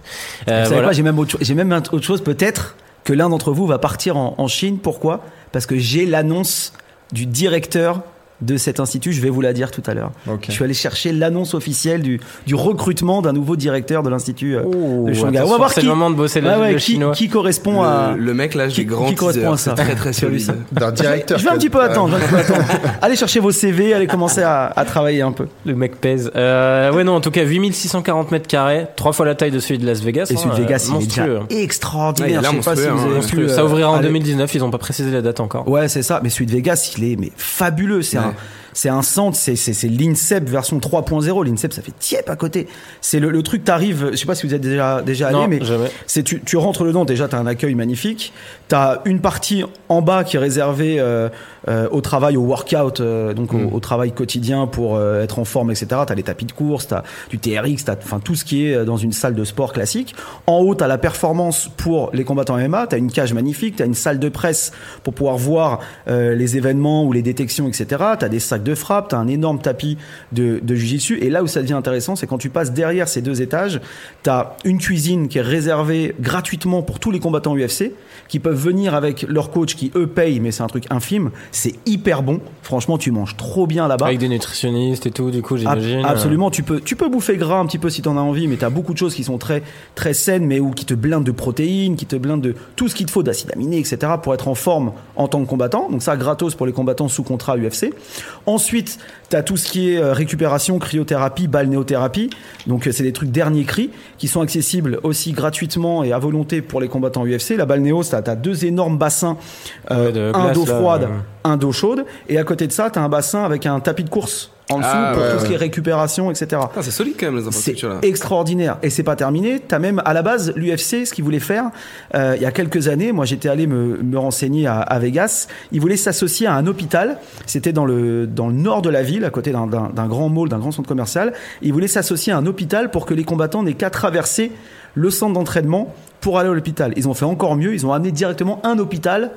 Euh, Vous savez quoi, j'ai même autre, cho- j'ai même un- autre chose peut-être que l'un d'entre vous va partir en, en Chine. Pourquoi Parce que j'ai l'annonce du directeur de cet institut. Je vais vous la dire tout à l'heure. Ok. Je suis allé chercher l'annonce officielle du, du recrutement d'un nouveau directeur de l'institut euh, de Shanghai. On va voir Oh, c'est qui. le moment de bosser le, Ouais, ouais, le qui, chinois. qui correspond à. Le, le mec là, qui- j'ai grand qui correspond à teaser, ça c'est très très T'as vu ça solide. D'un directeur. Je vais un qui a- petit peu attendre. je vais un petit peu attendre. allez chercher vos CV, allez commencer à, à travailler un peu. Le mec pèse. Euh, ouais, non, en tout cas, 8640 mètres carrés, trois fois la taille de celui de Las Vegas. Et celui de hein, euh, Vegas, il est déjà monstrueux. extraordinaire. Ouais, il est Je sais pas si monstrueux, vous hein, avez monstrueux. pu, euh, Ça ouvrira en aller- 2019, ils n'ont pas précisé la date encore. Ouais, c'est ça. Mais celui de Vegas, il est mais fabuleux. C'est un, Ouais. c'est un centre. C'est, c'est, c'est l'INSEP version 3.0. L'INSEP, ça fait tiep à côté. C'est le, le truc. T'arrives. Je sais pas si vous êtes déjà déjà allé, Non, mais jamais. c'est tu, tu rentres dedans. Déjà, t'as un accueil magnifique. T'as une partie en bas qui est réservée euh, euh, au travail, au workout, euh, donc au- au, travail quotidien pour euh, être en forme, etc. T'as les tapis de course, t'as du TRX, t'as enfin tout ce qui est euh, dans une salle de sport classique. En haut, t'as la performance pour les combattants MMA. T'as une cage magnifique, t'as une salle de presse pour pouvoir voir euh, les événements ou les détections, etc. T'as des sacs de frappe, t'as un énorme tapis de, de jujitsu. Et là où ça devient intéressant, c'est quand tu passes derrière ces deux étages, t'as une cuisine qui est réservée gratuitement pour tous les combattants UFC qui peuvent venir avec leur coach qui eux payent, mais c'est un truc infime. C'est hyper bon. Franchement, tu manges trop bien là-bas. Avec des nutritionnistes et tout, du coup, bah. Ab- j'imagine. euh. Absolument, tu peux, tu peux bouffer gras un petit peu si t'en as envie, mais t'as beaucoup de choses qui sont très, très saines, mais où qui te blindent de protéines, qui te blindent de tout ce qu'il te faut d'acides aminés, etc. pour être en forme en tant que combattant. Donc ça, gratos pour les combattants sous contrat UFC. Ensuite, t'as tout ce qui est euh, récupération, cryothérapie, balnéothérapie. Donc euh, c'est des trucs dernier cri qui sont accessibles aussi gratuitement et à volonté pour les combattants UFC. La balnéo, t'as t'as deux énormes bassins, euh, Ouais, de un glace, d'eau là, froide ouais. un d'eau chaude et à côté de ça t'as un bassin avec un tapis de course en dessous Ah, pour ouais, tout ce qui ouais. est récupération, etc. Putain, c'est solide quand même les C'est infrastructures là. extraordinaire. Et c'est pas terminé. T'as même, à la base, l'UFC, ce qu'ils voulaient faire, euh, il y a quelques années, moi j'étais allé me, me renseigner à, à Vegas, ils voulaient s'associer à un hôpital. C'était dans le, dans le nord de la ville, à côté d'un- d'un d'un grand mall, d'un grand centre commercial. Ils voulaient s'associer à un hôpital pour que les combattants n'aient qu'à traverser le centre d'entraînement pour aller à l'hôpital. Ils ont fait encore mieux, ils ont amené directement un hôpital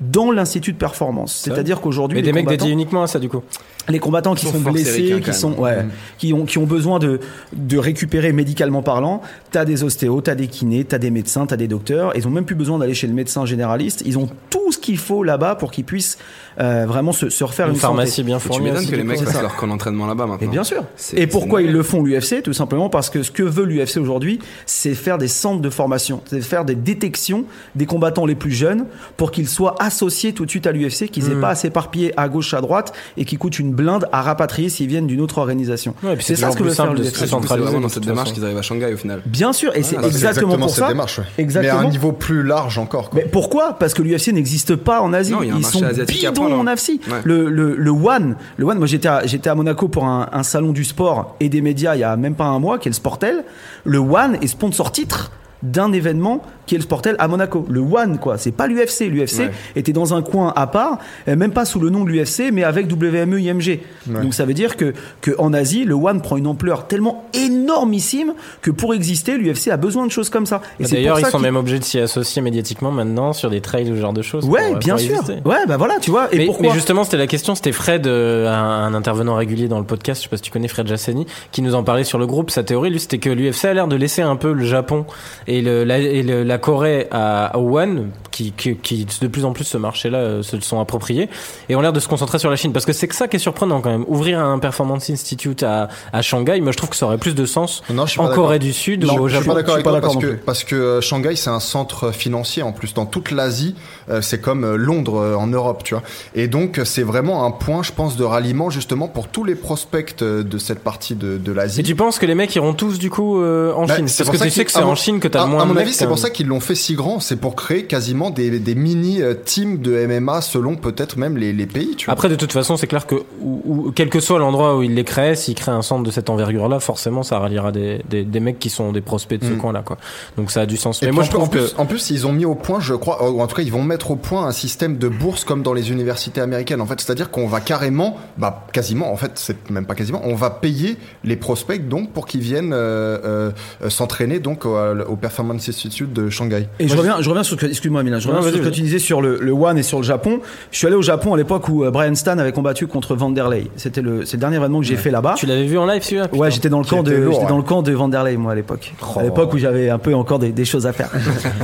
dans l'institut de performance. C'est-à-dire qu'aujourd'hui, Mais les des mecs combattants- dédiés uniquement à ça, du coup. les combattants qui Ils sont sont forts, ces blessés, Ricains, qui quand sont même. ouais, qui ont qui ont besoin de de récupérer médicalement parlant, t'as des ostéos, t'as des kinés, t'as des médecins, t'as des docteurs. Ils ont même plus besoin d'aller chez le médecin généraliste. Ils ont tout ce qu'il faut là-bas pour qu'ils puissent euh, vraiment se, se refaire Une, une, pharmacie bien Et tu fournie. m'étonnes aussi, que les du mecs coup. fassent leur camp d'entraînement là-bas maintenant. Et bien sûr. C'est- Et c'est pourquoi normal. ils le font l'UFC Tout simplement parce que ce que veut l'UFC aujourd'hui, c'est faire des centres de formation, c'est faire des détections des combattants les plus jeunes pour qu'ils soient associés tout de suite à l'UFC, qu'ils Mmh. n'aient pas à s'éparpiller à gauche, à droite et qui coûtent une blinde à rapatrier s'ils viennent d'une autre organisation. Ouais, et puis c'est toujours plus simple de se C'est présenter. centralisé, vraiment de dans toute cette démarche façon. qu'ils arrivent à Shanghai au final. Bien sûr, et c'est bah, Bah, c'est exactement, pour cette ça. démarche, ouais. Exactement. Mais à un niveau plus large encore. Quoi. Mais pourquoi Parce que l'UFC n'existe pas en Asie. Non, il y a un Ils marché sont asiatique à bidons prendre, en hein. Asie. Ouais. Le, le, le One, le One. Moi, j'étais à, j'étais à Monaco pour un, un salon du sport et des médias il y a même pas un mois, qui est le Sportel. Le One est sponsor titre d'un événement qui est le Sportel à Monaco. Le One, quoi. C'est pas l'UFC. L'UFC Ouais. était dans un coin à part, euh, même pas sous le nom de l'UFC, mais avec E WME IMG. Donc ça veut dire que, que en Asie, le One prend une ampleur tellement énormissime que pour exister, l'UFC a besoin de choses comme ça. Et Bah, c'est D'ailleurs, pour ils ça sont qu'il- même obligés de s'y associer médiatiquement maintenant sur des trails ou ce genre de choses. Ouais, pour- bien pour sûr. exister. Ouais, bah voilà, tu vois. Et mais, pourquoi mais justement, c'était la question. C'était Fred, euh, un, un intervenant régulier dans le podcast, je sais pas si tu connais Fred Jasseni, qui nous en parlait sur le groupe. Sa théorie, lui, c'était que l'UFC a l'air de laisser un peu le Japon et, le, la, et le- la Corée à, au One, qui, qui, qui de plus en plus ce marché-là euh, se le sont appropriés, et ont l'air de se concentrer sur la Chine. Parce que c'est que ça qui est surprenant quand même. Ouvrir un Performance Institute à, à Shanghai, moi je trouve que ça aurait plus de sens Non, je suis pas en d'accord. Corée du Sud ou Non, au je suis Japon. pas d'accord Je suis avec pas toi d'accord parce non que, plus. parce que euh, Shanghai c'est un centre financier en plus dans toute l'Asie euh, c'est comme euh, Londres euh, en Europe tu vois et donc euh, c'est vraiment un point je pense de ralliement justement pour tous les prospects euh, de cette partie de, de l'Asie Et tu penses que les mecs iront tous du coup euh, en Bah, Chine c'est Parce pour que ça tu sais qu'il- que c'est à mon- en Chine que t'as à, le moins à de mon mecs, hein. avis, c'est quand pour même. ça qu'ils l'ont fait si grand. C'est pour créer quasiment des, des mini euh, teams de MMA selon peut-être même les, les pays. Tu vois. Après, de toute façon, c'est clair que où- où- quel que soit l'endroit où il les crée, s'il crée un centre de cette envergure-là, forcément, ça ralliera des, des, des mecs qui sont des prospects de ce Mm. coin-là, quoi. Donc ça a du sens. Et Mais puis moi, en je plus- trouve en plus, que en plus, ils ont mis au point, je crois, ou en tout cas, ils vont mettre au point un système de bourse comme dans les universités américaines. En fait, c'est-à-dire qu'on va carrément, bah, quasiment, en fait, c'est même pas quasiment, on va payer les prospects donc pour qu'ils viennent euh, euh, euh, s'entraîner donc au, euh, au Performance Institute de Shanghai. Et je reviens, je reviens sur ce que, excuse-moi, Milan, je reviens Non, sur ce vas-y, que vas-y. tu disais sur le, le One et sur le Japon. Je suis allé au Japon à l'époque où euh, Brian Stan avait combattu contre Vanderlei. C'était le, c'est le dernier événement que j'ai fait là-bas. tu l'avais vu en live, celui-là. putain. Ouais, j'étais dans le camp de, était lourd, j'étais ouais. dans le camp de Vanderlei moi à l'époque. Oh. À l'époque où j'avais un peu encore des, des choses à faire.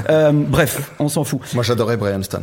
Euh, bref, on s'en fout. Moi, j'adorais Brian Stan.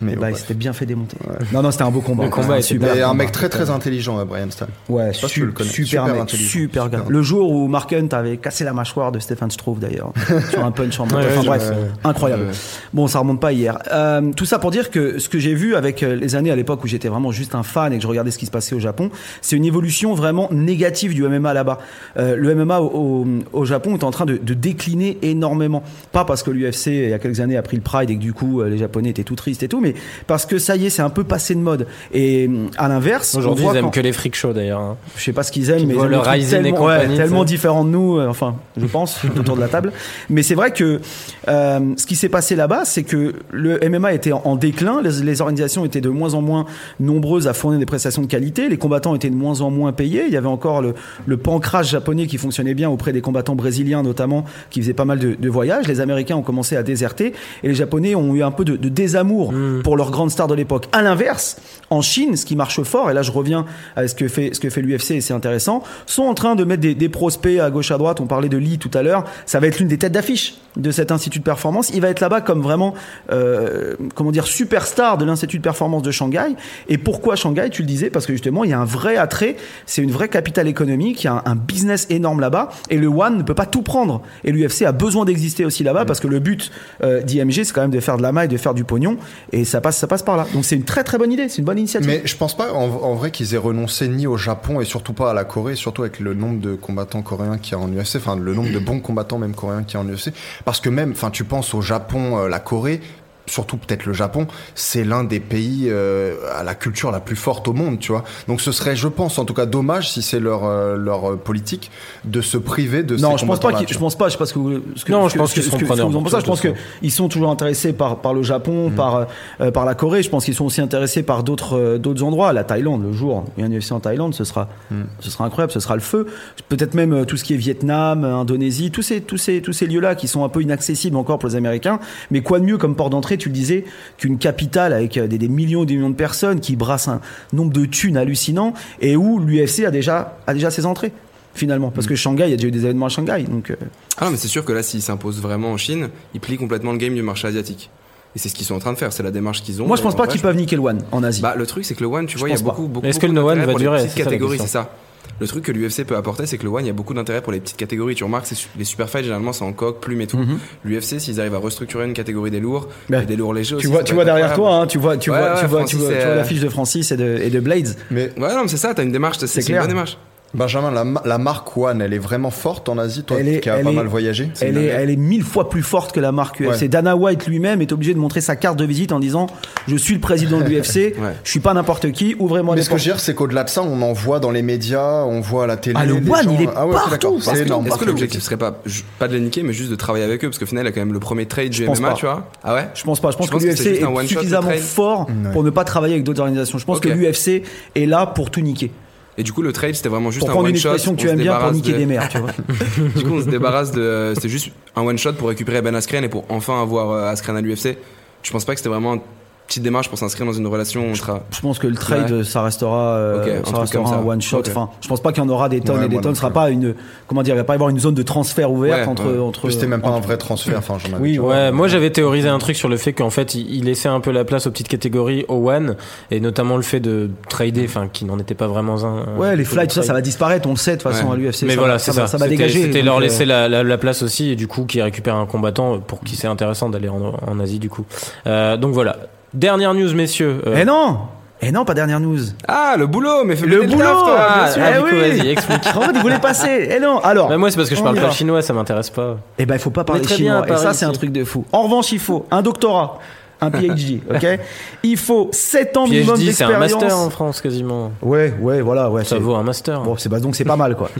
Mais Et bon, bah, il bref. s'était bien fait démonter. Non, non, c'était un beau combat. Le combat C'était est Eh ben, super. Et un combat. mec très très intelligent, euh, Brian Stan. Ouais, sais pas si su- tu le connais. super, Super mec, intelligent. super gars. Super. Le jour où Mark Hunt avait cassé la mâchoire de Stéphane Strouf d'ailleurs, sur un punch en main. Enfin, ouais, bref, ouais. incroyable. Ouais, ouais. Bon, ça remonte pas hier. Euh, tout ça pour dire que ce que j'ai vu avec euh, les années à l'époque où j'étais vraiment juste un fan et que je regardais ce qui se passait au Japon, c'est une évolution vraiment négative du MMA là-bas. Euh, le MMA au, au- au Japon est en train de, de décliner énormément. Pas parce que l'UFC il y a quelques années a pris le Pride et que du coup euh, les Japonais étaient tout tristes et tout, mais parce que ça y est, c'est un peu passé de mode. Et euh, à l'inverse, on Aujourd'hui, voit ils aiment quand- que les freak shows, d'ailleurs. hein. je sais pas ce qu'ils aiment, mais voient ils le aiment des trucs Ryzen et tellement, compagnie, tellement ça. différents de nous, euh, enfin, je pense, autour de la table. Mais c'est vrai que euh, ce qui s'est passé là-bas, c'est que le MMA était en, en déclin, les, les organisations étaient de moins en moins nombreuses à fournir des prestations de qualité, les combattants étaient de moins en moins payés, il y avait encore le, le pancrage japonais qui fonctionnait bien auprès des combattants brésiliens notamment, qui faisaient pas mal de, de voyages, les Américains ont commencé à déserter, et les Japonais ont eu un peu de, de désamour pour leurs grandes stars de l'époque. À l'inverse, en Chine, ce qui marche fort, et là je reviens à ce que fait, ce que fait l'UFC et c'est intéressant, sont en train de mettre des, des prospects à gauche à droite. On parlait de Lee tout à l'heure. Ça va être l'une des têtes d'affiche de cet institut de performance. Il va être là-bas comme vraiment, euh, comment dire, superstar de l'institut de performance de Shanghai. Et pourquoi Shanghai Tu le disais parce que justement il y a un vrai attrait. C'est une vraie capitale économique. Il y a un, un business énorme là-bas. Et le One ne peut pas tout prendre. Et l'UFC a besoin d'exister aussi là-bas parce que le but euh, d'IMG c'est quand même de faire de la maille, de faire du pognon. Et ça passe, ça passe par là. Donc c'est une très très bonne idée. C'est une bonne initiative. Mais je pense pas en, en vrai qu'ils aient renoncé ni au Japon et surtout pas à la Corée, surtout avec le nombre de combattants coréens qu'il y a en UFC, enfin le nombre de bons combattants même coréens qu'il y a en UFC. Parce que même, enfin tu penses au Japon, euh, la Corée. surtout peut-être le Japon, c'est l'un des pays euh, à la culture la plus forte au monde, tu vois. Donc ce serait, je pense, en tout cas dommage si c'est leur, euh, leur euh, politique de se priver de Non, ces je pense pas. combattants-là, qu'ils- tu Je vois. pense pas. Je pense que vous- ce que- Non, ce je que- pense ce qu'ils que- seront ce que- ce que preneurs vous en pensez, pour Je pense tout ça. que ils sont toujours intéressés par par le Japon, par euh, par la Corée. Je pense qu'ils sont aussi intéressés par d'autres euh, d'autres endroits. La Thaïlande, le jour où il y a un UFC en Thaïlande, ce sera ce sera incroyable, ce sera le feu. Peut-être même euh, tout ce qui est Vietnam, euh, Indonésie, tous ces tous ces tous ces lieux-là qui sont un peu inaccessibles encore pour les Américains. Mais quoi de mieux comme port d'entrée, tu le disais, qu'une capitale avec euh, des, des millions, et des millions de personnes qui brassent un nombre de thunes hallucinant et où l'UFC a déjà a déjà ses entrées finalement parce que Shanghai il y a déjà eu des événements à Shanghai donc euh, Ah non, mais c'est sûr que là, s'ils s'imposent vraiment en Chine, ils plient complètement le game du marché asiatique. Et c'est ce qu'ils sont en train de faire, c'est la démarche qu'ils ont. Moi, je pense Et bah, en pas vrai, qu'ils peuvent niquer le One en Asie. Bah, le truc, c'est que le One, tu Je vois, il y a pense pas. beaucoup, beaucoup. Est-ce que le beaucoup One d'intérêt va pour durer les petites C'est ça, la catégories, question. c'est ça. Le truc que l'UFC peut apporter, c'est que le One, il y a beaucoup d'intérêt pour les petites catégories. Tu remarques, c'est su- les super fights, généralement, c'est en coque, plume et tout. L'UFC, s'ils arrivent à restructurer une catégorie des lourds, Ouais. et des lourds légers Bah, tu aussi, vois, ça tu peut vois être derrière incroyable. toi, hein, tu vois, tu Ouais, vois, ouais, tu vois, Francis, tu vois, tu c'est, vois euh, l'affiche de Francis et de, et de Blades. Mais Ouais, non, mais c'est ça, t'as une démarche, c'est une hein. clair. bonne démarche. Benjamin, la, ma- la marque One, elle est vraiment forte en Asie, toi Elle est- qui as elle pas est- mal voyagé. Elle est, elle est mille fois plus forte que la marque UFC. Ouais. Dana White lui-même est obligé de montrer sa carte de visite en disant Je suis le président de l'UFC, Ouais. je suis pas n'importe qui, ouvrez-moi Mais les ce que portes. je veux dire, c'est qu'au-delà de ça, on en voit dans les médias, on voit à la télé. Ah, le les One, gens- il est Ah ouais, ok, partout, d'accord. parce C'est que- énorme. Est-ce que Ok. l'objectif serait pas, ju- pas de les niquer, mais juste de travailler avec eux Parce qu'au final, il y a quand même le premier trade du pense MMA, pas. tu vois. Ah ouais Je pense pas. Je pense Je que, pense que c'est l'UFC juste un one-shot, est le suffisamment trade. fort pour ne pas travailler avec d'autres organisations. Je pense Ok. que l'UFC est là pour tout niquer. Et du coup, le trade, c'était vraiment juste Pour un one prendre une shot. expression que on tu se aimes bien pour débarrasse niquer de- des mères, tu vois. Du coup, on se débarrasse de. C'était juste un one shot pour récupérer Ben Askren et pour enfin avoir euh, Askren à l'UFC. Je pense pas que c'était vraiment une petite démarche pour s'inscrire dans une relation ultra. Je pense que le trade, Ouais. ça restera, euh, Ok, un ça truc restera comme un ça. one shot. Ok. Enfin, je pense pas qu'il y en aura des tonnes Ouais, et des moi tonnes. non Ce sera plus. pas une, comment dire, il va pas y avoir une zone de transfert ouverte Ouais, entre, ouais. entre. C'était même pas un entre- vrai transfert. Enfin, j'en avais Oui, déjà ouais. Ouais, moi j'avais théorisé un truc sur le fait qu'en fait il il laissait un peu la place aux petites catégories au one et notamment le fait de trader, enfin qui n'en était pas vraiment un. euh, Ouais, les flights, tout ça, ça va va disparaître. On le sait de toute façon Ouais. à l'UFC. Mais ça, voilà, va- c'est ça, ça. va- ça va C'était- dégager. C'était donc, leur euh, laisser la, la- la place aussi et du coup qui récupère un combattant pour Mm. qui c'est intéressant d'aller en, en Asie du coup. Euh, donc voilà. Dernière news messieurs. Euh, Eh non! Eh non, pas dernière news. Ah, le boulot Mais fais Le bien boulot! taf, toi Ah, bien sûr, ah, eh du coup, oui. vas-y, explique. En fait, ils voulaient passer. Eh non, alors. Bah, moi c'est parce que je on parle y pas va. le chinois, ça m'intéresse pas. Eh ben, il faut pas parler Mais très bien, chinois. à Paris, et ça, c'est un ici. truc de fou. En revanche, il faut un doctorat, un PhD, ok? Il faut 7 ans minimum PhD, c'est un d'expérience. master en France quasiment. Ouais, ouais, voilà, ouais. Ça c'est- vaut un master. Bon, c'est pas, donc c'est pas mal quoi.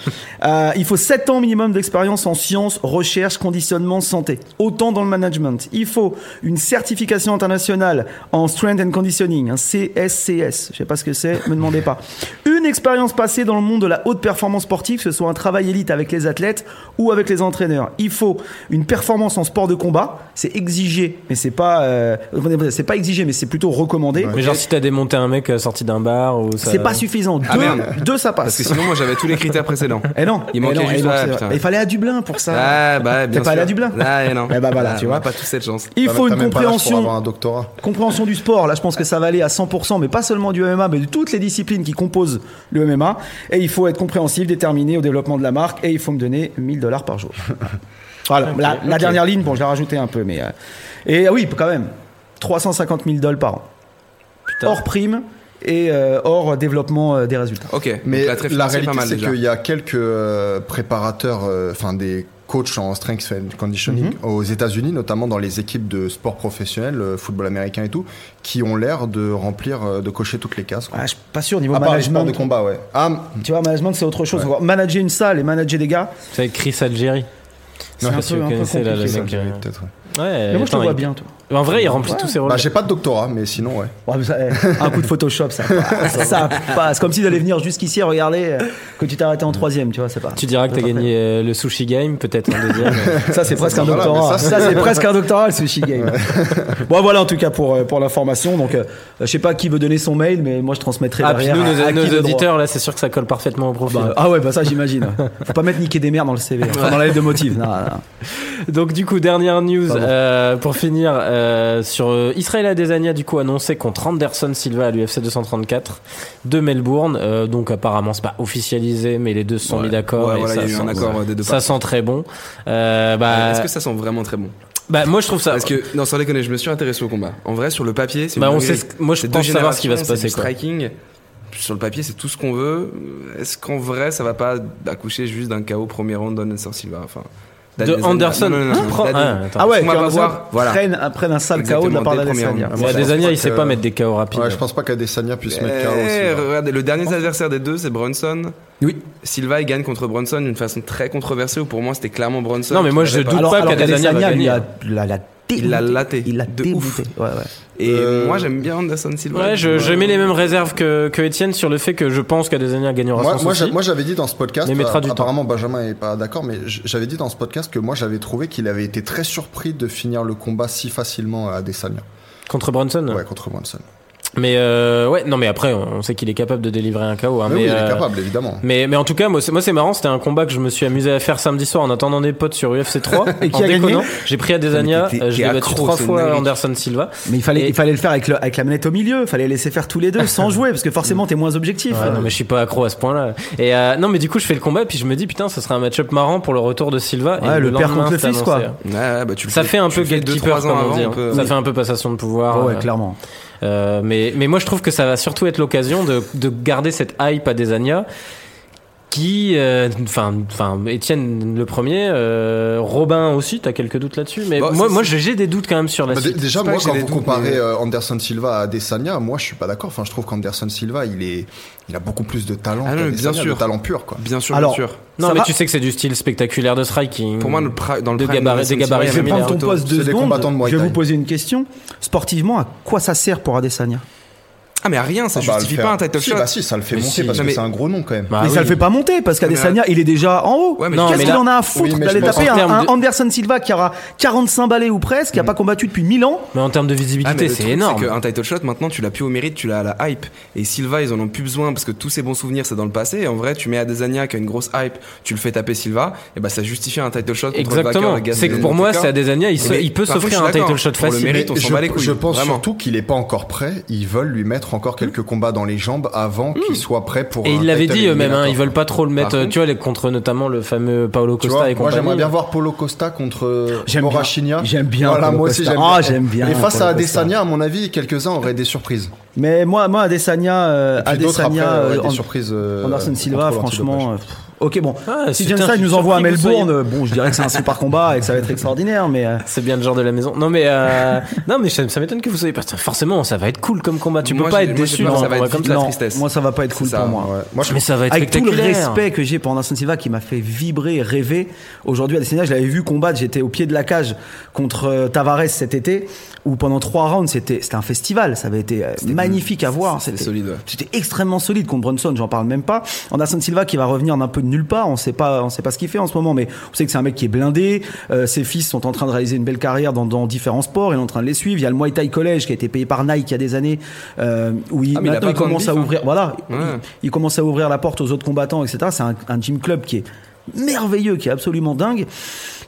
Euh, il faut 7 ans minimum d'expérience en sciences, recherche, conditionnement, santé. Autant dans le management. Il faut une certification internationale en strength and conditioning, un CSCS. Je sais pas ce que c'est, me demandez pas. Une expérience passée dans le monde de la haute performance sportive, que ce soit un travail élite avec les athlètes ou avec les entraîneurs. Il faut une performance en sport de combat, c'est exigé, mais c'est pas euh, c'est pas exigé mais c'est plutôt recommandé. Mais genre si t'as démonté un mec euh, sorti d'un bar ou ça. C'est pas suffisant. Deux, Ah, merde. deux, ça passe. Parce que sinon, moi, j'avais tous les critères précédents. Eh non, Il eh manquait non, eh juste non, là, c'est- putain. eh, Il fallait à Dublin pour ça. Ah, bah, bien T'es pas allé sûr. à Dublin Ah, eh non. Eh bah, voilà, tu on vois. a pas tous cette chance. Il T'as- faut t'as une même pas l'âge pour avoir compréhension, un doctorat. compréhension du sport. Là, je pense que ça va aller à 100%, mais pas seulement du MMA, mais de toutes les disciplines qui composent le MMA. Et il faut être compréhensif, déterminé au développement de la marque, et il faut me donner 1000 dollars par jour. voilà, la, la dernière ligne, bon, je l'ai rajoutée un peu, mais. euh, Et ah oui, quand même, 350 000 dollars par an. Hors prime et euh, hors développement euh, des résultats. Ok, Mais donc la, trêve la financière, réalité, pas mal c'est déjà. qu'il y a quelques euh, préparateurs, euh, enfin des coachs en strength and conditioning Mhm. aux États-Unis, notamment dans les équipes de sport professionnel, euh, football américain et tout, qui ont l'air de remplir, euh, de cocher toutes les cases. quoi. Ah, je suis pas sûr, niveau à part les sports management. de combat, ouais. Ah, Tu vois, management, c'est autre chose. Manager une salle et manager des gars, C'est avec Chris Algérie. Je sais C'est pas un si peu- vous un peu connaissez, là, le compliqué, mec, ça, euh, peut-être, ouais. Ouais, mais moi, je te attends, vois il- bien, toi. En vrai, il remplit tous ses rôles. Bah, j'ai pas de doctorat, mais sinon, ouais. Ouais, mais ça, eh, un coup de Photoshop, ça passe. ça passe. Comme si t'allais venir jusqu'ici et regarder euh, que tu t'es arrêté en troisième, tu vois, c'est pas. Tu diras que t'as gagné euh, le sushi game, peut-être en deuxième. Ça, c'est presque un voilà, doctorat. mais ça, Ça, c'est presque un doctorat, le sushi game. Bon, voilà, en tout cas, pour, euh, pour l'information. Donc, euh, je sais pas qui veut donner son mail, mais moi, je transmettrai ah, puis derrière. nous, à- nos, à qui nos de droit. auditeurs, là, c'est sûr que ça colle parfaitement au profil. Bah, ah ouais, bah ça, j'imagine. ouais. Faut pas mettre niquer des mères dans le CV, enfin, dans la lettre de motif. Non, non. Donc, du coup, dernière news Pardon. euh, pour finir euh, sur euh, Israël Adesanya, du coup, annoncé contre Anderson Silva à l'UFC 234 de Melbourne. Euh, donc, apparemment, c'est pas officialisé, mais les deux se sont Ouais. mis d'accord. Ouais, et voilà, ça il y a eu un sent- accord euh, des deux Ça parties. sent très bon. Euh, bah, Est-ce que ça sent vraiment très bon bah, moi, je trouve ça. Parce que, non, sans déconner, je me suis intéressé au combat. En vrai, sur le papier, c'est Bah, une on dinguerie. sait ce- moi, je C'est pense deux savoir ce qui va se générations, passer, c'est quoi. du striking. Sur le papier, c'est tout ce qu'on veut. Est-ce qu'en vrai, ça va pas accoucher juste d'un chaos premier round d'Anderson Silva Enfin, De Anderson. Non, non, non, non, Prends- Daniel. ah, attends. Ah ouais, Parce qu'on va Anderson voir, voilà. prenne, prenne euh, un sale KO de la Exactement, part dès le premier d'Adesanya. round. Mais Ouais, je Adesanya, pense il sait que- euh, pas mettre des KO rapides. Ouais, je pense pas qu'Adesanya puisse mettre Eh, KO aussi. ouais. regardez, le dernier adversaire des deux, c'est Brunson. Oui. Silva, il gagne contre Brunson d'une façon très controversée où pour moi, c'était clairement Brunson. Non, mais qui moi, l'avait je pas. doute Alors, pas alors qu'Adesanya va qu'Adesanya, lui, gagner. a- l'a- l'a Il l'a laté. Il l'a De débouté. ouf. Ouais, ouais. Et Euh, moi, j'aime bien Anderson Silva. euh, Ouais, je, je mets les mêmes réserves que, que Étienne sur le fait que je pense qu'Adesanya gagnera Moi, sans moi, j'a- souci. moi, j'avais dit dans ce podcast, Mais mettra euh, du temps. apparemment Benjamin est pas d'accord, mais j- j'avais dit dans ce podcast que moi j'avais trouvé qu'il avait été très surpris de finir le combat si facilement à Adesanya, Contre Bronson. ouais, contre Brunson. Mais euh, ouais, non, mais après, on sait qu'il est capable de délivrer un KO. Hein, Mais, mais, oui, il euh, est capable évidemment. Mais, mais en tout cas, moi, c'est, moi, c'est marrant. C'était un combat que je me suis amusé à faire samedi soir en attendant des potes sur UFC 3. Et qui en a gagné déconnant. J'ai pris Adesanya. Mais t'es- euh, Je t'es l'ai battu accro, trois c'est fois dingue. Anderson Silva. Mais il fallait, Et- il fallait le faire avec, le- avec la manette au milieu. Il fallait laisser faire tous les deux sans jouer parce que forcément t'es moins objectif. Ouais, non, mais je suis pas accro à ce point-là. Et euh, non, mais du coup, je fais le combat. Puis je me dis, putain, ça serait un match-up marrant pour le retour de Silva. Ouais, et le père lendemain, contre le c'est fils, annoncé. hein. quoi. Ouais, ouais, bah, tu le Ça fais- fait un tu peu le fais deux, gatekeeper, trois ans comme on avant, dit. on hein. peut- Ça oui. fait un peu passation de pouvoir. Ah ouais, euh, clairement. Euh, mais, mais moi, je trouve que ça va surtout être l'occasion de, de garder cette hype à Desania qui, euh, enfin, enfin, Étienne le premier, euh, Robin aussi, t'as quelques doutes là-dessus, mais Bah, moi, c'est- moi, j'ai j'ai des doutes quand même sur la Bah, dé- suite. déjà, c'est pas moi, que j'ai quand des vous doutes, comparez mais- euh, Anderson Silva à Adesanya, moi, je suis pas d'accord. Enfin, je trouve qu'Anderson Silva, il est, il a beaucoup plus de talent. Ah non, mais qu'Adesanya, bien sûr. de talent pur, quoi. Bien sûr, Alors, bien sûr. Non, ça mais va. tu sais que c'est du style spectaculaire de striking. Pour moi, le pri- dans le de prime, gabarit- Anderson des gabarits Silva, il y Je avait vais similaires. Miller prendre ton Auto. poste C'est de des combattants de seconde. Muay Je vais Thai. vous poser une question. Sportivement, à quoi ça sert pour Adesanya Ah, mais à rien, ça Ah, bah, justifie le pas faire- un title si, shot. Bah si, ça le fait Mais monter si. parce Non, que mais- c'est un gros nom quand même. Bah Mais ça oui. le fait pas monter parce qu'Adesanya, il est déjà en haut. Ouais, mais Non, Qu'est-ce mais qu'il là- en a à foutre Oui, mais d'aller je pense taper en un, termes un de- Anderson Silva qui aura 45 balais ou presque, Mm. qui a pas combattu depuis 1000 ans Mais en termes de Ah, visibilité, mais le c'est truc, énorme. C'est qu'un title shot, maintenant, tu l'as plus au mérite, tu l'as à la hype. Et Silva, ils en ont plus besoin parce que tous ces bons souvenirs, c'est dans le passé. Et en vrai, tu mets Adesanya qui a une grosse hype, tu le fais taper Silva, et bah ça justifie un title shot. contre Exactement. Vaca, Gasquet, C'est que pour moi, c'est Adesanya, il, se- Mais il peut par contre, s'offrir je un suis d'accord, title shot pour le facile. mérite, on je, s'en bat les couilles, je pense vraiment. Mmh. surtout qu'il est pas encore prêt. Ils veulent lui mettre encore quelques combats dans les jambes avant qu'il soit prêt pour. Et un ils l'avaient title dit eux-mêmes, hein, eliminator. ils veulent pas trop le mettre, Par euh, tu vois, les- contre notamment le fameux Paolo Tu Costa vois, et moi compagnie. j'aimerais bien voir Polo Costa contre J'aime bien. Morachinia. J'aime bien Voilà, Paulo moi aussi Costa. j'aime Ah, bien. j'aime bien Et face Paulo à Costa. Adesanya, à mon avis, quelques-uns auraient des surprises. Mais moi, moi Adesanya, euh, Et puis d'autres après Adesanya, auraient euh, des And- surprises. euh, Anderson Silva, contre l'antidopage. franchement. euh, pff, ok, bon. Ah, si c'est James un- Hyde nous envoie à surpris que vous soyez- Melbourne, euh, bon, je dirais que c'est un super combat et que ça va être extraordinaire, mais. euh, C'est bien le genre de la maison. Non mais euh, non mais ça, ça m'étonne que vous soyez pas. Putain, Forcément, ça va être cool comme combat. Tu Moi, peux pas j'ai- être moi, j'ai déçu peur dans que un ça va combat être comme vite ça. la non, tristesse. moi ça va pas être cool C'est ça, pour moi. Ouais. Moi, je- Mais ça va être Avec tout le spectaculaire. respect que j'ai pour Anderson Silva qui m'a fait vibrer et rêver. Aujourd'hui, Adesanya, je l'avais vu combattre, j'étais au pied de la cage contre euh, Tavares cet été, où pendant trois rounds, c'était c'était un festival, ça avait été euh, magnifique à voir. c'était C'était solide, ouais. C'était extrêmement solide contre Brunson, j'en parle même pas. Anderson Silva qui va revenir d'un peu de nulle part, on sait pas, on sait pas ce qu'il fait en ce moment, mais on sait que c'est un mec qui est blindé. euh, ses fils sont en train de réaliser une belle carrière dans, dans différents sports, il est en train de les suivre. Il y a le Muay Thai College qui a été payé par Nike il y a des années, euh, où il, Ah, mais il a maintenant pas il tant de commence à bif, hein. ouvrir. Voilà, Ouais. il- il commence à ouvrir la porte aux autres combattants, etc. C'est un, un gym club qui est merveilleux, qui est absolument dingue.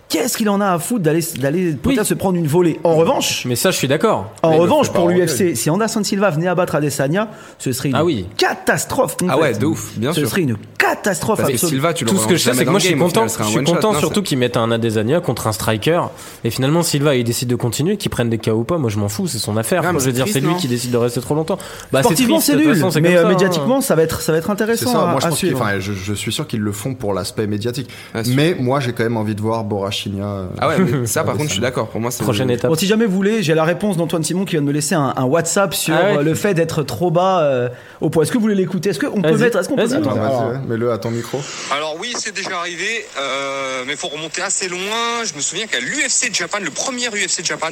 Qu'est-ce qu'il en a à foutre d'aller d'aller peut-être Oui. se prendre une volée En revanche, Mais ça, je suis d'accord. en Mais il le revanche fait pas pour en l'UFC, gueule. si Anderson Silva venait abattre Adesanya, ce serait une Ah oui. catastrophe. complète. Ah ouais, de ouf, bien Ce sûr. serait une catastrophe Parce que absolue. Silva, tu le Tout ce que je sais, c'est que moi, je suis content. Je suis content surtout qu'ils mettent un Adesanya contre un striker. Et finalement, Silva, il décide de continuer, qu'il prenne des KO ou pas. Moi, je m'en fous, c'est son affaire. Ah, mais je veux c'est dire, c'est triste, lui non qui décide de rester trop longtemps. Bah, Sportivement, triste, c'est de toute nul, façon, c'est mais comme euh, ça, hein. médiatiquement, ça va être ça va être C'est intéressant ça, à, moi je, à pense qu'il- suivre. enfin, je, je suis sûr qu'ils le font pour l'aspect médiatique. Ah, sûr. mais moi j'ai quand même envie de voir Borachinia. euh, Ah ouais, mais ça Adesanya. par contre, je suis d'accord. Pour moi, c'est. Prochaine étape. Bon, si jamais vous voulez, j'ai la réponse d'Antoine Simon qui vient de me laisser un, un WhatsApp sur Ah ouais. euh, le fait d'être trop bas euh, au poids. Est-ce que vous voulez l'écouter Est-ce qu'on peut Vas-y. mettre Est-ce qu'on peut Vas-y. Attends, Attends, alors, vas-y, ouais, mets-le à ton micro. Alors oui, c'est déjà arrivé, euh, mais faut remonter assez loin. Je me souviens qu'à l'UFC de Japan, le premier UFC de Japan,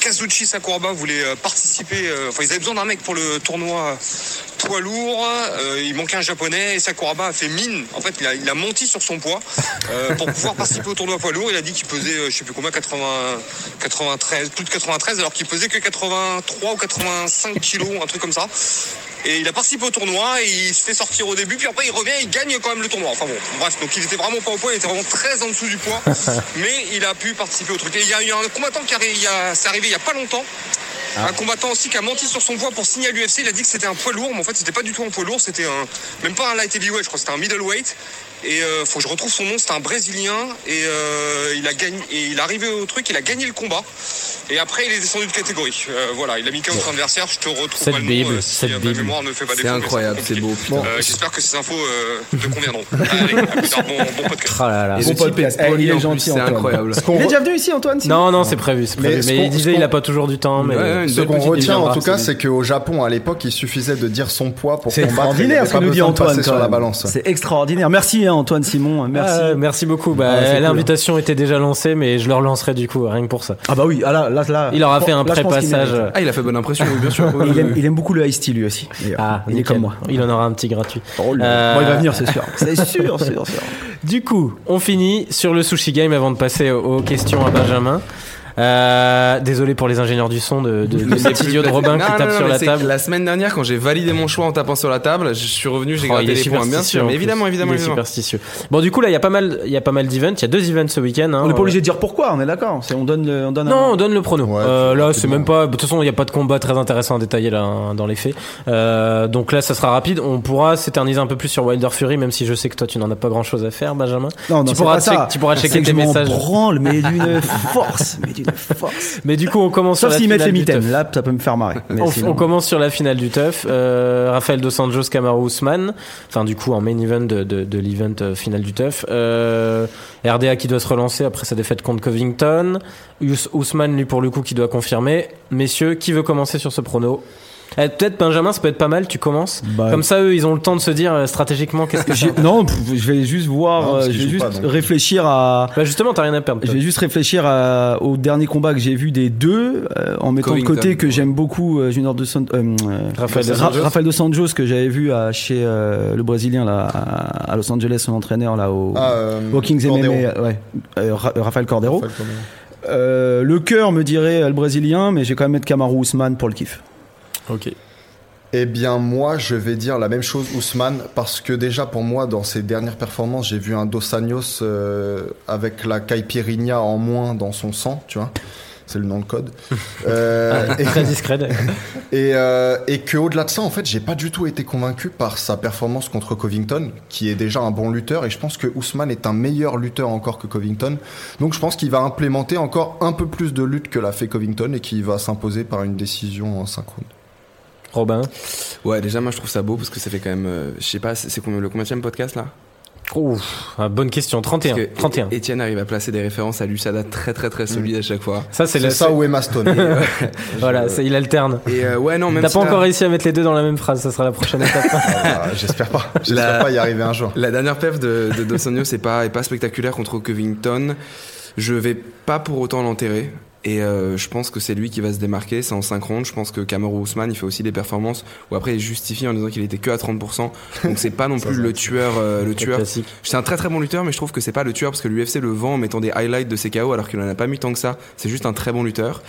Kazuchi Sakuraba voulait euh, participer. euh, Enfin, ils avaient besoin d'un mec pour le tournoi euh, poids lourd. euh, il manquait un japonais et Sakuraba a fait mine. En fait, il a, il a menti sur son poids euh, pour pouvoir participer au tournoi poids lourd. Il a dit qu'il pesait, euh, je sais plus combien, 80, 93, plus de 93, alors qu'il pesait que 83 ou 85 kilos, un truc comme ça. Et il a participé au tournoi, et il se fait sortir au début, puis après il revient, il gagne quand même le tournoi. Enfin bon, bref, donc il était vraiment pas au poids, il était vraiment très en dessous du poids, mais il a pu participer au truc. Et il y a eu un combattant qui arrive, il y a- c'est arrivé il y a pas longtemps. Un combattant aussi qui a menti sur son poids pour signer à l'UFC, il a dit que c'était un poids lourd, mais en fait c'était pas du tout un poids lourd, c'était un même pas un light heavyweight, je crois que c'était un middleweight. Et euh, faut que je retrouve son nom, c'est un Brésilien. Et euh, il a gagné, et il est arrivé au truc, il a gagné le combat. Et après, il est descendu de catégorie. Euh, voilà, il a mis KO son adversaire. Je te retrouve Cette pas le nom, Bible, euh, si, cette euh, ma Bible. mémoire ne fait pas C'est défaut, mais incroyable, c'est compliqué. beau. Bon. Euh, J'espère que ces infos euh, te conviendront. Allez, à plus tard, bon, bon podcast. Ah là là. Et Bon le type podcast. est poli, Eh, il est en plus, gentil, C'est Antoine. incroyable. Ce qu'on Il est re- déjà venu ici, Antoine si Non, non, c'est prévu, c'est Mais prévu. ce Mais, qu'on- il ce disait, qu'on- il a pas toujours du temps, mais. Ouais, ouais, une Ce belle qu'on petite- retient en viendra, tout cas, c'est c'est qu'au Japon, à l'époque, il suffisait de dire son poids pour C'est combattre. Il n'y extraordinaire avait ce que pas nous dit besoin de passer Antoine. sur quand la même. balance. C'est extraordinaire. Merci hein, Antoine Simon. Merci. Ah, merci beaucoup. Bah, Ouais, c'est cool, hein. L'invitation était déjà lancée, mais je le relancerai du coup, rien que pour ça. Ah bah oui, ah là, là, là. Il aura fait un Là, je pense qu'il pré-passage. mérite. Ah, il a fait bonne impression, oui, bien sûr. Oui, Il oui, aime, oui. il aime beaucoup le Ice Tea lui aussi. d'ailleurs. Ah, il est nickel. comme moi. Il en aura un petit gratuit. Euh, Bon, il va venir, c'est sûr. C'est sûr, c'est sûr, c'est sûr. Du coup, on finit sur le sushi game avant de passer aux aux questions à Benjamin. Euh, désolé pour les ingénieurs du son de, de, de cet idiot de Robin Non, qui non, tape non, sur mais la c'est table. que La semaine dernière, quand j'ai validé mon choix en tapant sur la table, je suis revenu, j'ai Oh, il gratté est les points, superstitieux, bien sûr. en Mais plus. évidemment, évidemment, Il est évidemment. superstitieux. Bon, du coup, là, il y a pas mal, il y a pas mal d'events. Il y a deux events ce week-end. hein. On n'est pas Euh, obligé de dire pourquoi, on est d'accord. C'est- On donne, le- on donne Non, un- on donne le prono. Ouais, Euh, puis là, rapidement. c'est même pas. De toute façon, il n'y a pas de combat très intéressant à détailler là hein, dans les faits. Euh, donc là, ça sera rapide. On pourra s'éterniser un peu plus sur Wilder Fury, même si je sais que toi, tu n'en as pas grand-chose à faire, Benjamin. Oh, Non, non, tu c'est pourras pas ça. check- tu pourras C'est checker que tes je m'en messages. branle, mais d'une force, mais d'une force. Mais du coup, on commence sur Sauf la s'ils finale mettent les du mitaines, teuf. là, ça peut me faire marrer. Mais On, sinon- on commence sur la finale du teuf. Euh, Rafael dos Anjos, Kamaru Usman. Enfin, du coup, en main event de, de, de l'event euh, finale du teuf. Euh, RDA qui doit se relancer après sa défaite contre Covington. Us- Usman, lui, pour le coup, qui doit confirmer. Messieurs, qui veut commencer sur ce prono Eh, Peut-être Benjamin, ça peut être pas mal. Tu commences. Bah, Comme ça, eux, ils ont le temps de se dire euh, stratégiquement qu'est-ce que. j'ai- Non, pff, je vais juste Non, voir, euh, parce je qu'ils vais jouent juste pas, donc. réfléchir à. Bah justement, t'as rien à perdre. Je toi. vais juste réfléchir à- au dernier combat que j'ai vu des deux, euh, en mettant Covington, de côté que ouais. j'aime beaucoup euh, Junior de San- euh, euh, Rafael dos Ra- Anjos. Rafael dos Anjos que j'avais vu à, chez euh, le Brésilien là, à, à Los Angeles, son entraîneur là au, Ah, euh, au Kings Cordero. MMA, ouais, euh, Ra- Rafael Cordero. Rafael Cordero. Euh, le cœur me dirait euh, le Brésilien, mais j'ai quand même mettre Kamaru Ousmane pour le kiff. Ok. Eh bien, moi, je vais dire la même chose, Ousmane, parce que déjà, pour moi, dans ses dernières performances, j'ai vu un Dos Anjos euh, avec la caipirinha en moins dans son sang, tu vois. C'est le nom de code. Ah, Euh, et- Très discret. d'accord. et, euh, et que au-delà de ça, en fait, j'ai pas du tout été convaincu par sa performance contre Covington, qui est déjà un bon lutteur, et je pense que Ousmane est un meilleur lutteur encore que Covington. Donc, je pense qu'il va implémenter encore un peu plus de lutte que l'a fait Covington et qu'il va s'imposer par une décision en synchrone. Robin. Ouais, déjà, moi, je trouve ça beau parce que ça fait quand même, euh, je sais pas, c'est c'est combien le combattième podcast là Ouf. ah, bonne question. 31. Parce que 31. Etienne arrive à placer des références à Lusada très très très solides à chaque fois. ça, c'est C'est la. ça ou Emma Stone. Voilà, c'est- il alterne. Et euh, ouais, non, même T'as si pas la- encore réussi à mettre les deux dans la même phrase, ça sera la prochaine étape. hein. Ah, J'espère pas. J'espère La- pas y arriver un jour. La dernière PEF de, de Dos Anjos n'est pas, est pas spectaculaire contre Covington. Je vais pas pour autant l'enterrer. Et euh, je pense que c'est lui qui va se démarquer. C'est en 5 rondes. Je pense que Kamaru Ousmane, il fait aussi des performances où après il justifie en disant qu'il était que à 30%. Donc c'est pas non plus le tueur. euh, le tueur. Classique. C'est un très très bon lutteur, mais je trouve que c'est pas le tueur parce que l'UFC le vend en mettant des highlights de ses KO alors qu'il en a pas mis tant que ça. C'est juste un très bon lutteur.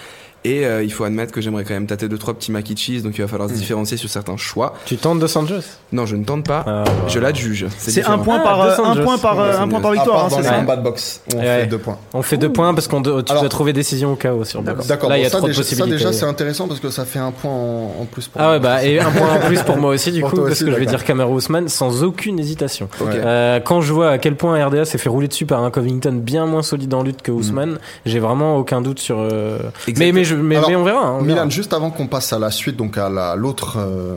Et euh, il faut admettre que j'aimerais quand même tâter deux trois petits maquichis, donc il va Mm. falloir se différencier sur certains choix. Tu tentes Dos Anjos Non, je ne tente pas. Ah, Je l'adjuge. C'est un différent. point Ah, par Dos euh, un Anjos. point par euh, Ouais, un point par À victoire, part hein, dans c'est les ça combats de boxe, on Ouais. fait deux points. On fait deux points parce qu'on doit- tu Alors- dois trouver décision au chaos sur Bob. D'accord, Là, il bon, y a ça, trop de déjà, ça, possibilités. déjà, c'est intéressant parce que ça fait un point en, en plus pour ah moi. ouais bah et un point en plus pour moi aussi du Pour coup toi parce aussi, que je vais d'accord. dire Kamaru Usman sans aucune hésitation. Ok. Euh, quand je vois à quel point RDA s'est fait rouler dessus par un Covington bien moins solide en lutte que Hmm. Usman, j'ai vraiment aucun doute sur. euh, Mais Exactement. mais je- mais, Alors, mais on verra. hein, on verra. Milan, juste avant qu'on passe à la suite, donc à la- l'autre euh,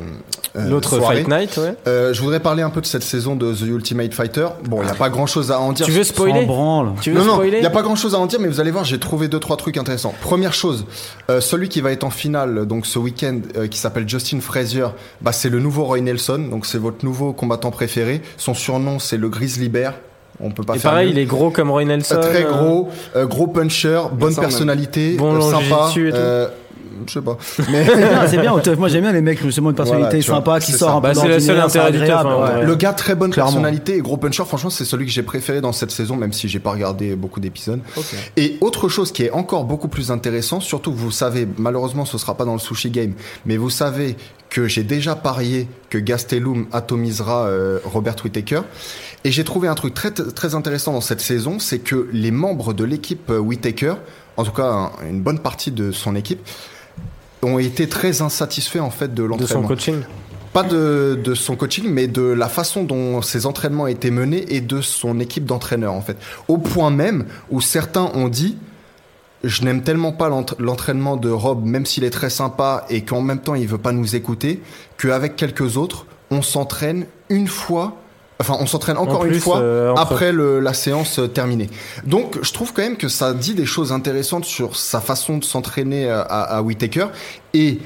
euh, L'autre soirée, Fight Night, ouais. euh, je voudrais parler un peu de cette saison de The Ultimate Fighter. Bon, il n'y a pas grand chose à en dire. Ah. Tu veux Sans spoiler branle. Tu veux non, non, il spoiler n'y a pas grand chose à en dire, mais vous allez voir, j'ai trouvé deux, trois trucs intéressants. Première chose, euh, celui qui va être en finale euh, donc ce week-end, euh, qui s'appelle Justin Frazier, bah, c'est le nouveau Roy Nelson, donc c'est votre nouveau combattant préféré. Son surnom, c'est le Grizzly Bear. On peut pas Et faire pareil, mieux. il est gros comme Roy Nelson. Euh, très euh, gros, euh, gros puncher, bonne ça, on a- personnalité, Bon euh, long sympa. jiu-jitsu et tout. euh, je sais pas. Mais C'est bien, c'est bien, au teuf. Moi j'aime bien les mecs justement une personnalité Voilà, tu vois, sympa qui c'est sort ça. un peu Bah, c'est le d'ordinaire, seul c'est intérêt du teuf, agréable, hein, ouais. ouais. le gars très bonne Clairement. personnalité et gros puncher. Franchement, c'est celui que j'ai préféré dans cette saison, même si j'ai pas regardé beaucoup d'épisodes. Et autre chose qui est encore beaucoup plus intéressant, surtout que vous savez, malheureusement ce sera pas dans le sushi game, mais vous savez que j'ai déjà parié que Gastelum atomisera euh, Robert Whittaker. Et j'ai trouvé un truc très, très intéressant dans cette saison, c'est que les membres de l'équipe euh, Whittaker, en tout cas un- une bonne partie de son équipe, ont été très insatisfaits en fait de de son l'entraînement. coaching. Pas de, de son coaching, mais de la façon dont ses entraînements étaient menés et de son équipe d'entraîneurs, en fait. Au point même où certains ont dit je n'aime tellement pas l'entra- l'entraînement de Rob, même s'il est très sympa et qu'en même temps il veut pas nous écouter, qu'avec quelques autres, on s'entraîne une fois, enfin on s'entraîne encore En plus, une fois euh, entre- après le- la séance euh, terminée. Donc je trouve quand même que ça dit des choses intéressantes sur sa façon de s'entraîner euh, à, à Whitaker et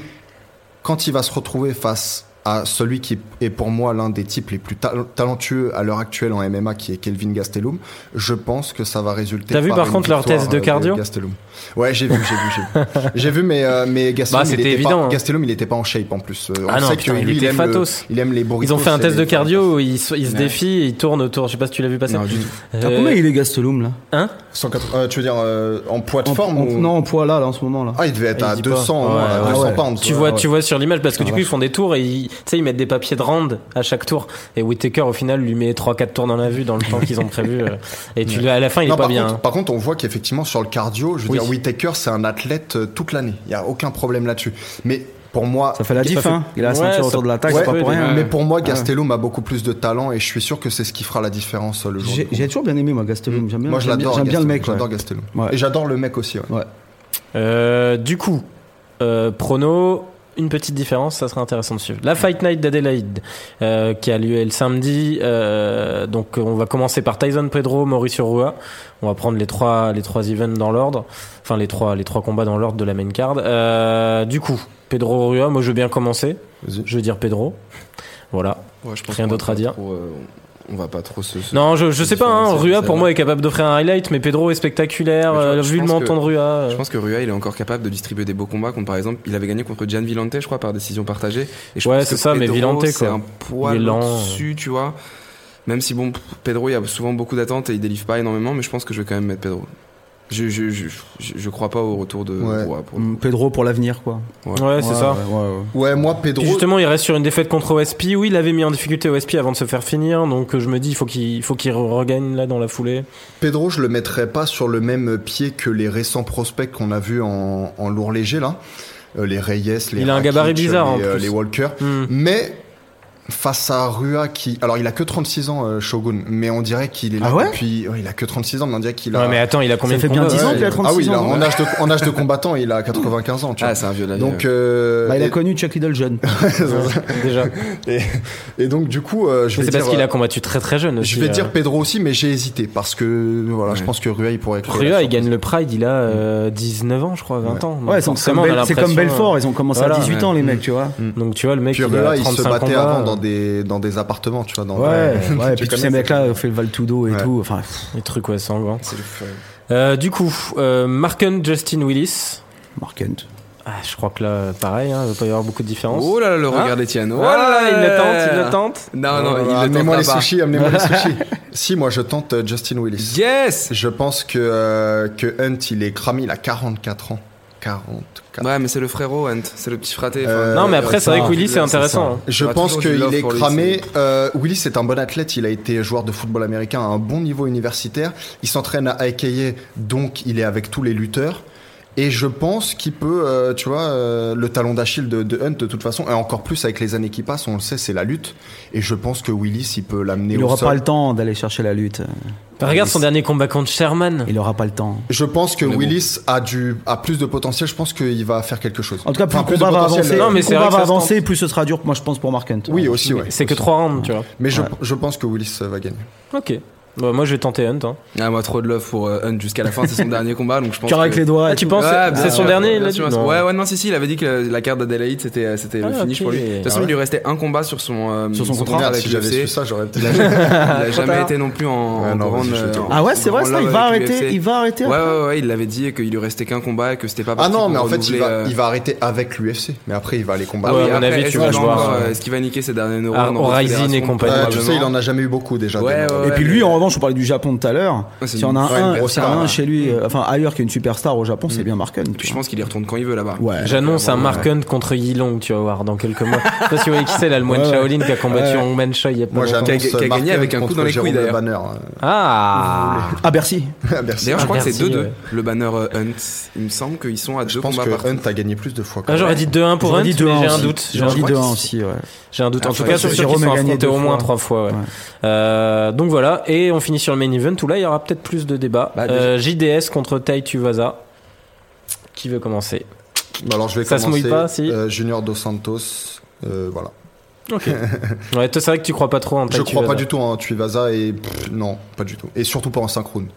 quand il va se retrouver face à celui qui est pour moi l'un des types les plus ta- talentueux à l'heure actuelle en MMA, qui est Kelvin Gastelum, je pense que ça va résulter. T'as vu, par une contre, leur victoire, test de euh, cardio Gastelum. Ouais, j'ai vu, j'ai vu, j'ai vu. J'ai vu, mais, euh, mais Gastelum, Bah, il c'était était évident, pas, hein. Gastelum, il était pas en shape en plus. Euh, Ah non, putain, que il lui, était aime le- fatos. il aime les burritos. Ils ont fait un et test les de cardio où ils, se- ils se Ouais. défient et ils tournent autour. Je sais pas si tu l'as vu passer. Non, du tout. Euh, hein T'as combien il est Gastelum là 180, euh, tu veux dire euh, en poids de En- forme en- ou- Non, en poids là, là, en ce moment là. Ah, il devait être Ah, il à dit pas. 200, Ouais, euh, ouais, 200 ouais. pounds. Tu Ouais, vois, ouais. tu vois sur l'image parce que Ah, du coup ils font des tours et ils, tu sais, ils mettent des papiers de round à chaque tour et Whitaker au final lui met 3-4 tours dans la vue dans le temps qu'ils ont prévu euh, et tu à la fin il Non, est pas par, bien. contre, hein. par contre, on voit qu'effectivement, sur le cardio, je veux Oui. dire, Whitaker, c'est un athlète euh, toute l'année. Il n'y a aucun problème là-dessus. Mais pour moi, Ça fait la Ça diff, fait- hein. Il a la Ouais, ceinture ça- autour de la taille, Ouais, c'est pas pour ouais, rien. ouais. mais pour moi, ouais. Gastelum a beaucoup plus de talent et je suis sûr que c'est ce qui fera la différence euh, le jour. J'ai du combat. j'ai toujours bien aimé, moi, Gastelum. J'aime bien, Moi, je j'aime bien- l'adore. j'aime bien le Gastelum. mec. ouais. J'adore Gastelum. Ouais. Et j'adore le mec aussi. ouais. Ouais. Euh, du coup, euh, prono, une petite différence, ça serait intéressant de suivre. La Fight Night d'Adélaïde, euh, qui a lieu le samedi. euh, donc, euh, on va commencer par Tyson Pedro, Mauricio Rua. On va prendre les trois, les trois events dans l'ordre. Enfin, les trois, les trois combats dans l'ordre de la main card. Euh, du coup, Pedro Rua, moi je veux bien commencer. Vas-y. Je veux dire Pedro. Voilà. Ouais, je pense Rien qu'on va d'autre pas à dire. trop, euh, on va pas trop se. se- Non, je, je sais pas, hein, différence, Rua c'est pour vrai. moi est capable d'offrir un highlight, mais Pedro est spectaculaire, Mais tu vois, euh, je vu le pense menton que- de Rua. euh. Je pense que Rua, il est encore capable de distribuer des beaux combats. Comme par exemple, il avait gagné contre Gian Villante, je crois, par décision partagée. Et je Ouais, pense c'est que ça, mais Pedro, Villante, quoi. C'est Il un est poil lent. au-dessus, tu vois. Même si, bon, Pedro, il y a souvent beaucoup d'attentes et il délivre pas énormément, mais je pense que je vais quand même mettre Pedro. Je, je, je, je, je crois pas au retour de Ouais. Rua. Pour le Mm, coup. Pedro pour l'avenir, quoi. Ouais, c'est ça. ouais, ouais, ouais. Ouais, moi, Pedro. Puis justement, il reste sur une défaite contre OSP. Oui, il avait mis en difficulté OSP avant de se faire finir. Donc, euh, je me dis, il faut qu'il faut qu'il re- regagne là dans la foulée. Pedro, je le mettrais pas sur le même pied que les récents prospects qu'on a vus en, en lourd léger, là. Euh, les Reyes, les. Il a un Rakic, gabarit bizarre, les, en euh, plus. les Walker. Hmm. Mais. Face à Rua qui, alors il a que 36 ans euh, Shogun, mais on dirait qu'il est là Ah ouais depuis, ouais, il a que 36 ans, mais on dirait qu'il a. Ouais, mais attends, il a combien Ça de fait bien combats dix ouais. ans qu'il a ah 36 oui, il a- ans, en âge de, en âge de combattant, il a 95 ans, tu vois. Ah, c'est un vieux de la vie, Donc, ouais. euh, Bah, il et- a connu Chuck Liddell jeune. déjà. Et, et donc du coup, euh, je Mais vais c'est dire, parce qu'il euh, a combattu très très jeune. Aussi, je vais euh. dire Pedro aussi, mais j'ai hésité parce que voilà, je Ouais. pense que Rua il pourrait. créer la Rua, il surprise. gagne le Pride. Il a euh, 19 ans, je crois, 20 Ouais. ans. Donc, Ouais, c'est comme, forcément, on a Bel- c'est comme l'impression, Belfort, ils ont commencé voilà. à 18 ans, les mecs, tu vois. euh, Donc, tu vois, le mec, Puis il a Rua, il se 35 battait combats, avant dans euh, des dans des appartements, tu vois. Dans Ouais, dans- ouais, tu puis tous connais, ces c'est- mecs-là euh, ont fait le Val Tudo et Ouais. tout. Enfin, pff, euh, des trucs ouais, sanglants. C'est le- Euh, du coup, euh, Marken Justin Willis. Mark Hunt. Ah, je crois que là, pareil, hein, il va pas y avoir beaucoup de différence. Oh là là, le regard d'Etienne. Oh là Voilà, là, Hein Ah, il l'attente, il l'attente. Non, non, il Ah, l'attend Amenez-moi les pas. sushis, amenez-moi les sushis. Si, moi je tente euh, Justin Willis. Yes Je pense que euh, que Hunt, il est cramé, il a 44 ans. 44. Ouais, mais c'est le frérot, Hunt. C'est le petit fraté. enfin, Euh, Non, mais ouais, après, c'est vrai que Willy, c'est ça. intéressant. hein. Je Bah, On a pense toujours du qu'il love est pour lui, cramé. Euh, Willis est un bon athlète. Il a été joueur de football américain à un bon niveau universitaire. Il s'entraîne à AKA, donc il est avec tous les lutteurs. Et je pense qu'il peut, euh, tu vois, euh, le talon d'Achille de, de Hunt, de toute façon, et encore plus avec les années qui passent, on le sait, c'est la lutte. Et je pense que Willis, il peut l'amener Il au aura sol. pas le temps d'aller chercher la lutte. Bah, Regarde son dernier combat contre Sherman. Il aura pas le temps. Je pense que Mais bon. Willis a, du, a plus de potentiel. Je pense qu'il va faire quelque chose. En tout cas, plus Enfin, le combat de va potentiel. avancer, Non, mais plus c'est le vrai combat que va ça se avancer, plus ce sera dur, moi, je pense, pour Mark Hunt. Oui, aussi, ouais. C'est que 3 rounds, tu vois. Mais je, Ouais. je pense que Willis euh, va gagner. Ok. Bah, moi, je vais tenter Hunt. hein. Ah, moi, trop de love pour euh, Hunt jusqu'à la fin. C'est son dernier combat, donc je pense. Cœur avec que- les doigts. Ah, et tu tout. penses Ouais, bien C'est sûr, son ouais, dernier, bien il a dit sûr, bien sûr. Non. Ouais, ouais, non, si, si, il avait dit que la, la carte d'Adelaide, c'était euh, c'était Ah, fini ok. pour lui. De toute façon, Ah il lui restait un combat sur son, euh, Sur son contrat. Merde, avec si j'avais su l'UFC. ça, j'aurais Il peut-être. a, il Ah, a jamais tard. été non plus en, Ouais, en non, grande, vas-y, je te euh, jure. Ah ouais, en c'est vrai, grande ça, il love va avec arrêter. l'UFC. Il va arrêter. Ouais, hein. ouais, ouais, il avait dit qu'il lui restait qu'un combat et que c'était pas Ah parti non, pour mais en fait, il renouveler, va, euh, il va arrêter avec l'UFC. Mais après, il va aller Ah combattre. Ouais, oui, à mon après, avis, est-ce tu qu'il vas va voir, encore, euh, euh, Est-ce qu'il va niquer ses derniers Ah, neurones en Horizon et confédération compagnie. Ouais, probablement. tu sais, il en a jamais eu beaucoup déjà. Ouais, des- ouais, Et ouais. puis lui, en revanche, on parlait du Japon tout à l'heure. Ouais, c'est S'il y en a une- ouais, une un, grosse s'il y en a star, un ouais. chez lui, euh, enfin ailleurs qui est une superstar au Japon, Mm. c'est bien Marken. Puis je pense qu'il y retourne quand il veut là-bas. Ouais. J'annonce un Mark Hunt contre Yilong, tu vas voir, dans quelques mois. Je sais pas si vous voyez qui c'est, là, le moine Ouais, ouais. Shaolin qui a combattu Ouais. en Man Choi il y a pas Moi, longtemps. j'annonce Qui a- qui a euh, gagné Mark avec Hunt un coup contre dans les Jérôme couilles, Le d'ailleurs. Banner. Ah À Bercy. euh, Merci. D'ailleurs, je crois que Merci, c'est 2-2, ouais. le banner euh, Hunt. Il me semble qu'ils sont à Je deux pense combats que par Hunt a gagné plus de fois. quand Ah, J'aurais même. dit 2-1 pour J'aurais Hunt, dit mais j'ai 2-1 un aussi. doute. J'ai un J'aurais dit doute. 2-1 aussi, ouais. J'ai un doute. En Ah, tout ouais, cas, sur ceux qui Jérôme sont a gagné affrontés deux au moins fois. trois fois. ouais. Ouais. Euh, donc voilà, et on finit sur le main event où là il y aura peut-être plus de débats. Bah, déjà- Euh, JDS contre Tai Tuivasa. Qui veut commencer Bah, alors, je vais Ça se commencer. mouille pas, si euh, Junior Dos Santos. euh, voilà. Ouais, toi c'est vrai que tu crois pas trop en Tai Je crois pas Tuivasa. du tout en Tuivasa et pff, non, pas du tout. Et surtout pas en synchrone.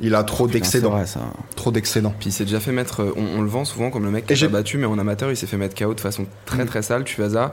Il a trop d'excédents, ça. trop d'excédents. Puis il s'est déjà fait mettre, euh, on, on le vend souvent comme le mec Et qui j'ai- a battu, mais en amateur il s'est fait mettre KO de façon très très sale, tu vas à.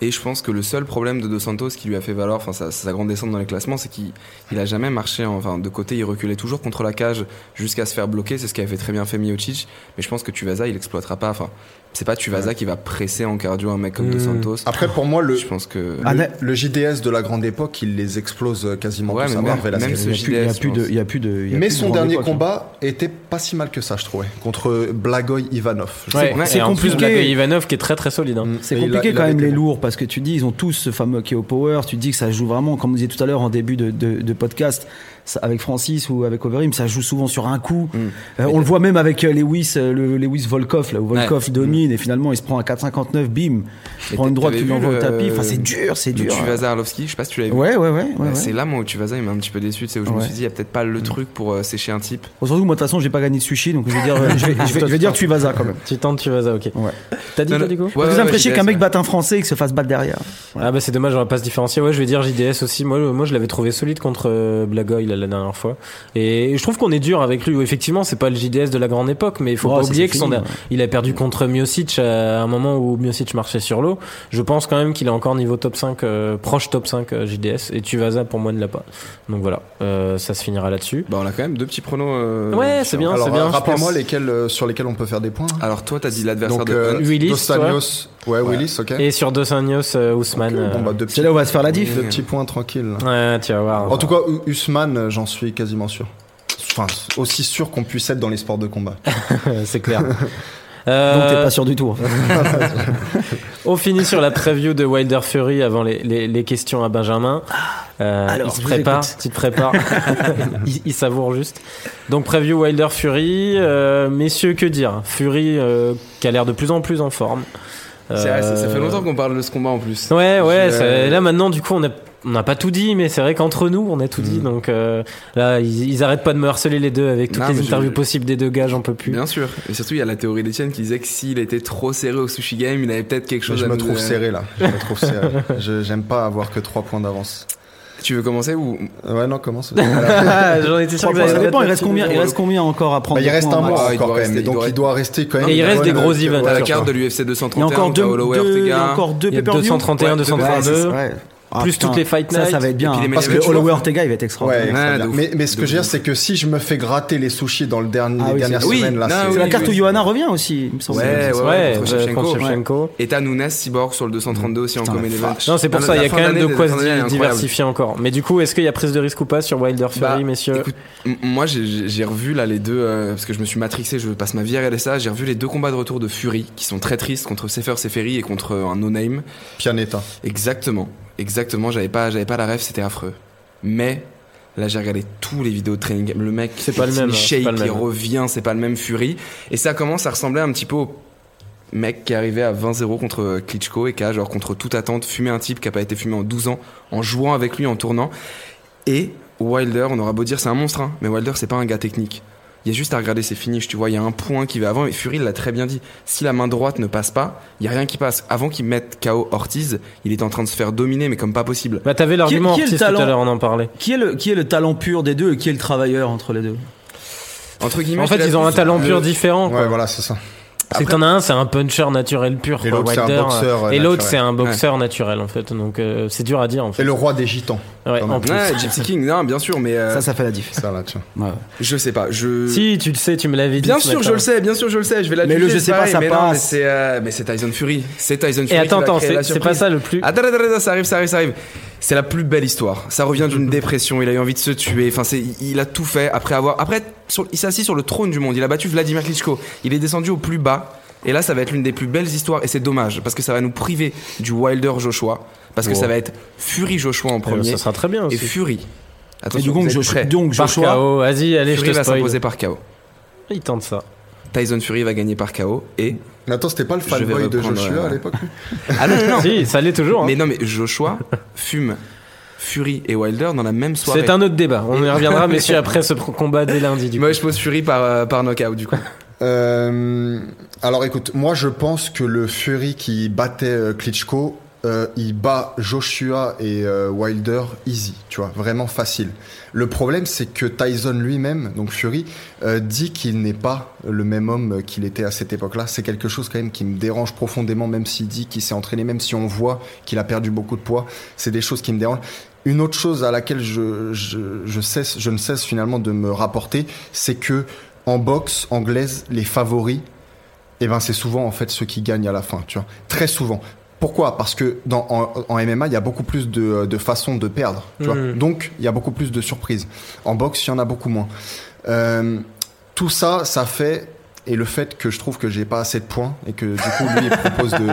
Et je pense que le seul problème de Dos Santos qui lui a fait valoir, enfin sa, sa grande descente dans les classements, c'est qu'il il a jamais marché, en- enfin de côté, il reculait toujours contre la cage jusqu'à se faire bloquer, c'est ce qu'avait très bien fait Miocic, mais je pense que Tuvasa il exploitera pas, enfin c'est pas Tuvasa qui va presser en cardio un mec comme Dos Mm. Santos. Après, pour moi, le, je pense que. Ah, le, mais- le JDS de la grande époque, il les explose euh, quasiment Ouais, tous mais à même- Marvel, à ce même qu'il ce Il y a plus- il y a JDS, plus de, il y a plus de. il y a Mais plus de son grande dernier époque, hein. combat était pas si mal que ça, je trouvais, contre euh, Blagoy Ivanov. Ouais, Ouais, c'est c'est en plus compliqué. Blagoy Ivanov qui est très très solide. hein. C'est Et il a- compliqué il quand avait même été les bon. lourds parce que tu dis ils ont tous ce fameux KO Power, tu dis que ça joue vraiment comme on disait tout à l'heure en début de, de- de podcast ça- avec Francis ou avec Overeem, ça joue souvent sur un coup. Euh, on le voit même avec euh, Lewis, euh, le Lewis Volkov là où Volkov domine et finalement il se prend à 4,59 bim, il Et prend une t'avais droite qui vu l'envoie au le- tapis. Enfin c'est dur, c'est Le dur. Tuvasa Arlovski, je sais pas si tu l'avais vu. Ouais ouais ouais. ouais, Bah, ouais. C'est là moi où Tuvasa il m'a un petit peu déçu, c'est où je me Ouais. suis dit il y a peut-être pas le truc pour euh, sécher un type. Bon, surtout que moi de toute façon j'ai pas gagné de sushi donc je vais dire euh, je vais, je vais- je vais dire Tuivasa quand même. Tu tentes Tuivasa, ok. Ouais. T'as dit Non, toi non. du coup Ouais, Parce que ouais, ça me ouais, ferait chier JDS, qu'un mec ouais. batte un Français et que se fasse battre derrière. Ah bah c'est dommage, on va pas se différencier. Ouais, je vais dire JDS aussi. Moi, le- moi je l'avais trouvé solide contre euh, Blagoy là, la dernière fois. Et je trouve qu'on est dur avec lui. Effectivement, c'est pas le JDS de la grande époque, mais il faut Oh, pas ça, oublier c'est que son fini, der- il a perdu contre Miocic à un moment où Miocic marchait sur l'eau. Je pense quand même qu'il est encore niveau top 5, euh, proche top 5 euh, JDS. Et Tuvasa pour moi ne l'a pas. Donc voilà, euh, ça se finira là-dessus. Bah on a quand même deux petits pronos. euh, ouais, c'est bien, c'est Alors, bien. euh, je rappelez-moi pense. lesquels euh, sur lesquels on peut faire des points. hein. Alors toi, t'as dit l'adversaire Donc, de euh, Hunt. Willis, Dos Anjos. Ouais, Willis, ok. Et sur Dos Anjos, euh, Ousmane. Bon, bah, euh, deux C'est petits, là où va se faire la diff. deux petits points tranquilles. Ouais, tu vas voir. En tout cas, U- Usman, euh, j'en suis quasiment sûr. Enfin, aussi sûr qu'on puisse être dans les sports de combat. c'est clair. Donc t'es Euh, pas sûr du tout. en fait. On finit sur la preview de Wilder Fury avant les, les, les questions à Benjamin. Ah, Euh, Alors, il se je vous prépare, écoute. tu te prépares. il, il savoure juste. Donc preview Wilder Fury. Euh, messieurs, que dire Fury euh, qui a l'air de plus en plus en forme. C'est vrai, ça, ça fait Euh, longtemps qu'on parle de ce combat en plus. Ouais, ouais. Je- ça- Là maintenant, du coup, on a- on n'a pas tout dit, mais c'est vrai qu'entre nous, on a tout Mm. dit. Donc euh, là, ils, ils arrêtent pas de me harceler les deux avec toutes Non, les mais je- interviews possibles des deux gars, j'en peux plus. Bien sûr. Et surtout, il y a la théorie d'Etienne qui disait que s'il était trop serré au sushi game, il avait peut-être quelque chose je à me nous- trouve euh, serré là. Je me trouve serré. Je- J'aime pas avoir que 3 points d'avance. Euh, Tu veux commencer ou Ouais, non, commence. Ah, j'en étais sûr que Ça j'allais mettre dépend, il reste là-dessus. combien, il reste combien encore à prendre Bah, des il reste points un en mois max Ah, il doit encore quand même, rester- et donc il il doit doit, rester quand même. Et il une reste des bonne- gros une events. bonne- T'as la sûr. carte de l'UFC Il y 231 a encore deux, Paolo deux- il y a Ortega. encore deux Il y a pay-per-view. 231, Ouais, 232, ouais. Ah, plus putain, toutes les fight Ça, ça nights. va être bien. Et puis les hein, main parce que events, Holloway Ortega, il va être Ouais, extraordinaire. Ouais, très de bien. ouf. mais, mais ce que De je veux dire, ouf. c'est que si je me fais gratter les sushis dans le dernier, Ah oui, les dernières c'est- oui, semaines, là, non, c'est- C'est la oui, carte oui. Johanna revient aussi, il me semble. Ouais, ouais, Ouais, contre de- Shevchenko. contre Shevchenko. Et t'as Nunes, Cyborg sur le 232 aussi en Putain, common la event. Ah, vache. Non, c'est pour La- ça, il la y a fin quand même de d'année- quoi la fin d'année, elle est se incroyable. diversifier encore. Mais du coup, est-ce qu'il y a prise de risque ou pas sur Wilder Fury, Bah, messieurs écoute, m- moi j'ai- j'ai j'ai revu là les deux, euh, parce que je me suis matrixé, je passe ma vie à regarder ça, j'ai revu les deux combats de retour de Fury qui sont très tristes contre Sefer Seferi et contre euh, un no-name. Pianeta. Exactement, exactement, j'avais pas, j'avais pas la rêve, c'était affreux. Mais là j'ai regardé tous les vidéos de training, le mec C'est pas le il même, hein, c'est shake, pas le il même. revient, c'est pas le même Fury, et ça commence à ressembler un petit peu au mec qui est arrivé à 20-0 contre euh, Klitschko et qui a genre contre toute attente fumé un type qui a pas été fumé en 12 ans, en jouant avec lui, en tournant, et Wilder, on aura beau dire c'est un monstre, hein, mais Wilder c'est pas un gars technique. Il y a juste à regarder ses finishes, tu vois, il y a un point qui va avant, et Fury l'a très bien dit. Si la main droite ne passe pas, il y a rien qui passe. Avant qu'il mette KO Ortiz, il était en train de se faire dominer, mais comme pas possible. Bah, t'avais l'argument qui est le Ortiz tout à talent l'heure, on en parlait. Qui est, le, qui est le talent pur des deux et qui est le travailleur entre les deux Entre guillemets, En je fait, dirais ils ont plus, un talent euh, pur différent. quoi. Ouais, voilà, c'est ça. C'est que t'en as un, c'est un puncher naturel pur. Et quoi, l'autre, c'est un Wilder. boxeur, euh, Et l'autre, naturel. c'est un boxeur naturel, en fait. Donc, euh, c'est dur à dire, en Et fait. le roi des gitans. Ouais, quand en même. plus. Ouais, Gypsy King, non, bien sûr, mais euh, Ça, ça fait la diff. Ça, là, tiens. je sais pas. Je... Si, tu le sais, tu me l'avais dit. Bien ce sûr, matin. je le sais, bien sûr, je le sais. Je vais la Mais juger, le je c'est sais pas, pareil, ça mais non, passe. mais c'est euh, mais c'est Tyson Fury. C'est Tyson Fury. Et qui attends, va attends, créer la c'est c'est surprise. pas ça le plus. Attends, attends, attends, ça arrive, ça arrive, ça arrive. C'est la plus belle histoire. Ça revient d'une dépression. Il a eu envie de se tuer. Enfin, c'est, il a tout fait après avoir. Après, sur- il s'est assis sur le trône du monde. Il a battu Vladimir Klitschko. Il est descendu au plus bas. Et là, ça va être l'une des plus belles histoires. Et c'est dommage parce que ça va nous priver du Wilder Joshua. Parce que Wow. ça va être Fury Joshua en Euh, premier Oh. ça sera très bien et aussi. Fury. Et Attention, du coup, vous êtes Joshua- prêts. donc Par Joshua, KO, vas-y, allez, Fury je te va s'imposer spoil. par KO. Il tente ça. Tyson Fury va gagner par KO et Mais attends, c'était pas le Je vais fanboy de reprendre, Joshua ouais. à l'époque lui ah non non non. Si, ça l'est toujours. hein. Mais non mais Joshua fume Fury et Wilder dans la même soirée. C'est un autre débat. On y reviendra, messieurs, après ce pro- combat dès lundi. Du coup. Moi je pose Fury par euh, par knockout du coup. Euh, alors écoute, moi je pense que le Fury qui battait euh, Klitschko, euh, il bat Joshua et euh, Wilder easy, tu vois, vraiment facile. Le problème c'est que Tyson lui-même, donc Fury, euh, dit qu'il n'est pas le même homme qu'il était à cette époque-là. C'est quelque chose quand même qui me dérange profondément, même s'il dit qu'il s'est entraîné, même si on voit qu'il a perdu beaucoup de poids. C'est des choses qui me dérangent. Une autre chose à laquelle je, je, je, cesse, je ne cesse finalement de me rapporter, c'est que en boxe anglaise, les favoris, eh ben, c'est souvent en fait ceux qui gagnent à la fin, tu vois. Très souvent. Pourquoi Parce que dans, en, en MMA, il y a beaucoup plus de, de façons de perdre, tu vois. Mhm. Donc, il y a beaucoup plus de surprises. En boxe, il y en a beaucoup moins. Euh, tout ça, ça fait et le fait que je trouve que j'ai pas assez de points et que du coup lui il propose de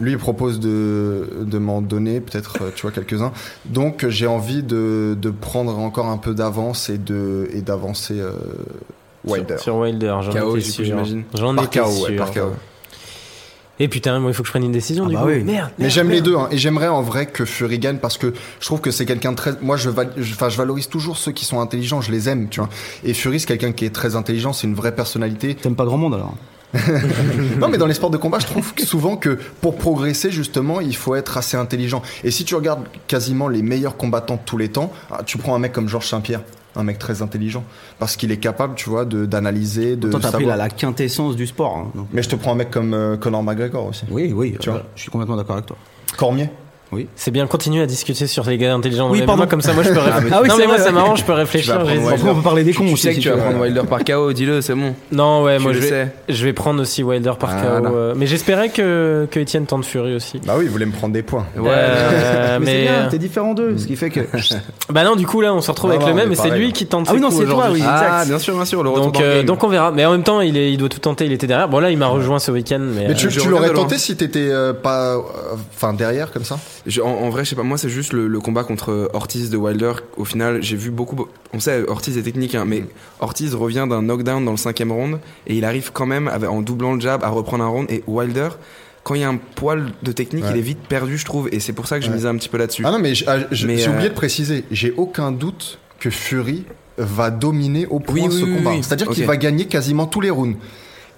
lui il propose de de m'en donner peut-être euh, tu vois quelques uns donc euh, j'ai envie de de prendre encore un peu d'avance et de et d'avancer euh, Wilder Sur, sur Wilder, j'en KO, étais du coup, sûr. j'imagine. J'en Par étais KO, sûr. ouais, par KO. Et putain, moi, il faut que je prenne une décision Ah du bah coup. oui. Merde. mais j'aime les deux hein, et j'aimerais en vrai que Fury gagne parce que je trouve que c'est quelqu'un de très moi je, val- je- enfin je valorise toujours ceux qui sont intelligents je les aime tu vois et Fury c'est quelqu'un qui est très intelligent c'est une vraie personnalité t'aimes pas grand monde alors Non, mais dans les sports de combat, je trouve que souvent que pour progresser, justement, il faut être assez intelligent. Et si tu regardes quasiment les meilleurs combattants de tous les temps, ah, tu prends un mec comme Georges Saint-Pierre, un mec très intelligent, parce qu'il est capable, tu vois, de- d'analyser, de, Toi, t'as pris savoir. la, la quintessence du sport. hein, donc. Mais je te prends un mec comme euh, Conor McGregor aussi. Oui, oui, Tu euh, vois. je suis complètement d'accord avec toi. Cormier. C'est bien, continue à discuter sur les gars intelligents. Oui, Mais pardon. Moi, comme ça, moi, je peux réfléchir. Ah oui, non, c'est mais moi, vrai. ça m'arrange, je peux réfléchir. apprendre j'hésite. Wilder. Après, on peut parler des cons Tu aussi, sais que si tu vas prendre Wilder par KO, dis-le, c'est bon. Non, ouais, Tu moi, le je vais, sais. Ah, je vais prendre aussi Wilder par Voilà. KO. euh, Mais j'espérais que, que Etienne tente Fury aussi. Bah oui, il voulait me prendre des points. Ouais. Euh, mais Mais, c'est bien, t'es différent d'eux, ce qui fait que. bah non, du coup là, on se retrouve Non, avec non, le même, mais et c'est pareil. lui qui tente. Ah oui, ses non, coups c'est toi, aujourd'hui. oui, Ah, exact. bien sûr, bien sûr, le retour Donc, dans le euh, game. donc on verra. Mais en même temps, il, est, il doit tout tenter. Il était derrière. Bon là, il m'a rejoint ce week-end. Mais, Mais euh, tu, je tu reviens l'aurais de loin. tenté si t'étais euh, pas. euh, Enfin, derrière, comme ça Je- en, en vrai, je sais pas, moi c'est juste le, le combat contre Ortiz de Wilder. Au final, j'ai vu beaucoup. On sait, Ortiz est technique, hein, mais Ortiz revient d'un knockdown dans le cinquième round et il arrive quand même, avec- en doublant le jab, à reprendre un round. Et Wilder, quand il y a un poil de technique, Ouais. il est vite perdu, je trouve. Et c'est pour ça que je Ouais. misais un petit peu là-dessus. Ah non, mais j'- ah, j'- Mais, j'ai euh, oublié de préciser, j'ai aucun doute que Fury va dominer au point Oui, oui, ce oui, combat. oui. C'est-à-dire Ok. qu'il va gagner quasiment tous les rounds.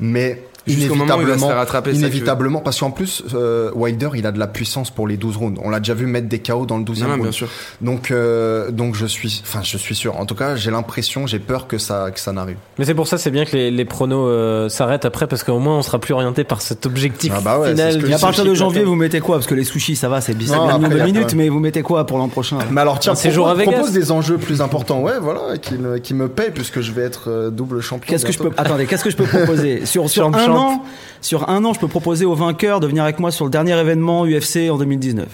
Mais Jusqu'au moment où il va se inévitablement, faire attraper, c'est ça que tu veux. inévitablement parce qu'en plus, euh, Wilder, il a de la puissance pour les 12 rounds. On l'a déjà vu mettre des KO dans le 12e non, non, round. bien sûr. Donc, euh, donc je suis, enfin, je suis sûr. En tout cas, j'ai l'impression, j'ai peur que ça, que ça n'arrive. Mais c'est pour ça, c'est bien que les, les pronos euh, s'arrêtent après parce qu'au moins on sera plus orienté par cet objectif Ah bah ouais, final. c'est ce que du je Et à dis. partir de chiffre janvier, d'affaires. vous mettez quoi Parce que les sushis, ça va, c'est bizarre. Non, le nombre après, de y a minutes, pas- Ah, mais vous mettez quoi pour l'an prochain Mais alors, tiens, Un séjour à propose, Vegas. propose des enjeux plus importants. Ouais, voilà, qui me, qui me paye puisque je vais être euh, double champion. Qu'est-ce que je bientôt. peux Attendez, qu'est-ce que je peux proposer sur, sur Champ, un champ. an Sur un an, je peux proposer aux vainqueurs de venir avec moi sur le dernier événement UFC en 2019.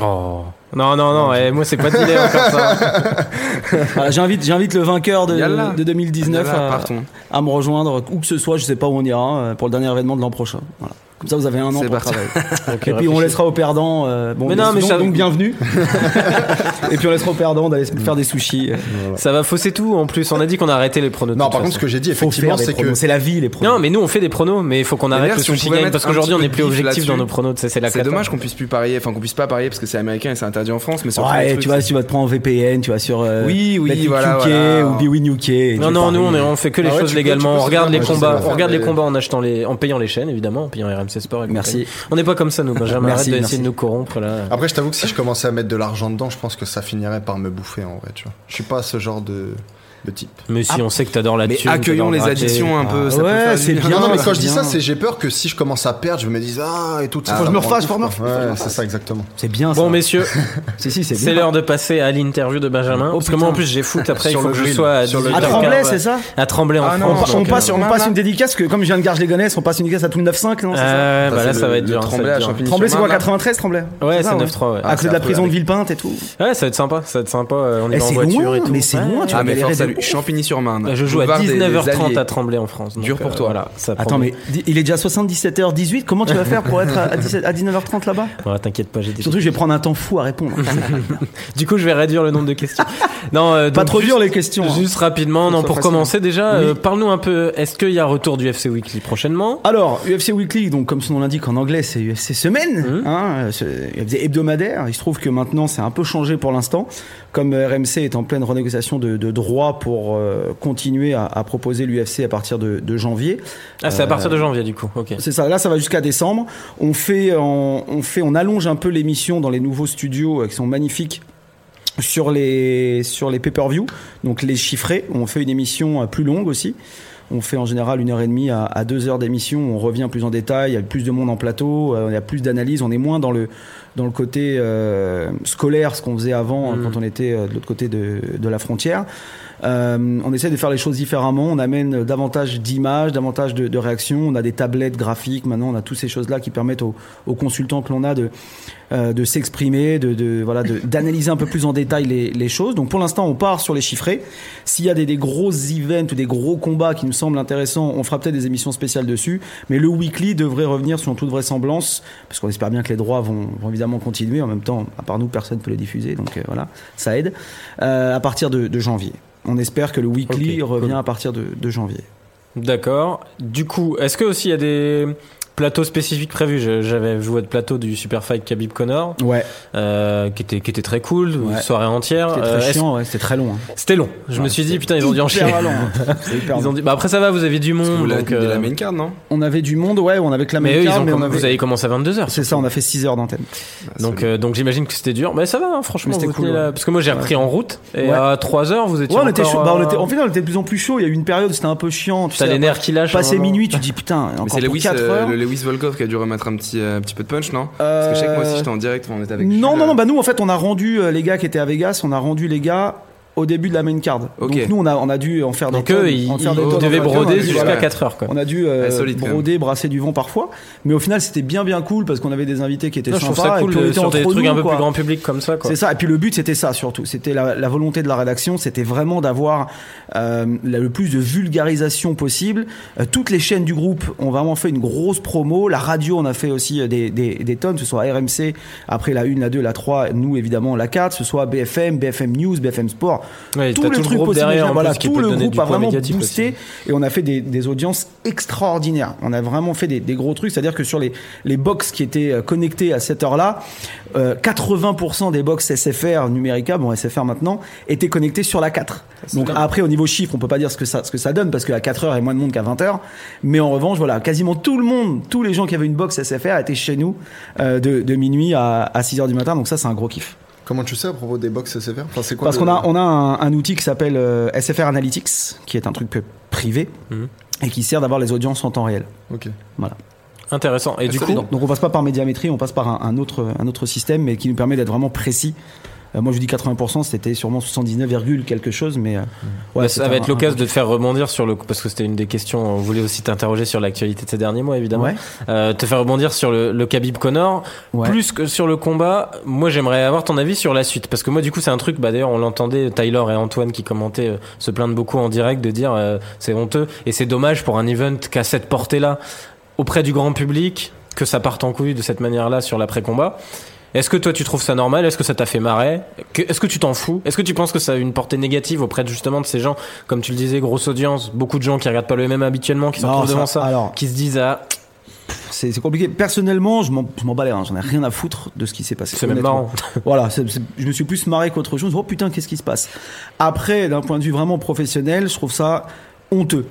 Oh. Non, non, non, eh, moi c'est pas d'idée encore ça. Voilà, j'invite, j'invite le vainqueur Yalla. de, de 2019 Yalla, à, partons. à me rejoindre où que ce soit. Je sais pas où on ira euh, pour le dernier événement de l'an prochain. Voilà. Comme ça, vous avez un an C'est pour parti. travailler. Ok, Et puis on réfléchis. laissera aux perdants. euh, bon, Mais donc- non, mais donc, ça- donc bienvenue. et puis on laissera aux perdants d'aller se faire des sushis. euh, Ça va fausser tout en plus. On a dit qu'on a arrêté les pronos. de Non, toute par contre, façon. ce que j'ai dit, Faut faire effectivement, des c'est que pronos. C'est la vie les pronos. Non, mais nous on fait des pronos, mais il faut qu'on arrête d'ailleurs, le si on sushi pouvait game mettre parce un qu'aujourd'hui petit on peu est de plus bif objectif dans là-dessus. nos pronos. tu sais, C'est la C'est cata. dommage qu'on puisse plus parier, enfin qu'on puisse pas parier parce que c'est américain et c'est interdit en France. Mais surtout, le Ouais, truc, tu vas, c'est- tu vas te prendre en VPN, tu vas sur euh, Oui, oui, BetUK voilà, voilà. ou BWin UK. et Non, tu non, paries. nous on, est- on fait que les Ah ouais, choses tu peux- légalement. tu on peux se regarde les faire, moi, je sais combats, pas on regarde faire, les mais- combats en achetant les, en payant les chaînes évidemment, en payant RMC Sport. et Merci. compagnie. On n'est pas comme ça nous. Benjamin, arrête Merci, de merci. essayer de nous corrompre là. Après, je t'avoue que si je commençais à mettre de l'argent dedans, je pense que ça finirait par me bouffer en vrai, tu vois. Je suis pas ce genre de. de type. Mais si on sait que t'adores la Mais thune, t'adores accueillons les gratter. Ah. additions un peu. ça peut Ouais, faire du c'est bien. bien. Non, non, mais c'est quand je dis ça, bien. c'est j'ai peur que si je commence à perdre, je me dise ah et tout. ça, Ah, faut que ça je me prend refasse, tout, faut que je me quoi. refasse. Ouais, c'est ça exactement. C'est bien ça. Bon, messieurs, si, si, c'est c'est bien. l'heure de passer à l'interview de Benjamin. Oh, parce que moi, en putain. plus, j'ai foot après, il Sur faut le que je grill. sois à Sur le 18h15. À Tremblay, Ah, c'est ça À Tremblay en Ah, non, on, France. pa- on donc, passe, euh, on non, passe non. une dédicace, que, comme je viens de Garges-les-Gonesse, on passe une dédicace à tout le 9-5, non c'est ça euh, bah Ça, c'est là, le- ça va être le dur. ça va Tremblay être à dur. Champigny. Tremblay, c'est quoi, Sur Marne, 93 Tremblay Ouais, ça, c'est ouais. 9-3, ouais. à côté de la prison de Villepinte et tout. Ouais, ça va être sympa, ça va être sympa. euh, On y Eh, va en c'est voiture loin, et tout. mais c'est Ouais. loin, tu Ah, vas mais galérer force de à lui. ouf. Champigny-sur-Marne. Je joue à Boulevard des- des 19h30 Alliés. à Tremblay en France. donc, Dur pour euh, toi. Voilà, ça prend Attends, du- mais di- il est déjà 77h18, comment tu vas faire pour être à, à 17 à 19h30 là-bas Ouais, T'inquiète pas, j'ai des Surtout, je vais prendre un temps fou à répondre. Du coup, je vais réduire le nombre de questions. non, euh, Pas donc, trop juste- dur les questions. hein. Juste rapidement, non, soit pour facile. commencer déjà, Oui. euh, parle-nous un peu. Est-ce qu'il y a retour du FC Weekly prochainement Alors, UFC Weekly, donc comme son nom l'indique en anglais, c'est UFC semaine, Mhm. hein, euh, ce- UFC hebdomadaire. Il se trouve que maintenant, c'est un peu changé pour l'instant, comme euh, RMC est en pleine renégociation de, de droits pour euh, continuer à, à proposer l'UFC à partir de, de janvier. Ah, c'est à partir Euh. de janvier du coup. Ok. C'est ça. Là, ça va jusqu'à décembre. On fait, euh, on, on fait, on allonge un peu l'émission dans les nouveaux studios euh, qui sont magnifiques sur les sur les pay-per-view. Donc les chiffrés. On fait une émission euh, plus longue aussi. On fait en général une heure et demie à, à deux heures d'émission. On revient plus en détail. Il y a plus de monde en plateau. euh, Il y a plus d'analyse. On est moins dans le dans le côté euh, scolaire, ce qu'on faisait avant Mhm. quand on était euh, de l'autre côté de, de la frontière. Euh, on essaie de faire les choses différemment. On amène davantage d'images, davantage de, de réactions. On a des tablettes graphiques. Maintenant, on a toutes ces choses-là qui permettent aux, aux consultants que l'on a de, euh, de s'exprimer, de, de- voilà, de- d'analyser un peu plus en détail les, les choses. Donc, pour l'instant, on part sur les chiffrés. S'il y a des, des gros events ou des gros combats qui nous semblent intéressants, on fera peut-être des émissions spéciales dessus. Mais le weekly devrait revenir sur toute vraisemblance, parce qu'on espère bien que les droits vont, vont évidemment continuer. En même temps, à part nous, personne ne peut les diffuser. Donc, euh, voilà, ça aide. Euh, à partir de, de janvier. On espère que le weekly Ok, revient cool. à partir de, de janvier. D'accord. Du coup, est-ce que aussi il y a des plateaux spécifiques prévus Je- J'avais joué de plateau du Super Fight Khabib Connor, Ouais, euh, qui était qui était très cool, une Ouais. soirée entière. c'était Euh, très est-ce- chiant, ouais, c'était très long. hein. C'était long. Je me suis dit putain, ils ont dû Hyper enchaîner. long, hein. C'était hyper Ils long. ont dit. Bah après ça va, vous avez du Parce que Vous monde. l'avez donc, de euh, la main card, non On avait du monde, ouais, on avait que la Mais eux, même ils carte, ont mais on comm- avait- vous avez commencé à 22 h C'est ça, on a fait 6 heures d'antenne. Donc, euh, donc j'imagine que c'était dur. Mais ça va, hein, franchement. Mais c'était vous cool, tenez la- ouais. Parce que moi, j'ai repris en route. Et Ouais. à 3h, vous étiez. Ouais, on était encore, chaud. Bah, on euh, était, en fait, on était de plus en plus chaud. Il y a eu une période où c'était un peu chiant. Tu T'as les sais, nerfs qui lâchent. passé hein, minuit, tu dis putain, Mais encore c'est pour Lewis, 4 euh, heures. le Lewis Volkov qui a dû remettre un petit, euh, petit peu de punch, non Parce que je sais que moi aussi j'étais en direct, on était avec Euh, euh, Non, Jules. euh. non, non, bah nous en fait on a rendu euh, les gars qui étaient à Vegas, on a rendu les gars au début de la main card. Ok. Donc nous on a, on a dû en faire Donc des tonnes, eux, ils, en faire ils des tonnes, en devaient faire des tonnes, on a broder dû- jusqu'à voilà. 4h. Quoi. On a dû euh, Ah, Ouais, solide, quand broder, brasser du vent parfois, mais au final c'était bien bien cool parce qu'on avait des invités qui étaient Non, je trouve sympas ça et cool puis on de- était sur entre des trucs nous, un peu quoi. plus grand public comme ça. Quoi. C'est ça. Et puis le but, c'était ça surtout. C'était la, la volonté de la rédaction, c'était vraiment d'avoir euh, la- le plus de vulgarisation possible. Euh, toutes les chaînes du groupe ont vraiment fait une grosse promo. La radio, on a fait aussi euh, des, des, des tonnes, que ce soit RMC, après la 1, la 2, la 3, nous évidemment la 4, que ce soit BFM, BFM News, BFM Sport. Ouais, tout t'as le tout le truc groupe possible. derrière, en voilà, plus, qui tout peut le donner groupe du a poids vraiment médiatique boosté aussi. et on a fait des, des audiences extraordinaires. On a vraiment fait des, des gros trucs, c'est-à-dire que sur les, les box qui étaient euh, connectées à cette heure-là, euh, 80% des box SFR numérica, bon SFR maintenant, étaient connectés sur la 4. Donc après au niveau chiffre, on peut pas dire ce que ça ce que ça donne parce qu'à 4 heures il y a moins de monde qu'à 20 heures, mais en revanche voilà, quasiment tout le monde, tous les gens qui avaient une box SFR étaient chez nous euh, de, de minuit à, à 6 heures du matin, donc ça c'est un gros kiff. Comment tu sais à propos des box SFR Enfin, c'est quoi Parce le- qu'on a, on a un, un outil qui s'appelle euh, SFR Analytics, qui est un truc peu privé Mhm. Bah, et qui sert d'avoir les audiences en temps réel. Ok. Voilà. Intéressant. Et du coup, Donc on passe pas par médiamétrie, on passe par un, un autre, un autre système, mais qui nous permet d'être vraiment précis. Euh, moi je vous dis 80%, c'était sûrement 79, virgule quelque chose, mais euh, ouais, Mhm. ça c'était va être un- l'occasion de te faire rebondir sur le. Parce que c'était une des questions. On voulait aussi t'interroger sur l'actualité de ces derniers mois, un- évidemment. Ouais. Euh, te faire rebondir sur le, le Khabib Connor Ouais. plus que sur le combat moi j'aimerais avoir ton avis sur la suite parce que moi du coup c'est un truc bah d'ailleurs on l'entendait Tyler et Antoine qui commentaient euh, se plaindre beaucoup en direct de dire euh, c'est honteux et c'est dommage pour un event qu'à cette portée là auprès du grand public que ça parte en couille de cette manière là sur l'après combat est-ce que toi tu trouves ça normal Est-ce que ça t'a fait marrer Que- Est-ce que tu t'en fous Est-ce que tu penses que ça a une portée négative auprès de, justement de ces gens, comme tu le disais, grosse audience, beaucoup de gens qui regardent pas le même habituellement, qui se Non, retrouvent devant ça, alors, qui se disent ah c'est c'est compliqué. Personnellement, je m'en je m'en bats les reins, j'en ai rien à foutre de ce qui s'est passé. c'est même honnêtement. marrant. Voilà, c'est- c'est- je me suis plus marré qu'autre chose. Oh putain, qu'est-ce qui se passe Après, d'un point de vue vraiment professionnel, je trouve ça honteux.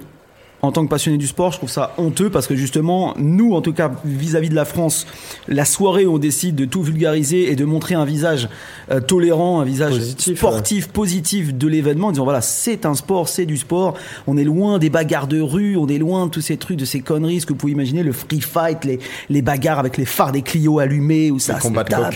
en tant que passionné du sport, je trouve ça honteux parce que justement, nous, en tout cas, vis-à-vis de la France, la soirée où on décide de tout vulgariser et de montrer un visage euh, tolérant, un visage Positif, sportif, positif de l'événement, en disant voilà, c'est un sport, c'est du sport. On est loin des bagarres de rue, on est loin de tous ces trucs, de ces conneries, ce que vous pouvez imaginer, le free fight, les, les bagarres avec les phares des Clio allumés ou ça. se combat de tape.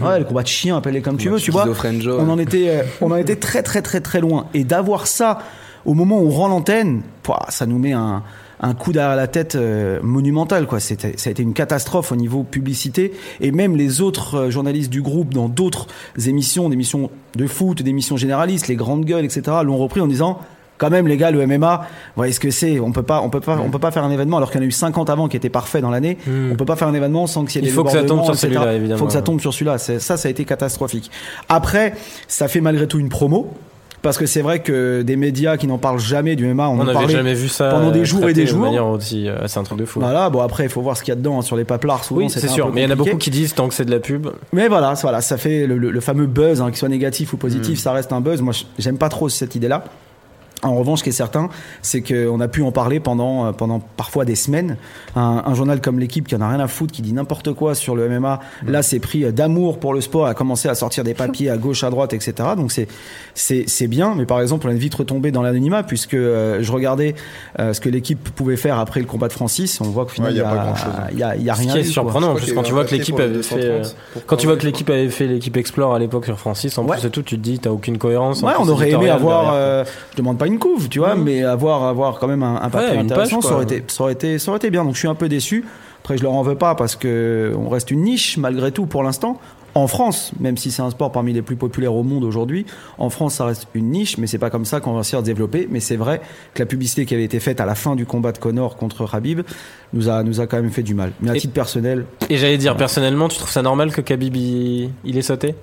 Ouais, le combat de chien, appelle-les comme tu veux, tu vois. schizophrène, Joe. On en était, euh, on en était très très très très loin. Et d'avoir ça au moment où on rend l'antenne, pouah, ça nous met un, un coup derrière la tête euh, monumental. Quoi. C'était, ça a été une catastrophe au niveau publicité. Et même les autres euh, journalistes du groupe dans d'autres émissions, des émissions de foot, des émissions généralistes, les grandes gueules, etc., l'ont repris en disant... Quand même, les gars, le MMA, vous voyez ce que c'est. On peut pas, on peut pas, on peut pas faire un événement alors qu'il y en a eu 50 avant qui étaient parfaits dans l'année. On peut pas faire un événement sans qu'il y Hmm. Il ait des faut que ça tombe sur débordements, etc. celui-là, évidemment. Faut que ça tombe sur celui-là. C'est- Ça, ça a été catastrophique. Après, ça fait malgré tout une promo. Parce que c'est vrai que des médias qui n'en parlent jamais du MMA, On on, en n'avait parlait jamais vu ça pendant des euh, jours et traité des de jours. manière aussi, euh, c'est un truc de fou. Voilà, bon après, il faut voir ce qu'il y a dedans hein, sur les paplards. Souvent, oui, c'était c'est un sûr. peu Mais il y en a compliqué. beaucoup qui disent tant que c'est de la pub. Mais voilà, ça- voilà, ça fait le, le- le fameux buzz, hein, qu'il soit négatif ou Mm. positif, ça reste un buzz. Moi, je- j'aime pas trop cette idée-là. En revanche, ce qui est certain, c'est qu'on a pu en parler pendant, euh, pendant parfois des semaines. Un, un journal comme l'équipe qui en a rien à foutre, qui dit n'importe quoi sur le MMA, Mm. là, c'est pris euh, d'amour pour le sport, a commencé à sortir des papiers à gauche, à droite, etc. Donc c'est, c'est, c'est bien. Mais par exemple, on est vite retombé dans l'anonymat puisque euh, je regardais euh, ce que l'équipe pouvait faire après le combat de Francis. On voit qu'au final, Ouais, il y y a pas a, grand-chose. il y a- il y a Ce Ah, rien. hein. qui est eu, quoi. surprenant, en Je plus, crois quand tu qu'il y vois a que l'équipe un avait papier pour fait, le euh, 230, pour quand tu vois que parler, l'équipe avait fait l'équipe Explore à l'époque sur Francis, en Ouais. plus et tout, tu te dis t'as aucune cohérence. en Ouais, plus, on aurait aimé éditoriale avoir, derrière. euh, je demande pas une couve, tu vois, mais avoir, avoir quand même un, un papier Ouais, une intéressant, page, quoi. ça, aurait été, ça, aurait été, ça aurait été bien. Donc je suis un peu déçu. Après, je leur en veux pas parce que on reste une niche malgré tout pour l'instant. En France, même si c'est un sport parmi les plus populaires au monde aujourd'hui, en France, ça reste une niche, mais c'est pas comme ça qu'on va réussir à se développer. Mais c'est vrai que la publicité qui avait été faite à la fin du combat de Connor contre Habib nous a, nous a quand même fait du mal. Mais à Et- titre personnel, Et j'allais dire, personnellement, tu trouves ça normal que Khabib il, il est sauté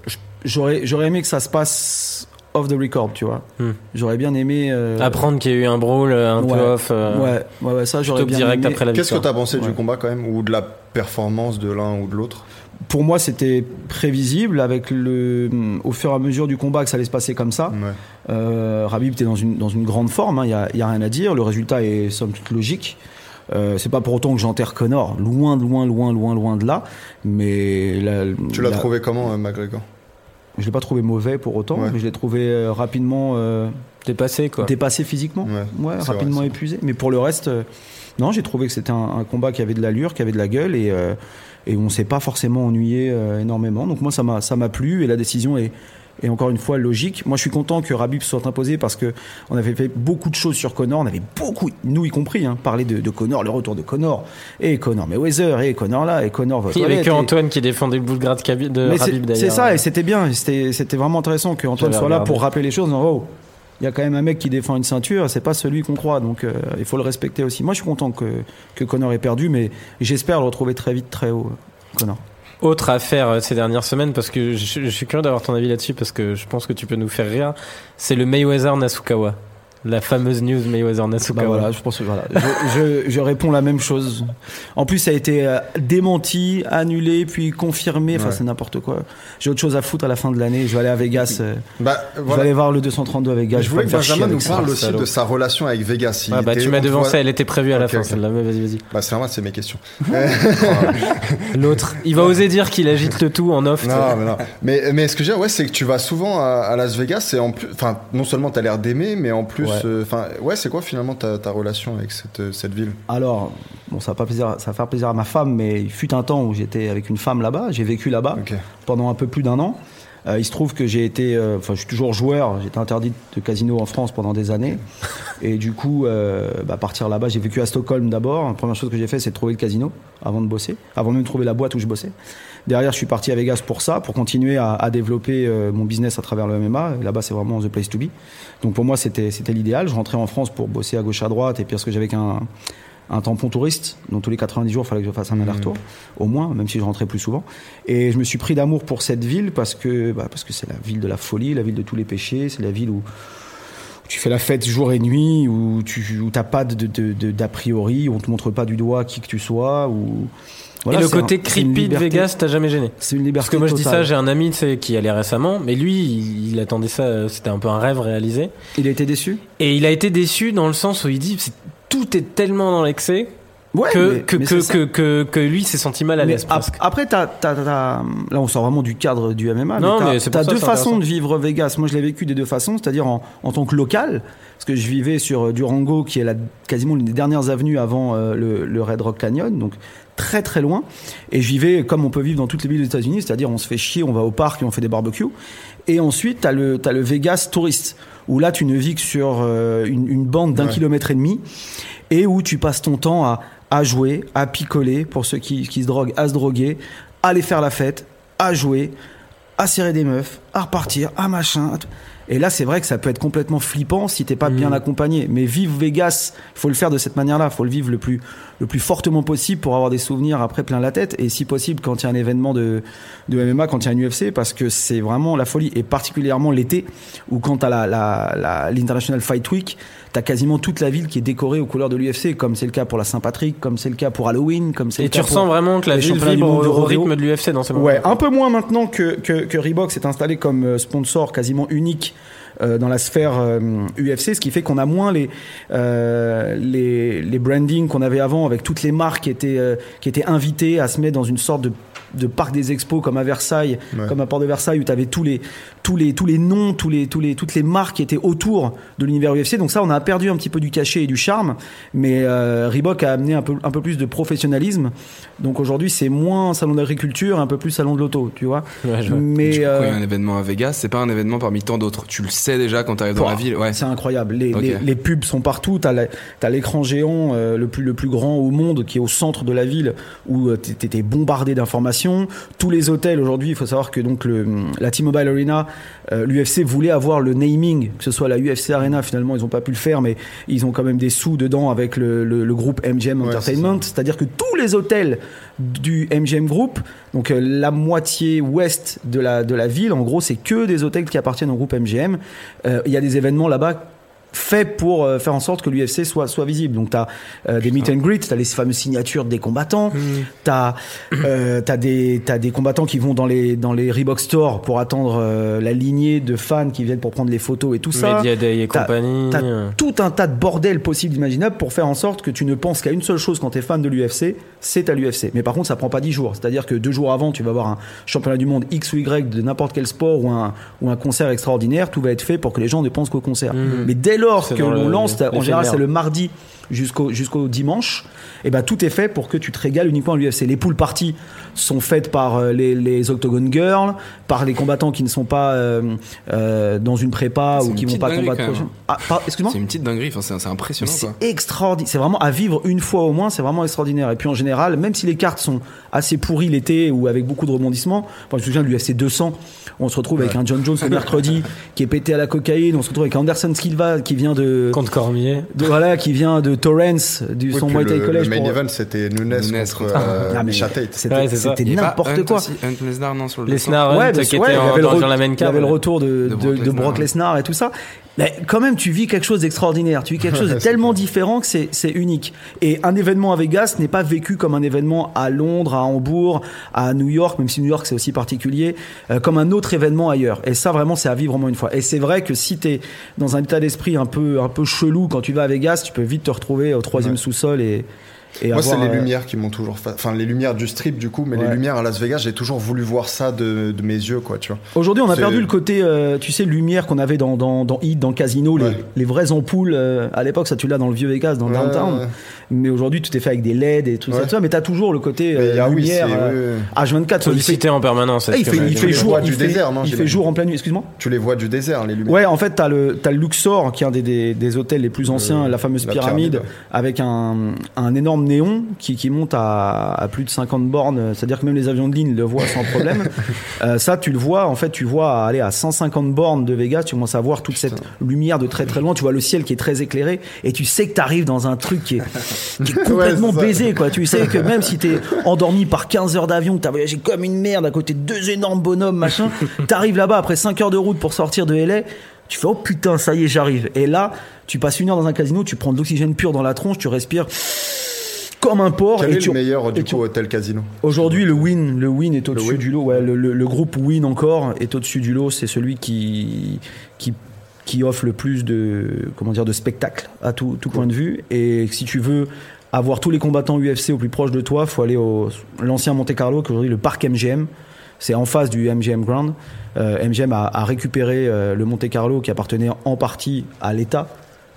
j'aurais, j'aurais aimé que ça se passe off the record, tu vois. Hmm. J'aurais bien aimé. euh, Apprendre qu'il y a eu un brawl euh, un Ouais. peu off, euh, ouais, ouais, ouais, ça j'aurais top bien direct aimé. après la Qu'est-ce que victoire. t'as pensé Ouais. du combat quand même Ou de la performance de l'un ou de l'autre Pour moi, c'était prévisible avec le, au fur et à mesure du combat que ça allait se passer comme ça. Ouais. Euh, Rabib était dans une, dans une grande forme, il n'y a, rien à dire. Le résultat est somme toute logique. Euh, c'est pas pour autant que j'enterre Connor, loin, loin, loin, loin, loin de là. Mais la- Tu l'as la- trouvé comment, euh, McGregor Je l'ai pas trouvé mauvais pour autant, Ouais. mais je l'ai trouvé euh, rapidement euh, T'es passé quoi. dépassé physiquement, Ouais, ouais, c'est rapidement vrai, épuisé. Mais pour le reste, euh, non, j'ai trouvé que c'était un, un combat qui avait de l'allure, qui avait de la gueule et, euh, et on s'est pas forcément ennuyé euh, énormément. Donc moi, ça m'a ça m'a plu et la décision est est encore une fois logique. Moi, je suis content que Rabib soit imposé parce que on avait fait beaucoup de choses sur Connor. On avait beaucoup, nous y compris, hein, parlé de, de Connor, le retour de Connor et Connor Mayweather et Connor là et Connor. va aux Il y avait toilettes, que et- Antoine qui défendait le boule de, Khabib- Euh, de mais Khabib, c'est- d'ailleurs. c'est ça, et c'était bien. C'était c'était vraiment intéressant que Antoine J'avais soit là regardé. pour rappeler les choses. en disant, Oh, il y a quand même un mec qui défend une ceinture, c'est pas celui qu'on croit, donc euh, il faut le respecter aussi. Moi, je suis content que, que Connor ait perdu, mais j'espère le retrouver très vite, très haut, euh, Connor. Autre affaire euh, ces dernières semaines, parce que je, je suis curieux d'avoir ton avis là-dessus, parce que je pense que tu peux nous faire rire, c'est le Mayweather Nasukawa. La fameuse news Mayweather Bah Nasukawa. voilà, je pense que voilà. Je, je- je réponds la même chose. En plus, ça a été euh, démenti, annulé, puis confirmé. Enfin, Ouais. c'est n'importe quoi. J'ai autre chose à foutre à la fin de l'année. Je vais aller à Vegas. euh, Bah, Je vais voilà. aller voir le 232 à Vegas. Je voulais vais que pas me faire Benjamin chier nous avec ça. parle aussi salaud. de sa relation avec Vegas. Il Ah bah, était tu m'as entre- devancé, elle était prévue à la Ok, fin ok. celle-là, mais vas-y, vas-y. Bah, c'est normal, c'est mes questions. L'autre, il va oser dire qu'il agite le tout en off. Non, mais, non. Mais, mais ce que je veux dire, ouais, c'est que tu vas souvent à, à Las Vegas et en plus, enfin, non seulement t'as l'air d'aimer, mais en plus, Ouais. euh, enfin, ouais, c'est quoi finalement ta, ta relation avec cette, euh, cette ville Alors, bon, ça va pas plaisir, ça va faire plaisir à ma femme, mais il fut un temps où j'étais avec une femme là-bas. J'ai vécu là-bas Ok. pendant un peu plus d'un an. Euh, il se trouve que j'ai été, euh, enfin, je suis toujours joueur. J'étais interdit de casino en France pendant des années, et du coup, euh, bah, partir là-bas, j'ai vécu à Stockholm d'abord. La première chose que j'ai fait, c'est de trouver le casino avant de bosser, avant même de trouver la boîte où je bossais. Derrière, je suis parti à Vegas pour ça, pour continuer à, à développer euh, mon business à travers le MMA. Et Là-bas, c'est vraiment the place to be. Donc pour moi, c'était c'était l'idéal. Je rentrais en France pour bosser à gauche à droite, et puis parce que j'avais qu'un un tampon touriste. Donc tous les 90 jours, il fallait que je fasse Mmh. un aller-retour, au moins, même si je rentrais plus souvent. Et je me suis pris d'amour pour cette ville parce que bah, parce que c'est la ville de la folie, la ville de tous les péchés, c'est la ville où tu fais la fête jour et nuit, où tu où t'as pas d'a de, de, de- d'a priori, où on te montre pas du doigt qui que tu sois, ou et le côté creepy de Vegas, t'as jamais gêné c'est une liberté Parce que moi je dis ça, totale. j'ai un ami tu sais, qui allait récemment, mais lui il, il attendait ça, euh, c'était un peu un rêve réalisé. il a été déçu. Et il a été déçu dans le sens où il dit c'est tout est tellement dans l'excès Ouais, que, mais- que, mais que, c'est ça. que, que, que lui s'est senti mal à Mais l'aise ap- presque. après, t'as- t'as- t'as- là, on sort vraiment du cadre du MMA. Non, t'as- mais c'est pour t'as ça, deux c'est façons intéressant. de vivre Vegas. Moi, je l'ai vécu des deux façons, c'est-à-dire en, en tant que local, parce que je vivais sur euh, Durango, qui est la, quasiment l'une des dernières avenues avant euh, le, le Red Rock Canyon, donc très très loin. Et je vivais comme on peut vivre dans toutes les villes des États-Unis, c'est-à-dire on se fait chier, on va au parc et on fait des barbecues. Et ensuite, t'as le, t'as le Vegas touriste, où là, tu ne vis que sur euh, une, une bande d'un kilomètre et demi et où tu passes ton temps à, à jouer, à picoler, pour ceux qui, qui se droguent, à se droguer, à aller faire la fête, à jouer, à serrer des meufs, à repartir, à machin. à tout. Et là, c'est vrai que ça peut être complètement flippant si t'es pas bien Mm. accompagné. Mais vivre Vegas, faut le faire de cette manière-là. Faut le vivre le plus, le plus fortement possible pour avoir des souvenirs après plein la tête. Et si possible, quand il y a un événement de, de MMA, quand il y a un UFC, parce que c'est vraiment la folie. Et particulièrement l'été, où quand t'as la, la, la- l'International Fight Week, t'as quasiment toute la ville qui est décorée aux couleurs de l'UFC, comme c'est le cas pour la Saint-Patrick, comme c'est le cas pour Halloween, comme c'est Et le tu cas ressens pour- vraiment que la les ville championnats du vibre monde de au rodeo. rythme de l'UFC dans ces moments. Ouais, hein. un peu moins maintenant que, que, que Reebok s'est installé comme euh, sponsor quasiment unique euh, dans la sphère euh, UFC, ce qui fait qu'on a moins les, euh, les, les brandings qu'on avait avant avec toutes les marques qui étaient, euh, qui étaient invitées à se mettre dans une sorte de de parc des expos comme à Versailles, Ouais. comme à Port de Versailles où tu avais tous les tous les tous les noms, tous les tous les toutes les marques qui étaient autour de l'univers UFC. Donc ça on a perdu un petit peu du cachet et du charme, mais euh, Reebok a amené un peu un peu plus de professionnalisme. Donc aujourd'hui, c'est moins salon d'agriculture, un peu plus salon de l'auto, tu vois. Ouais, je vois. mais Du coup, euh, quand il y a un événement à Vegas, c'est pas un événement parmi tant d'autres. Tu le sais déjà quand t'arrives dans Pouah, la ville. Ouais. C'est incroyable. Les, Ok. les- les pubs sont partout. T'as la- t'as l'écran géant, euh, le, plus, le plus grand au monde, qui est au centre de la ville, où euh, t'es- t'étais bombardé d'informations. Tous les hôtels, aujourd'hui, il faut savoir que donc le, la T-Mobile Arena, euh, l'UFC voulait avoir le naming, que ce soit la UFC Arena, finalement, ils n'ont pas pu le faire, mais ils ont quand même des sous dedans avec le, le- le groupe MGM Ouais, Entertainment. C'est-à-dire que tous les hôtels du MGM Group, donc euh, la moitié ouest de la, de la ville, en gros, c'est que des hôtels qui appartiennent au groupe MGM. Euh, Il y a des événements là-bas faits pour euh, faire en sorte que l'UFC soit, soit visible. Donc, tu as des meet and greet, tu as les fameuses signatures des combattants, tu as, des, t'as des combattants qui vont dans les, dans les Reebok Store pour attendre euh, la lignée de fans qui viennent pour prendre les photos et tout ça. Media Day et T'as- compagnie. T'as euh. tout un tas de bordel possible, imaginable, pour faire en sorte que tu ne penses qu'à une seule chose quand t'es fan de l'UFC, c'est à l'UFC. Mais par contre, ça prend pas 10 jours. C'est-à-dire que deux jours avant, tu vas avoir un championnat du monde X ou Y de n'importe quel sport ou un, ou un concert extraordinaire. Tout va être fait pour que les gens ne pensent qu'au concert. Mmh. Mais dès lors C'est que dans le- l'on lance, t'as- en l'éphémère. général, c'est le mardi jusqu'au jusqu'au dimanche, et ben tout est fait pour que tu te régales uniquement à l'UFC. Les pool parties sont faites par euh, les, les Octagon Girls, par les combattants qui ne sont pas euh, euh, dans une prépa C'est ou une qui vont petite pas dinguerie, quand combattre. même. Ah, par- excuse-moi. C'est une petite dinguerie. Enfin, c'est c'est impressionnant. C'est quoi. extraordinaire. C'est vraiment à vivre une fois au moins. C'est vraiment extraordinaire. Et puis en général, même si les cartes sont assez pourries l'été ou avec beaucoup de rebondissements, enfin, je me souviens de l'UFC 200, on se retrouve avec un John Jones le mercredi qui est pété à la cocaïne. On se retrouve avec Anderson Silva qui vient de, Contre Cormier. de- voilà, qui vient de Torrance du Oui, son puis Muay Thai le, College. le main pour- euh, event, c'était Nunes, Nunes contre contre- euh, Ah, mais Misha Tate. C'était Ouais, c'est ça. c'était Il y a pas n'importe Hunt quoi. aussi, Hunt Lesnar, non, sur le Les dessin. Snarunt Ouais, qui mais était ouais, il y en- avait le dans, re- dans la main il y card. avait le retour de, de, De Brock de Brock Lesnar et tout ça. Mais quand même, tu vis quelque chose d'extraordinaire. Tu vis quelque chose de tellement différent que c'est c'est unique. Et un événement à Vegas n'est pas vécu comme un événement à Londres, à Hambourg, à New York, même si New York c'est aussi particulier, euh, comme un autre événement ailleurs. Et ça, vraiment, c'est à vivre au moins une fois. Et c'est vrai que si t'es dans un état d'esprit un peu, un peu chelou quand tu vas à Vegas, tu peux vite te retrouver au troisième Ouais. sous-sol et, et Moi, c'est avoir, les euh, lumières qui m'ont toujours fait. Enfin, les lumières du strip, du coup, mais les Ouais. lumières à Las Vegas, j'ai toujours voulu voir ça de, de mes yeux, quoi, tu vois. Aujourd'hui, on a C'est- perdu le côté, euh, tu sais, lumière qu'on avait dans, dans, dans Heat, dans Casino, les, Ouais. les vraies ampoules. euh, à l'époque, ça, tu l'as dans le vieux Vegas, dans le Ouais, downtown. ouais. Mais aujourd'hui, tout est fait avec des LED et tout ça, Ouais. tout ça. Mais t'as toujours le côté Mais euh, ah oui, lumière. c'est- euh, oui, oui. H24, il fait, Sollicité en permanence. Ah, il fait, il fait les jour, voies il du fait, désert, non, il fait j'imagine. jour en pleine nuit. Excuse-moi. Tu les vois du désert, les lumières. Ouais, en fait, t'as le, t'as le Luxor, qui est un des, des, des hôtels les plus anciens, Le- la fameuse la pyramide, pyramide, ouais. avec un, un énorme néon qui, qui monte à, à plus de 50 bornes. C'est-à-dire que même les avions de ligne le voient sans problème. Euh, ça, tu le vois, en fait, tu vois aller à 150 bornes de Vegas, tu commences à voir toute cette lumière de très très loin. Tu vois le ciel qui est très éclairé et tu sais que t'arrives dans un truc qui est, qui est complètement c'est ça. baisé, quoi. Tu sais que même si t'es endormi par 15 heures d'avion, que t'as voyagé comme une merde à côté de deux énormes bonhommes, machin, t'arrives là-bas après 5 heures de route pour sortir de LA, tu fais oh putain, ça y est, j'arrive. Et là, tu passes une heure dans un casino, tu prends de l'oxygène pur dans la tronche, tu respires comme un porc. Quel et est tu- le meilleur, du et tu- coup, hôtel casino Aujourd'hui, le win, le win est au-dessus Win. du lot. Ouais, le, le- le groupe win encore est au-dessus du lot. C'est celui qui, qui qui offre le plus de comment dire de spectacles à tout, tout point de vue. Et si tu veux avoir tous les combattants UFC au plus proche de toi, faut aller au l'ancien Monte Carlo, qui est aujourd'hui le parc MGM. C'est en face du MGM Ground. Euh, MGM a, a récupéré euh, le Monte Carlo qui appartenait en partie à l'État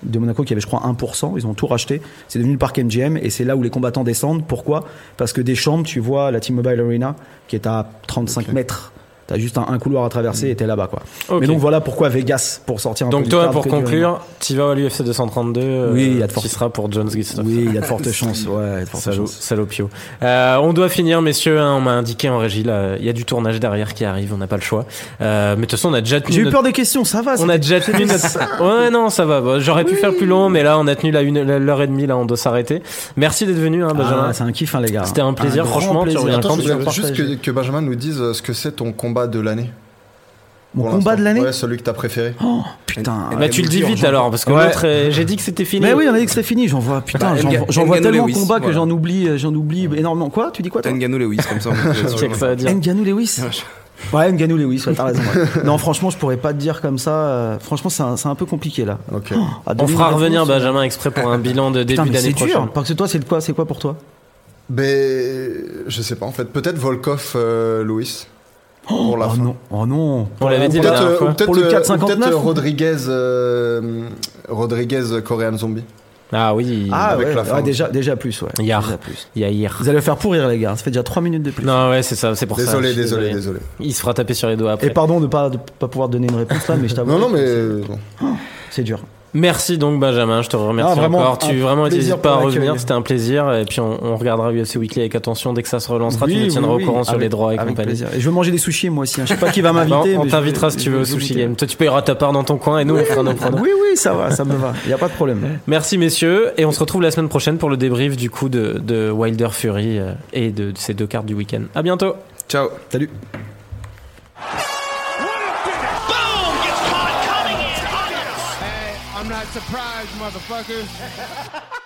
de Monaco qui avait je crois 1%, ils ont tout racheté, c'est devenu le parc MGM et c'est là où les combattants descendent. Pourquoi Parce que des chambres, tu vois la T-Mobile Arena qui est à 35 mètres. T'as juste un, un couloir à traverser et t'es là-bas quoi. Ok. Mais donc voilà pourquoi Vegas pour sortir un peu Donc du toi, cadre pour que du ring. conclure, tu vas à l'UFC 232, euh, Oui, il y a de fortes- qui sera pour Jones Gistoff. Oui, il y a de fortes chances. Ouais, il y a de fortes Salaud- chances. Salopio. Euh, on doit finir, messieurs. hein, on m'a indiqué en régie, là, il y a du tournage derrière qui arrive, on n'a pas le choix. Euh, mais de toute façon, on a déjà tenu. J'ai eu notre- peur des questions, ça va. On a déjà tenu notre... Ouais, non, ça va. Bon, J'aurais pu faire plus long, mais là, on a tenu la une- la- l'heure et demie. Là, on doit s'arrêter. Merci d'être venu, hein, Ah, Benjamin. c'est un kiff hein, les gars. C'était un plaisir, grand franchement, tu reviens Attends, quand je tu vais veux. le Juste partager. que, que Benjamin nous dise euh, ce que c'est ton combat de l'année. Mon pour combat l'instant. de l'année. Ouais, celui que t'as préféré. Oh putain. bah, tu le dis vite alors, parce que Ouais. l'autre, euh, j'ai dit que c'était fini. Mais oui, on a dit que c'était fini. J'en vois, putain, Bah, j'en Nga- vois- j'en vois Ngannou tellement de Lewis, combats que voilà. j'en oublie, j'en oublie énormément. Quoi Tu dis quoi toi Nganou Lewis, comme ça. on- C'est que ça va dire. Nganou Lewis. Ouais, Nganou Lewis, ouais, t'as raison. ouais. non, franchement, je pourrais pas te dire comme ça. euh, Franchement, c'est un, c'est un peu compliqué là. Ok. À On donner fera une revenir bah, réponse, Benjamin exprès pour un bilan de Putain, début mais c'est d'année prochaine. dur. Parce que toi, c'est de quoi C'est quoi pour toi Ben, je sais pas en fait. Peut-être Volkov, euh, Louis. pour la Oh fin. non, oh non. On l'avait dit Ou la peut-être dernière euh, fois. ou peut-être, Pour le euh, 4,59, ou peut-être, euh, ou- Rodriguez, euh, Rodriguez, euh, Korean Zombie. Ah oui. Ah avec ouais, la fin ouais, aussi. déjà, déjà plus, ouais. Yar. Déjà plus. Il y a hier. Vous allez le faire pourrir les gars. Ça fait déjà 3 minutes de plus. Non, ouais, c'est ça, c'est pour ça. désolé, je suis désolé, désolé, Il se fera taper sur les doigts après. Et pardon de pas de pas pouvoir donner une réponse là, mais je t'avoue. Non, non, mais que euh, bon. c'est dur. Merci donc Benjamin, je te remercie Ah, vraiment, encore. Tu un vraiment n'hésites plaisir pas à pour revenir, l'accueil. c'était un plaisir. Et puis on, on regardera UFC Weekly avec attention dès que ça se relancera. tu nous tiendras au courant sur Avec- les droits et avec compagnie. plaisir. Et je veux manger des sushis moi aussi. hein. Je sais pas qui va Bon, m'inviter. Ah bah, on mais je- t'invitera si je- tu veux je- au je- sushi je- game. Toi, tu payeras ta part dans ton coin et nous, on fera nos pronos. Oui, oui, ça va, ça me va. Il y a pas de problème. Merci messieurs, et on se retrouve la semaine prochaine pour le débrief du coup de, de Wilder Fury euh, et de, de ces deux cartes du week-end. À bientôt. Ciao. Salut. I'm not surprised, motherfuckers.